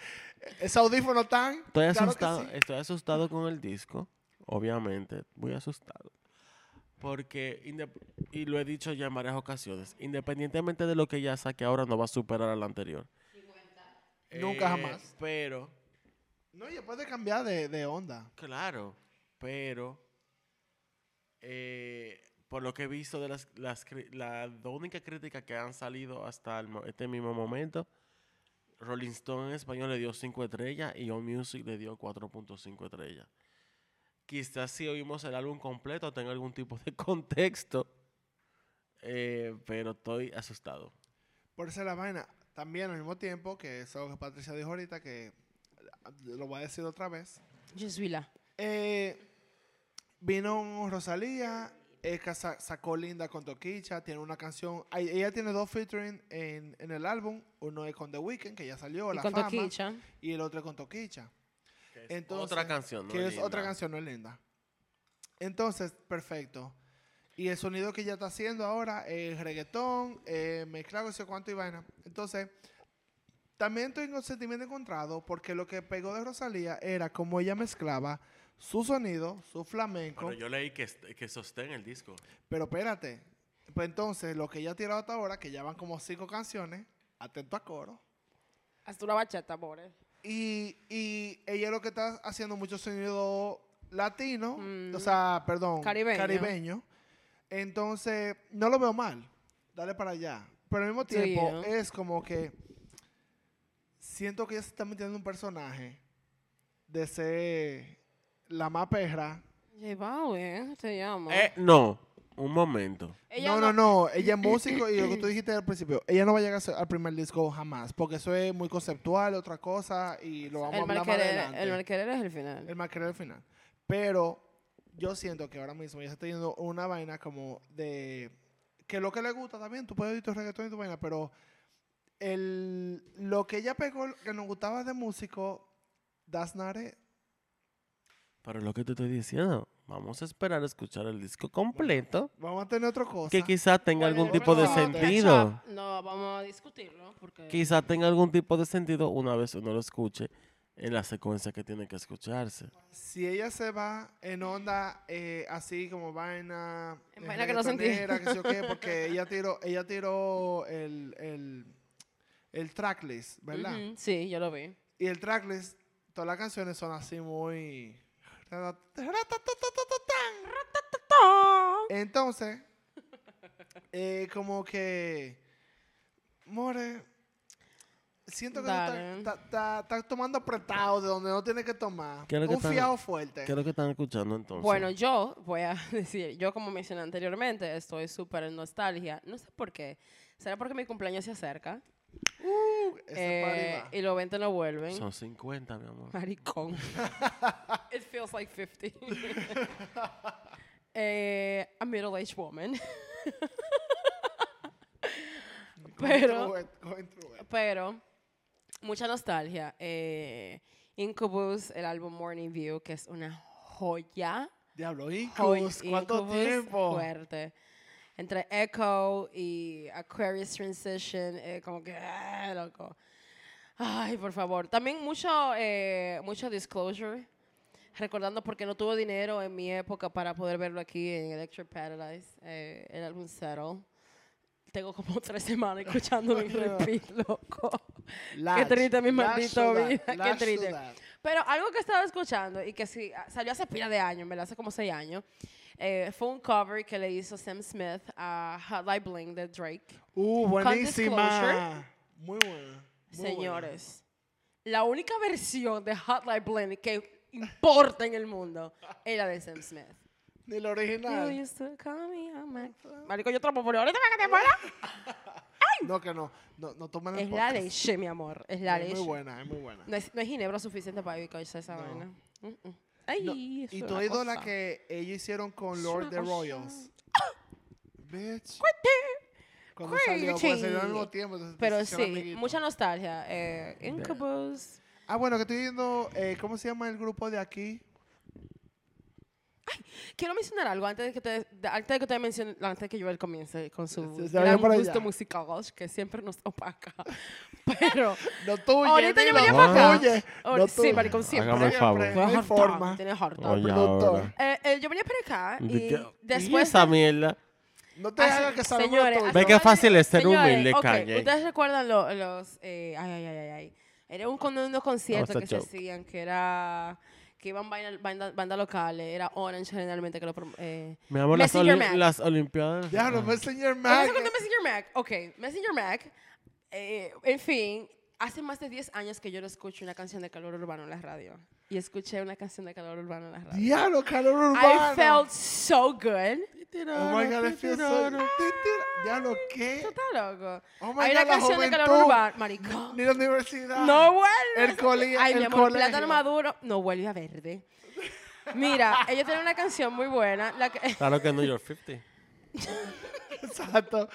Speaker 3: ese audífono tan.
Speaker 1: estoy
Speaker 3: claro que
Speaker 1: asustado, eh.
Speaker 3: sí.
Speaker 1: estoy asustado con el disco, obviamente, muy asustado. Porque, indep- y lo he dicho ya en varias ocasiones, independientemente de lo que ya saque ahora, no va a superar al anterior. Eh,
Speaker 3: Nunca jamás.
Speaker 1: Pero,
Speaker 3: No, y puede cambiar de, de onda.
Speaker 1: Claro, pero eh, por lo que he visto de las, las cri- la, la única crítica que han salido hasta el mo- este mismo momento, Rolling Stone en español le dio 5 estrellas y On Music le dio 4.5 estrellas. Quizás si oímos el álbum completo tenga algún tipo de contexto, eh, pero estoy asustado.
Speaker 3: Por esa es la vaina. También al mismo tiempo, que es algo que Patricia dijo ahorita, que lo voy a decir otra vez.
Speaker 2: Yo soy la.
Speaker 3: Eh, vino Rosalía, ella sa- sacó Linda con Toquicha, tiene una canción, ay- ella tiene dos featuring en, en el álbum, uno es con The Weeknd, que ya salió,
Speaker 2: Y
Speaker 3: La
Speaker 2: con
Speaker 3: Fama,
Speaker 2: Toquicha.
Speaker 3: y el otro es con Toquicha, Entonces,
Speaker 1: otra canción, ¿no?
Speaker 3: que es otra
Speaker 1: Linda.
Speaker 3: canción, no es Linda. Entonces, perfecto. Y el sonido que ella está haciendo ahora es reggaetón, eh, mezclado, no sé cuánto y vaina. Entonces, también tengo un sentimiento encontrado porque lo que pegó de Rosalía era como ella mezclaba su sonido, su flamenco.
Speaker 1: Pero yo leí que, est- que sostén el disco.
Speaker 3: Pero espérate. Pues entonces, lo que ella ha tirado hasta ahora, que ya van como cinco canciones, atento a coro.
Speaker 2: Haz tú una bachata, pobre.
Speaker 3: Y, y ella lo que está haciendo mucho sonido latino,
Speaker 2: Mm.
Speaker 3: o sea, perdón,
Speaker 2: Caribeño.
Speaker 3: Entonces, no lo veo mal. Dale para allá. Pero al mismo
Speaker 2: Sí,
Speaker 3: tiempo,
Speaker 2: ¿no?
Speaker 3: es como que siento que ella se está metiendo en un personaje de ser la más perra.
Speaker 2: Llevado, ¿eh? Se llama.
Speaker 1: Eh, no, un momento.
Speaker 2: Ella
Speaker 3: no, no, no. Ella es músico y lo que tú dijiste al principio, ella no va a llegar a ser- al primer disco jamás, porque eso es muy conceptual, otra cosa, y lo vamos a
Speaker 2: El
Speaker 3: hablar
Speaker 2: mal,
Speaker 3: más
Speaker 2: querer,
Speaker 3: adelante.
Speaker 2: el mal querer es el final.
Speaker 3: El más querer al final. Pero yo siento que ahora mismo ella está teniendo una vaina como de... Que lo que le gusta también, tú puedes oír tu reggaetón y tu vaina, pero el, lo que ella pegó, que nos gustaba de músico, that's not it.
Speaker 1: Pero lo que te estoy diciendo, vamos a esperar a escuchar el disco completo,
Speaker 3: Vamos a tener otra cosa.
Speaker 1: que quizá tenga
Speaker 2: Bueno,
Speaker 1: algún
Speaker 2: yo
Speaker 1: tipo de
Speaker 2: creo que
Speaker 3: Exacto.
Speaker 1: sentido.
Speaker 2: No, vamos a discutirlo. Porque...
Speaker 1: Quizá tenga algún tipo de sentido una vez uno lo escuche en la secuencia que tiene que escucharse.
Speaker 3: Si ella se va en onda eh, así como vaina,
Speaker 2: En
Speaker 3: eh,
Speaker 2: vaina que no se
Speaker 3: reggaetonera,
Speaker 2: entiende.
Speaker 3: que sé yo qué, porque ella tiró, ella tiró el, el, el tracklist, ¿verdad?
Speaker 2: Ujú, Sí, yo lo vi.
Speaker 3: Y el tracklist, todas las canciones son así muy... Entonces, eh, como que... More, siento que
Speaker 2: Dale.
Speaker 3: está, está- está tomando apretado de donde no tiene que tomar.
Speaker 1: ¿Qué es lo que
Speaker 3: Un
Speaker 1: está-
Speaker 3: fiado fuerte.
Speaker 1: ¿Qué es lo que están escuchando entonces?
Speaker 2: Bueno, yo voy a decir, yo como mencioné anteriormente, estoy súper en nostalgia. No sé por qué. ¿Será porque mi cumpleaños se acerca?
Speaker 3: Ese
Speaker 2: Eh,
Speaker 3: party va.
Speaker 2: y los 20 no vuelven.
Speaker 1: son 50, mi amor.
Speaker 2: Maricón. It feels like 50. eh, a middle-aged woman.
Speaker 3: Going
Speaker 2: pero-
Speaker 3: through it, going through it.
Speaker 2: Pero mucha nostalgia. Eh, Incubus, el álbum Morning View, que es una joya.
Speaker 3: Diablo,
Speaker 2: Joy-
Speaker 3: Incubus, ¿cuánto
Speaker 2: Incubus
Speaker 3: tiempo?
Speaker 2: Fuerte. Entre Echo y Aquarius Transition, eh, como que, ah, loco. Ay, por favor. También mucho, eh, mucho disclosure. Recordando porque no tuvo dinero en mi época para poder verlo aquí en Electric Paradise, eh, el álbum Settle. Tengo como tres semanas escuchándolo en repeat, loco.
Speaker 3: Lash,
Speaker 2: triste mi
Speaker 3: lash
Speaker 2: maldita
Speaker 3: to that,
Speaker 2: vida, qué
Speaker 3: lash to
Speaker 2: triste.
Speaker 3: that.
Speaker 2: Pero algo que estaba escuchando y que sí, ah, salió hace pila de años, me lo hace como seis años, eh, fue un cover que le hizo Sam Smith a Hotline Bling de Drake.
Speaker 3: Uh,
Speaker 2: Disclosure.
Speaker 3: buenísima. Muy buena. muy buena.
Speaker 2: Señores, la única versión de Hotline Bling que importa en el mundo es la de Sam Smith.
Speaker 3: Ni la
Speaker 2: You
Speaker 3: original.
Speaker 2: used to call me on my- Marico, yo tropo por ahorita para que te muera.
Speaker 3: No, que no. No, no tomen el
Speaker 2: Es la
Speaker 3: podcast.
Speaker 2: leche, mi amor. Es la
Speaker 3: Es muy
Speaker 2: leche.
Speaker 3: buena, es muy buena.
Speaker 2: No es, no es ginebra suficiente para ubicarse esa
Speaker 3: No.
Speaker 2: vaina. Mm, mm. Ay,
Speaker 3: No,
Speaker 2: eso
Speaker 3: Y
Speaker 2: es
Speaker 3: tú
Speaker 2: una
Speaker 3: has oído la
Speaker 2: cosa.
Speaker 3: que ellos hicieron con
Speaker 2: Es
Speaker 3: Lord
Speaker 2: una
Speaker 3: the
Speaker 2: cosa.
Speaker 3: Royals. Bitch. Cuando
Speaker 2: Cuete.
Speaker 3: salió, pues salió al mismo tiempo. entonces
Speaker 2: Pero
Speaker 3: se hicieron
Speaker 2: sí,
Speaker 3: amiguitos.
Speaker 2: mucha nostalgia. Eh, Incubus.
Speaker 3: Ah, bueno, que estoy viendo, eh, ¿cómo se llama el grupo de aquí?
Speaker 2: Quiero mencionar algo antes de que te, de- antes de que te mencione, antes de que Joel comience con su
Speaker 3: Se- se
Speaker 2: gran
Speaker 3: vaya para
Speaker 2: gusto
Speaker 3: allá.
Speaker 2: musical que siempre nos opaca. Pero
Speaker 3: No tuyo.
Speaker 2: ahorita yo venía
Speaker 1: no
Speaker 2: para acá.
Speaker 3: Oye,
Speaker 2: Ahor-
Speaker 3: no
Speaker 2: sí, maricón, siempre.
Speaker 1: Hágame el favor.
Speaker 3: Siempre.
Speaker 2: Tienes
Speaker 3: No hay
Speaker 2: harta,
Speaker 3: forma.
Speaker 2: Tienes harta.
Speaker 1: Oye,
Speaker 3: productor.
Speaker 1: ahora.
Speaker 2: Eh, eh, yo venía para acá y
Speaker 1: ¿Y
Speaker 2: después...
Speaker 1: esa mierda.
Speaker 3: No te
Speaker 2: Así-
Speaker 3: hagas que salga
Speaker 2: Ah, señores,
Speaker 3: tuyo.
Speaker 1: Ve
Speaker 2: así-
Speaker 1: qué fácil es ser
Speaker 2: Señores,
Speaker 1: humilde,
Speaker 2: ok,
Speaker 1: Kanye.
Speaker 2: Ustedes recuerdan lo- los. eh, ay, ay, ay, ay, ay. Era un, con- unos conciertos
Speaker 1: That
Speaker 2: que
Speaker 1: was a joke.
Speaker 2: se hacían, que era. que iban bandas banda, banda locales, era Orange generalmente que lo. prom- Eh.
Speaker 1: Mi amor, las,
Speaker 2: Messenger
Speaker 1: olim-
Speaker 2: Mac.
Speaker 1: las Olimpiadas. Ah.
Speaker 3: Ya, no pues, me
Speaker 2: ¿Estás
Speaker 3: señor Mac. eh.
Speaker 2: de acuerdo en Messenger pues, Mac? Ok, Messenger Mac. eh, en fin, hace más de 10 años que yo no escucho una canción de calor urbano en la radio. Y escuché una canción de calor urbano en la radio.
Speaker 3: Diablo, calor urbano.
Speaker 2: I felt so good.
Speaker 3: Oh my God, I feel so... Titira- Diablo, ¿qué?
Speaker 2: ¿Tú estás loco?
Speaker 3: Eh, Oh my
Speaker 2: Hay una
Speaker 3: God, la
Speaker 2: canción de calor
Speaker 3: juventud.
Speaker 2: urbano, maricón.
Speaker 3: Ni la universidad.
Speaker 2: No vuelve.
Speaker 3: El colegio-
Speaker 2: Ay, mi
Speaker 3: el
Speaker 2: amor,
Speaker 3: colegio.
Speaker 2: plátano maduro no vuelve a verde. Mira, ella tiene una canción muy buena. La que,
Speaker 1: Claro que New York 50.
Speaker 3: Exacto.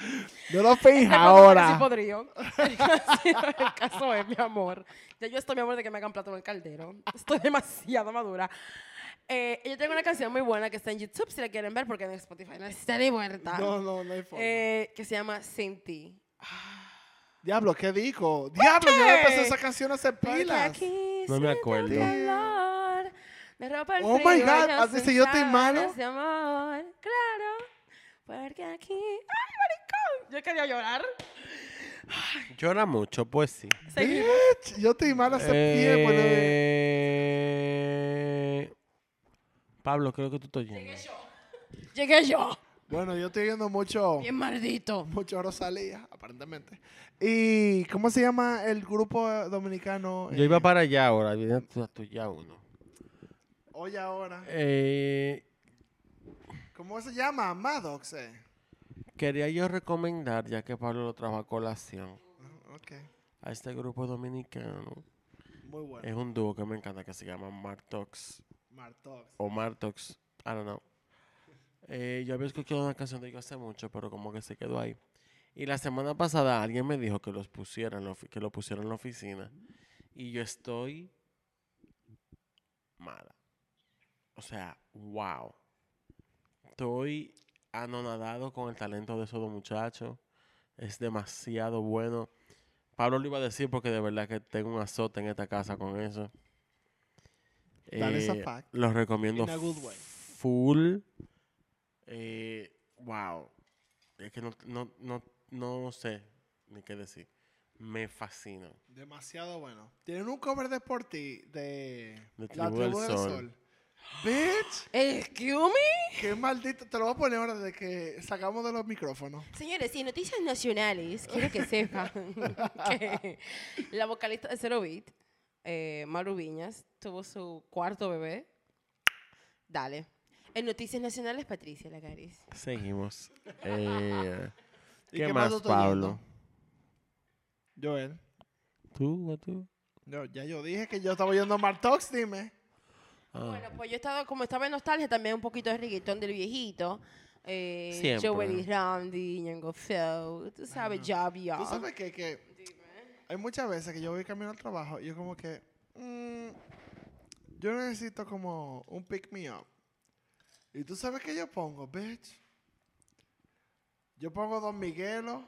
Speaker 3: No lo
Speaker 2: Este
Speaker 3: fijas
Speaker 2: Sí
Speaker 3: ahora.
Speaker 2: podrío. El caso, el caso es, mi amor. Ya yo estoy, mi amor, de que me hagan plátano en el caldero. Estoy demasiado madura. Eh, ella tiene una canción muy buena que está en YouTube, si la quieren ver, porque en Spotify no está ni muerta.
Speaker 3: No, no, no hay forma.
Speaker 2: Eh, que se llama Sin Ti.
Speaker 3: Diablo, ¿qué digo? Diablo, yo no empecé
Speaker 2: qué?
Speaker 3: esa canción hace pilas.
Speaker 1: No me acuerdo.
Speaker 3: Oh my God, así se yo estoy malo.
Speaker 2: Amor, claro, porque aquí... ¡Ay, maricón! Yo quería llorar.
Speaker 1: Llora mucho, pues sí.
Speaker 2: Seguimos.
Speaker 3: Bitch, yo estoy mal hace tiempo. pues, no me-
Speaker 1: Eh, Pablo, creo que tú estás yendo.
Speaker 2: Llegué yo,
Speaker 3: Bueno, yo estoy viendo mucho,
Speaker 2: bien maldito.
Speaker 3: mucho Rosalía, aparentemente. ¿Y cómo se llama el grupo eh, dominicano?
Speaker 1: Yo iba
Speaker 3: Eh,
Speaker 1: para allá ahora, viene tú, tú ya uno.
Speaker 3: Oye, ahora.
Speaker 1: Eh,
Speaker 3: ¿Cómo se llama? Maddox. eh.
Speaker 1: quería yo recomendar, ya que Pablo lo trajo a colación,
Speaker 3: Ah, Ok,
Speaker 1: a este grupo dominicano.
Speaker 3: muy bueno.
Speaker 1: Es un dúo que me encanta que se llama Martox
Speaker 3: Martox.
Speaker 1: o Martox, I don't know. Eh, yo había escuchado una canción de ellos hace mucho, pero como que se quedó ahí. Y la semana pasada alguien me dijo que los pusiera en la ofi- que lo pusieron en la oficina y yo estoy mala. O sea, wow. Estoy anonadado con el talento de esos dos muchachos. Es demasiado bueno. Pablo lo iba a decir porque de verdad que tengo un azote en esta casa con eso.
Speaker 3: That is a
Speaker 1: Eh,
Speaker 3: fact.
Speaker 1: Los recomiendo
Speaker 3: In a good way.
Speaker 1: full. Eh, wow. Es que no, no, no, no sé ni qué decir. Me fascina.
Speaker 3: Demasiado bueno. Tienen un cover de por ti de
Speaker 1: De Tribu del Sol.
Speaker 3: Bitch,
Speaker 2: Excuse me.
Speaker 3: qué maldito. Te lo voy a poner ahora desde que sacamos de los micrófonos.
Speaker 2: Señores, y en noticias nacionales, quiero que sepan que la vocalista de Zero Beat, eh, Maru Viñas, tuvo su cuarto bebé. Dale. En noticias nacionales, Patricia Lacaris.
Speaker 1: Seguimos. Eh,
Speaker 3: ¿Y
Speaker 1: ¿Qué,
Speaker 3: qué más
Speaker 1: más,
Speaker 3: tú estás
Speaker 1: Pablo?
Speaker 3: Joel.
Speaker 1: ¿Tú o tú?
Speaker 3: Yo, ya yo dije que yo estaba oyendo Martox, dime.
Speaker 1: Ah.
Speaker 2: Bueno, pues yo estaba, como estaba en nostalgia, también un poquito de reggaetón del viejito. Eh,
Speaker 1: Siempre.
Speaker 2: Joel y Randy, Ñengo Feo, tú sabes, Javier.
Speaker 3: Tú sabes que, que hay muchas veces que yo voy camino al trabajo y yo como que... mm, yo necesito como un pick me up. Y tú sabes que yo pongo, bitch. Yo pongo Don Miguelo,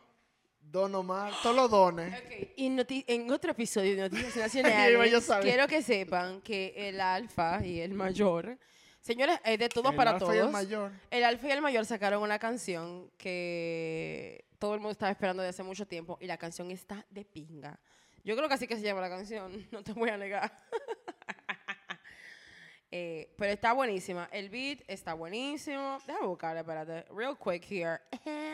Speaker 3: Don Omar, todos los dones.
Speaker 2: Ok, Y noti- en otro episodio de Noticias
Speaker 3: Yo
Speaker 2: Nacionales,
Speaker 3: sabía.
Speaker 2: quiero que sepan que el alfa y el mayor, señores, es de todos
Speaker 3: El
Speaker 2: para
Speaker 3: alfa
Speaker 2: todos.
Speaker 3: y el mayor.
Speaker 2: El alfa y el mayor sacaron una canción que todo el mundo estaba esperando desde hace mucho tiempo y la canción está de pinga. Yo creo que así que se llama la canción, no te voy a negar. Eh, pero está buenísima. El beat está buenísimo. Déjame buscarla, espérate. Real quick here.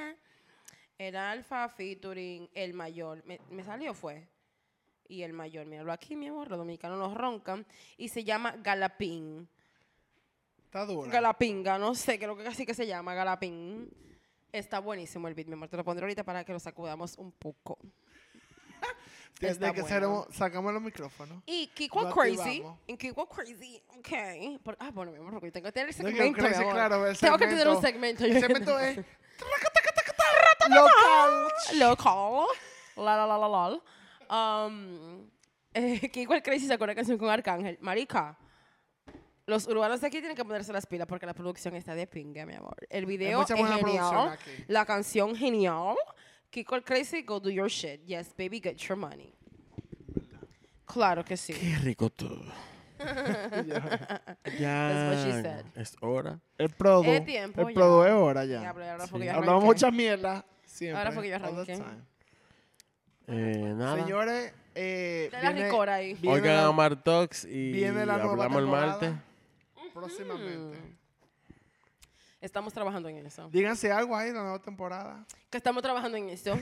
Speaker 2: El alfa featuring el mayor. Me, me salió fue. Y el mayor, míralo aquí, mi amor. Los dominicanos nos roncan. Y se llama Galapín.
Speaker 3: Está dura.
Speaker 2: Galapinga, no sé, creo que así que se llama Galapín. Está buenísimo el beat, mi amor. Te lo pondré ahorita para que lo sacudamos un poco.
Speaker 3: Desde
Speaker 2: está
Speaker 3: que
Speaker 2: buena.
Speaker 3: seremos- sacamos los micrófonos.
Speaker 2: Y Keep Walk
Speaker 3: Lo
Speaker 2: Crazy.
Speaker 3: activamos.
Speaker 2: En Keep Walk Crazy, ok. Por- ah, bueno, mi amor, porque tengo que tener el
Speaker 3: No, que
Speaker 2: segmento. mi
Speaker 3: crece,
Speaker 2: amor.
Speaker 3: claro, el
Speaker 2: tengo que tener un segmento.
Speaker 3: segmento. El segmento es
Speaker 2: local.
Speaker 3: eh. local.
Speaker 2: Local. La la la la la. Um, Eh, que igual Crazy sacó una canción con Arcángel. Marica, los urbanos de aquí tienen que ponerse las pilas porque la producción está de pinga, mi amor. El video es
Speaker 3: mucha buena producción
Speaker 2: genial.
Speaker 3: aquí.
Speaker 2: La canción genial. Kiko el Crazy, go do your shit. Yes, baby, get your money. Claro que sí.
Speaker 1: Qué rico todo.
Speaker 2: That's what she
Speaker 1: Ya.
Speaker 2: said.
Speaker 1: Es hora.
Speaker 3: El prodo.
Speaker 2: Es tiempo
Speaker 3: el
Speaker 2: ya.
Speaker 3: prodo es hora ya.
Speaker 2: Ya, pero ahora
Speaker 1: Sí.
Speaker 2: fue que yo
Speaker 3: Hablamos
Speaker 2: arranqué.
Speaker 3: mucha mierda. Siempre.
Speaker 2: Ahora fue que yo
Speaker 3: all the
Speaker 2: arranqué.
Speaker 3: time.
Speaker 1: Eh, nada.
Speaker 3: Señores, eh,
Speaker 2: Dale la ricora ahí.
Speaker 3: viene
Speaker 1: Oigan
Speaker 3: la-
Speaker 1: a Martox y
Speaker 3: viene la nueva
Speaker 1: hablamos el
Speaker 3: temporada.
Speaker 1: martes.
Speaker 3: próximamente.
Speaker 2: Estamos trabajando en eso.
Speaker 3: Díganse algo ahí de la nueva temporada.
Speaker 2: Que estamos trabajando en eso.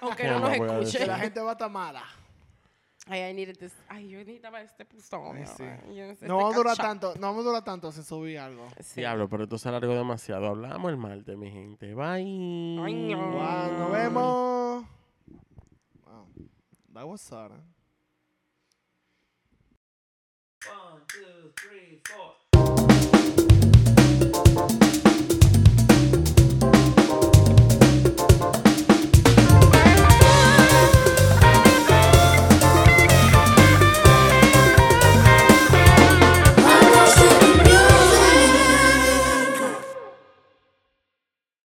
Speaker 2: Aunque
Speaker 1: Ya
Speaker 2: no
Speaker 1: no
Speaker 2: nos
Speaker 1: voy a
Speaker 2: escuche.
Speaker 3: Que
Speaker 1: decir.
Speaker 3: la gente va a estar mala.
Speaker 2: Ay, I needed this. Ay, yo necesitaba este pistón.
Speaker 3: Ay, sí.
Speaker 2: Yo necesito
Speaker 3: No vamos a durar
Speaker 2: cachar.
Speaker 3: tanto, no vamos a durar tanto sin subir algo.
Speaker 2: Sí.
Speaker 1: Diablo, pero esto se alargó demasiado. Hablamos el martes, mi gente. Bye.
Speaker 2: Ay, no.
Speaker 3: Wow,
Speaker 1: Hum.
Speaker 3: nos vemos. Wow. That was sad, eh?